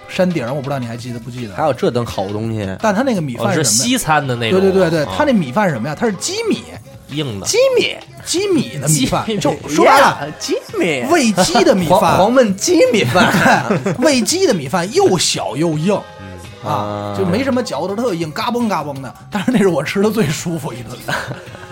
山顶儿我不知道你还记得不记还得？有这等好东 西，但她那个米哦饭是是什么呀？西餐的那对种。对对对，啊她那米饭是什么呀？它是鸡米，啊硬的，鸡米，鸡米的米饭鸡，米就说白了，哎呀，鸡米喂鸡的米黄黄饭，焖鸡米饭 喂鸡的米饭又小又硬啊啊，就没什么嚼头，特硬，嘎嘣嘎嘣的。但是那是我吃的最舒服一顿 饭。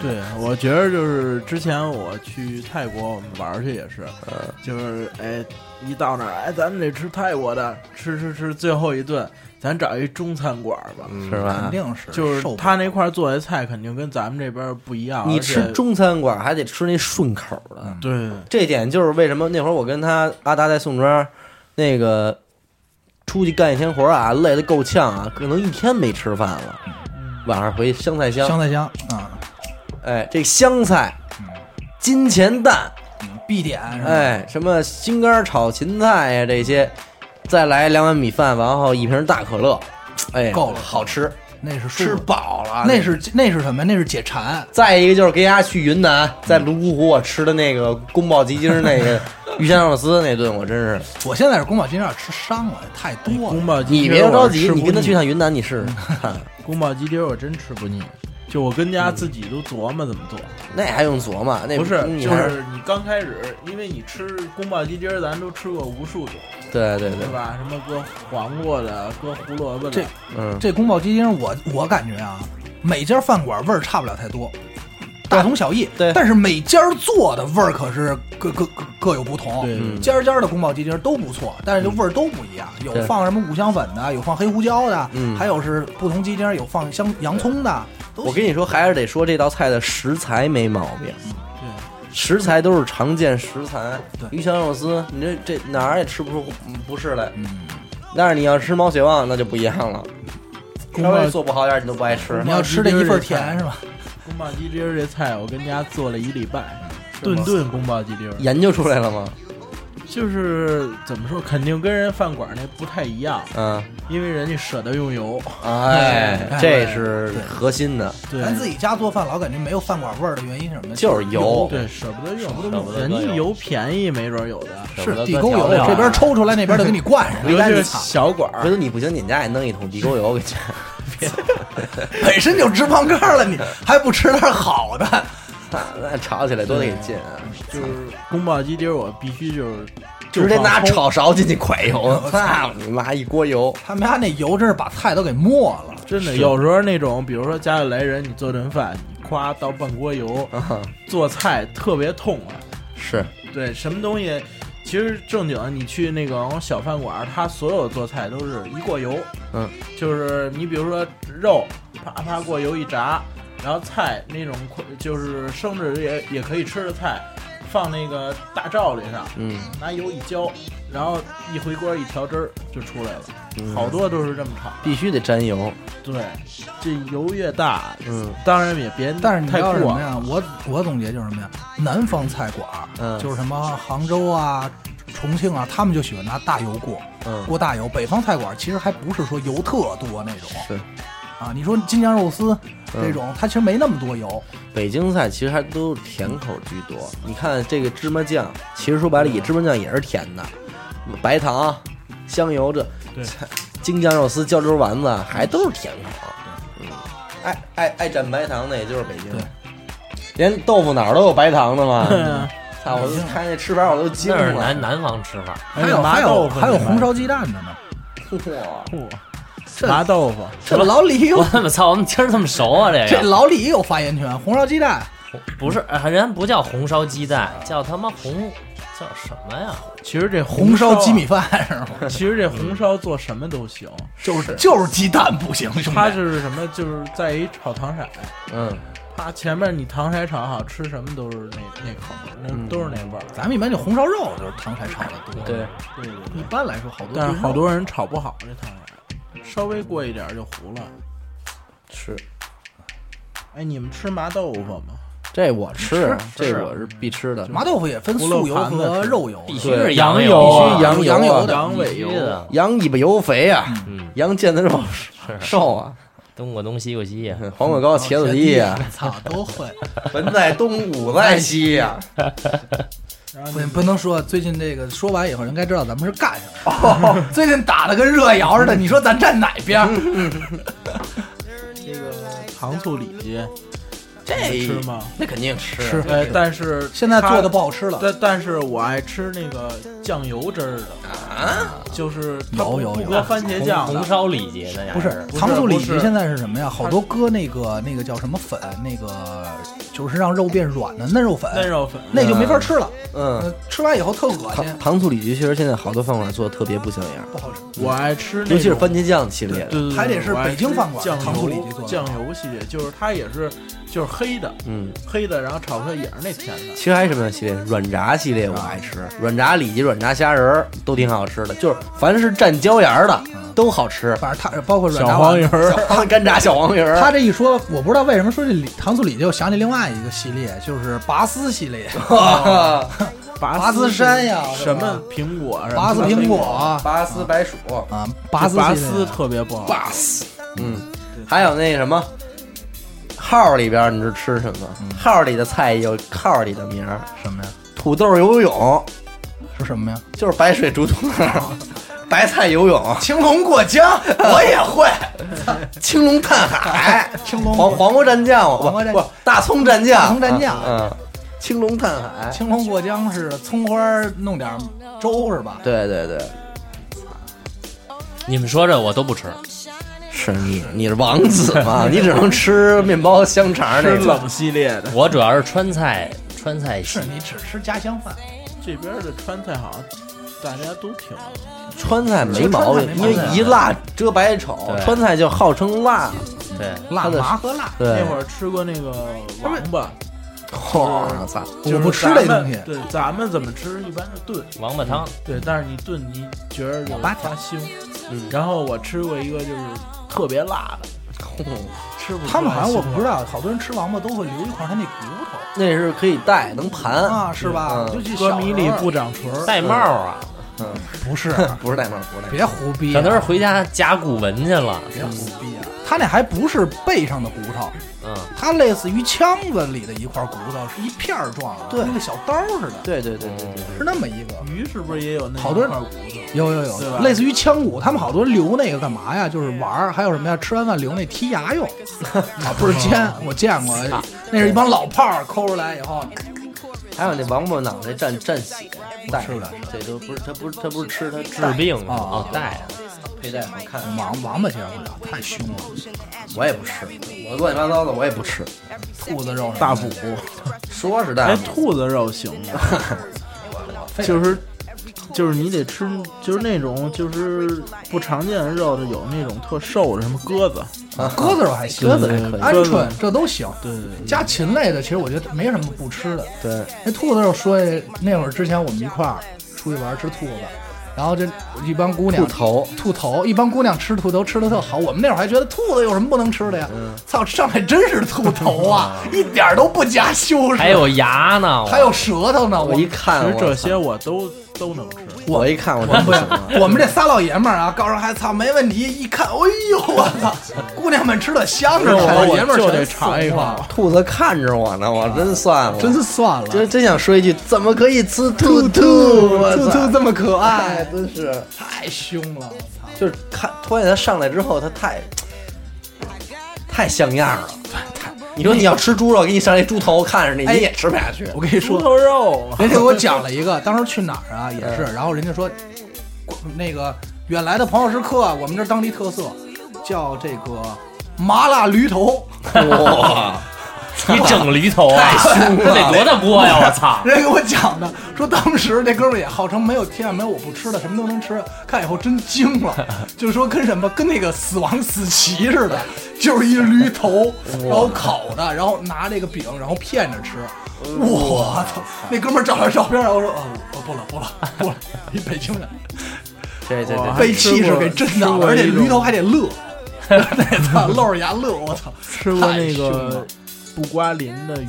对，我觉得就是之前我去泰国，我们玩儿去也 是，嗯就是哎，一到那儿，哎，咱们得吃泰国的，吃吃吃，最后一顿，咱找一中餐馆儿吧。是肯吧？定是，就是受不了他那块儿做的菜肯定跟咱们这边儿不一样，你而且吃嗯中餐馆还得吃那顺口的，对，这点就是为什么那会儿我跟他阿达在宋庄，那个出去干一天活啊，累得够呛啊，可能一天没吃饭了。晚上回湘菜香乡，菜香啊，哎，这香菜、金钱蛋，必点是吧？哎，什么心肝炒芹菜呀、这些，再来两碗米饭，然后一瓶大可乐，哎，够了好吃，那是舒吃服，饱了，那是那是什么？那是解馋。再一个就是跟家去云南，在泸沽湖我吃的那个宫保鸡丁儿那个鱼香肉丝那顿，我真是，我现在是宫保鸡丁要吃伤了，太多了宫。保鸡你丁别儿我着急，吃你不跟他腻去趟云南，你试试。宫保鸡丁儿我真吃不腻，就我跟家自己都琢磨怎么做， 嗯那还用琢磨？那不是，你就还是你刚开始，因为你吃宫保鸡丁儿，咱都吃过无数种，对对对对，吧？什么搁黄瓜的，搁胡萝卜的这，嗯，这宫保鸡丁，我我感觉啊，每家饭馆味儿差不了太多，大同小异。对但是每家做的味儿可是各各各各有不同。对嗯家家的宫保鸡丁都不错，但是这味儿都不一样，有对放什么五香粉的，有放黑胡椒的，嗯还有是不同鸡丁有放香洋葱的。都我跟你说，还是得说这道菜的食材没毛病。食材都是常见食材，对鱼香肉丝，你这这哪儿也吃不出嗯不是来。嗯但是你要吃毛血旺，那就不一样 了，宫稍保微做不好点儿你都不爱吃你。要吃这一份甜是吧？宫保鸡丁儿这菜，我跟家做了一礼拜，顿顿宫保鸡丁儿，研究出来了吗？就是怎么说，肯定跟人饭馆那不太一样，嗯，因为人家舍得用油，哎，这是核心的，对，咱自己家做饭老感觉没有饭馆味儿的原因是什么？就是油。对，舍不得用，不得用人家油便宜，没准儿有的，舍不是得地沟调油料，啊这边抽出来，那边就给你灌 上，尤离其开你是擦。小馆回儿，头你不行，你们家也弄一桶地沟油给 加。本身就脂肪肝了，你还不吃点好的？那炒起来多得劲啊！就是宫保鸡丁儿，我必须就是直接拿炒炒。勺进去蒯油，操你妈一锅油！他们家那油真是把菜都给没了。真的，是有时候那种，比如说家里来人，你做顿饭，你夸倒半锅油，啊，做菜特别痛快、是对，什么东西，其实正经啊你去那种小饭馆，他所有做菜都是一过油，嗯，就是你比如说肉，啪啪过油一炸，然后菜那种就是生着也也可以吃的菜，放那个大罩里上，嗯，拿油一浇，然后一回锅一调汁儿就出来了，嗯好多都是这么炒。必须得沾油。对，这油越大，嗯，当然也别，但是你知太道什过么。呀？我我总结就是什么呀？南方菜馆儿，嗯就是什么杭州啊、重庆啊，他们就喜欢拿大油过，嗯过大油。北方菜馆儿其实还不是说油特多那种，是啊，你说京酱肉丝嗯这种，它其实没那么多油，北京菜其实还都是甜口居多。你看这个芝麻酱，其实说白了，也芝麻酱也是甜的，白糖、香油这，对京酱肉丝、浇溜丸子还都是甜口。嗯，爱爱爱蘸白糖的也就是北京对，连豆腐脑儿都有白糖的嘛。嗯操！我都看那吃法，我都惊那是了。南南方吃法，还有哎还麻有豆腐，还有红烧鸡蛋的呢。哇嗯这麻豆腐，这老李有我怎么操，我们听着这么熟啊？这这个老李也有发言权，红烧鸡蛋不是，哎人家不叫红烧鸡蛋，叫他妈红，叫什么呀？其实这红烧烧鸡米，饭是吗？ 其实这红烧做什么都行，就是就是鸡蛋不行，兄它弟。就是什么，就是在于炒糖色，嗯，它前面你糖色炒好吃什么都是那那口儿，那都是那味儿。咱们一般就红烧肉就是糖才炒的多，对，对对对。一般来说好多，但是好多人炒不好这糖色，稍微过一点儿就糊了。是哎，你们吃麻豆腐吗？这我吃啊，吃这我是必吃的。麻豆腐也分胡萝素油盘子和是肉油，必须对是羊羊油啊，必须羊羊油油啊的羊尾油必须的，羊尾巴油肥啊，嗯，羊腱子肉瘦啊，东过东西过西呀，黄瓜糕、茄子 地啊，操，都会。文在东，武在西呀。然后不你不能说最近这个说完以后，人该知道咱们是干什么的。 嗯最近打的跟热窑似的，你说咱站哪边儿？这个糖醋里脊，这吃吗？那肯定吃吃呃，但是现在做的它不好吃了。但但是我爱吃那个酱油汁儿的啊，就是它不有有有不搁番茄酱红的，烧里脊那家不是是，糖醋里不脊是现在是什么呀？好多搁那个那个叫什么粉，那个就是让肉变软的嫩肉粉，嫩肉粉。那就没法吃了。嗯，呃吃完以后特恶心糖，糖醋里脊确实现在好多饭馆做的特别不像样，不好吃。我爱吃那种，尤其是番茄酱系列对的。对对，还得是我爱北京吃饭馆酱糖醋里脊油做的酱油系列，就是它也是就是黑的，嗯，黑的，然后炒出来也是那甜的其。实还有什么样系列？软炸系列我爱吃，软炸里脊、软炸虾仁儿都挺好吃的，就是凡是蘸椒盐儿的都好吃。反正它包括软炸丸鱼儿，干炸小黄鱼儿， 他这一说，我不知道为什么说这里糖醋里脊，我想起另外一个系列，就是拔丝系列，拔拔丝山呀什是么吧苹果，什么拔丝苹 果拔丝白薯，啊，拔拔丝拔系列丝特别不好，拔丝，嗯，还有那什么。号里边你知道吃什么？嗯号里的菜有号里的名儿，什么呀？土豆游泳是什么呀？就是白水煮土豆， 白菜游泳、哦青龙过 江，我也会。青龙探海， 青龙黄黄瓜蘸酱，黄瓜蘸不不大葱蘸酱，大葱蘸酱嗯，青龙探海，青龙过江是葱花弄点粥是吧？对对对，你们说这我都不吃，是你你是王子 嘛，你只能吃面包、香肠那吃个。冷系列的，我主要是川菜川菜系是。你只吃家乡饭，这边的川菜好像大家都挺川菜没毛病，因其实川菜没毛为病啊一辣遮百丑，对川菜就号称辣。对，辣它的麻和辣。对那，会儿吃过那个王八，哇塞，就是我不吃咱这们东西对，咱们怎么吃？一般是炖，王八汤，对，但是你炖你觉得有八发腥。嗯然后我吃过一个就是特别辣的，吃不出来他们好像我腥味不知道，好多人吃王八都会留一块儿它那骨那是可以带能盘头，啊，是吧？嗯尤其搁小米时里候不长唇儿，戴帽啊，不是，啊 不是带帽，不是带帽。别胡逼啊，可能是回家夹古文去了。别胡逼啊！他那还不是背上的骨头，嗯，它类似于腔子里的一块骨头，是一片儿状的，对跟个小刀似的，对对对对对是那么一个。鱼是不是也有那好多人块骨头？有有对吧有，类似于腔骨，他们好多留那个干嘛呀？哎就是玩儿，还有什么呀？吃完饭留那剔牙 用，啊，不是煎，哦我见过，啊那是一帮老炮儿抠出来以后，对，还有那王八脑袋蘸蘸血，带吃不了这都不是，它不是它不是吃，它治治病的啊哦，戴啊，佩戴好看。王王八接受不了，太凶了，我也不吃，我乱七八糟的我也不吃。兔子肉什么的大补，说是大 哎，补，兔子肉行 吗？就是就是你得吃，就是那种就是不常见的肉，它有那种特瘦的，什么鸽子，鸽子肉还行，鸽子还可以鹌鹑这都行。对对对，加禽类的，其实我觉得没什么不吃的。对，那兔子肉说一那会儿之前我们一块儿出去玩儿吃兔子，然后这一帮姑娘兔头兔头，一帮姑娘吃兔头吃的特好。我们那会儿还觉得兔子有什么不能吃的呀？操，上海真是兔头 啊，一点儿都不加修饰， 还有牙呢，我还有舌头呢。我我一看其实我这操些我都都能吃。我一看我我们真不不行行了，我们这仨老爷们儿啊，告诉还操没问题。一看，哎呦我 操，姑娘们吃的香着呢，我老爷们儿就全得死尝一了口， 兔子看着我呢，我真算了，真是算了。真真想说一句，怎么可以吃兔兔兔？兔我兔操兔这么可哎，爱，真是，太凶了！我操，就是看，突然它上来之后，它太太像样了。你说你要吃猪肉，给你上一猪头，看着你，哎你也吃不 下去。我跟你猪说，头肉 啊，人家给我讲了一个，当时去哪儿啊也是，然后人家说，那个远来的朋友是客，我们这儿当地特色叫这个麻辣驴头。哇，你整驴头啊，这得多大锅呀！我操，人家给我讲的，说当时这哥们儿也号称没有天下没有我不吃的，什么都能吃。看以后真惊了，就是说跟什么跟那个死亡死棋似的，就是一驴头，然后烤的，然后拿这个饼，然后片着吃。我操！那哥们儿照了照片，然后说：“哦，我不了，不了，不了，一北京人这这哇这，被气势给震吃到了，过而且一种驴头还得乐，那操，露着牙乐，我操，吃过太那凶了个不瓜鳞的鱼，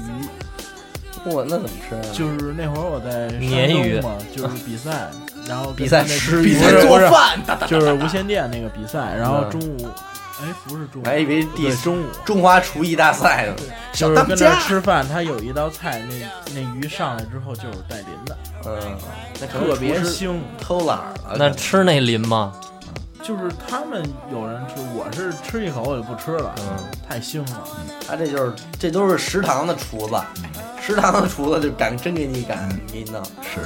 我那怎么吃啊？就是那会儿我在山鲶东鱼嘛，就是比赛，然后比赛跟那吃比鱼赛不是做不是饭，哒哒就是无线电那个比赛，然后嗯中午，哎，不是中午，我还以为第对中午。中华厨艺大赛呢。就是当跟那家儿吃饭，他有一道菜，那那鱼上来之后就是带鳞的，嗯，那可能特别厨师腥。偷懒儿啊了。那吃那鳞吗？就是他们有人吃，我是吃一口我就不吃了，太腥了。他这就是这都是食堂的厨子，食堂的厨子就敢真给你敢给你弄。是，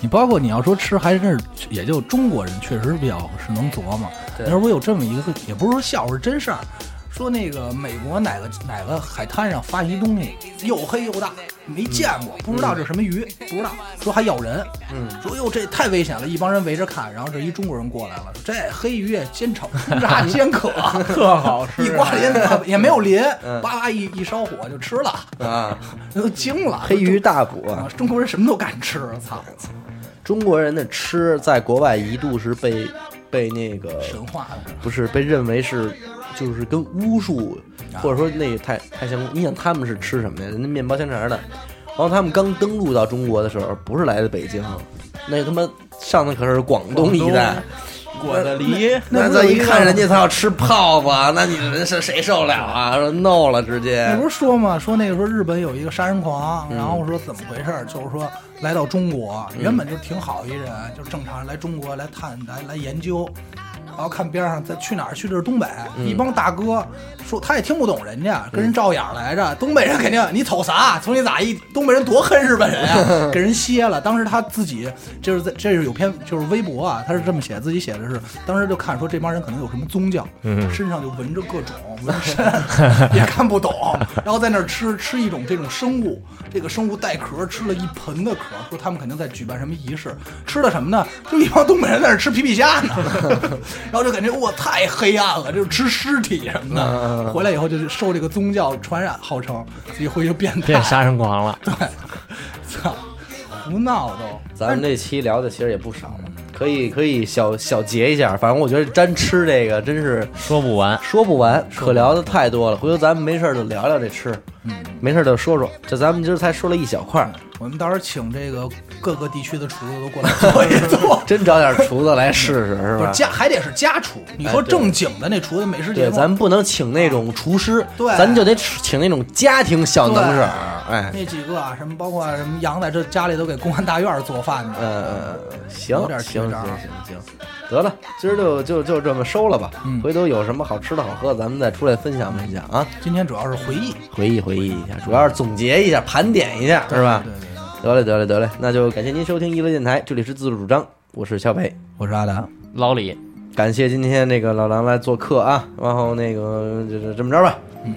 你包括你要说吃，还真是也就中国人确实比较是能琢磨。对那时候我有这么一个，也不是说笑话，是真事儿。说那个美国哪个哪个海滩上发现一东西，又黑又大，没见过，不知道这什么鱼，不知道，说还咬人，嗯，说哟这太危险了，一帮人围着看，然后这一中国人过来了，说这黑鱼也煎炒 烹炸煎可，特好 吃一刮鳞也没有鳞啊嗯，叭叭一一烧火就吃了，啊，都惊了，黑鱼大补啊啊，中国人什么都敢吃， 操，中国人的吃在国外一度是被被那个神话了。不是被认为是就是跟巫术或者说那个太太像，你想他们是吃什么呀？人家面包香肠的。然后他们刚登陆到中国的时候，不是来自北京，那他妈上的可是广东一带，果子狸，那那不这有一个看人家他要吃泡芙，那你人是谁受了啊？说 no 了，直接你不是说嘛，说那个说日本有一个杀人狂，然后说怎么回事儿？就是说来到中国，原本就挺好一人，就正常人来中国来探来来研究，然后看边上再去哪儿去这是东北，一帮大哥说他也听不懂人家，跟人照眼儿来着。东北人肯定你瞅啥？瞅你咋一？东北人多恨日本人啊，给人歇了。当时他自己就是在这是有篇就是微博啊，他是这么写，自己写的是当时就看说这帮人可能有什么宗教，身上就纹着各种纹身， 也看不懂，然后在那儿吃吃一种这种生物，这个生物带壳，吃了一盆的壳，说他们肯定在举办什么仪式，吃的什么呢？就一帮东北人在那儿吃皮皮虾呢， 然后就感觉哇太黑暗了，就是吃尸体什么嗯的，回来以后就是受这个宗教传染，号称自己回去变态变，杀人狂了。操， 胡闹都。咱们这期聊的其实也不少了，可以可以小小结一下。反正我觉得单吃这个真是说不完，说不完，可聊的太多了。回头咱们没事儿就聊聊这吃，嗯没事儿就说说。这咱们今儿才说了一小块儿，，我们到时候请这个各个地区的厨子都过来做一做 真找点厨子来试 试是不是吧？家还得是家厨，你说哎对正经的那厨子美食节对，目，咱不能请那种厨师，啊对咱就得请那种家庭小能手儿，哎，那几个啊，什么包括什么杨在这家里都给公安大院儿做饭的，呃，行有点紧行行张行行，得了，今儿就就就这么收了吧。嗯回头有什么好吃的好喝的，咱们再出来分享分享啊，今天主要是回忆，回忆回忆一下，主要是总结一下、盘点一下，是吧对？对对，得嘞得嘞得嘞，那就感谢您收听娱乐电台，这里是自主主张，我是小北。我是阿达，老李，感谢今天那个老狼来做客啊，然后那个就就这么着吧，嗯，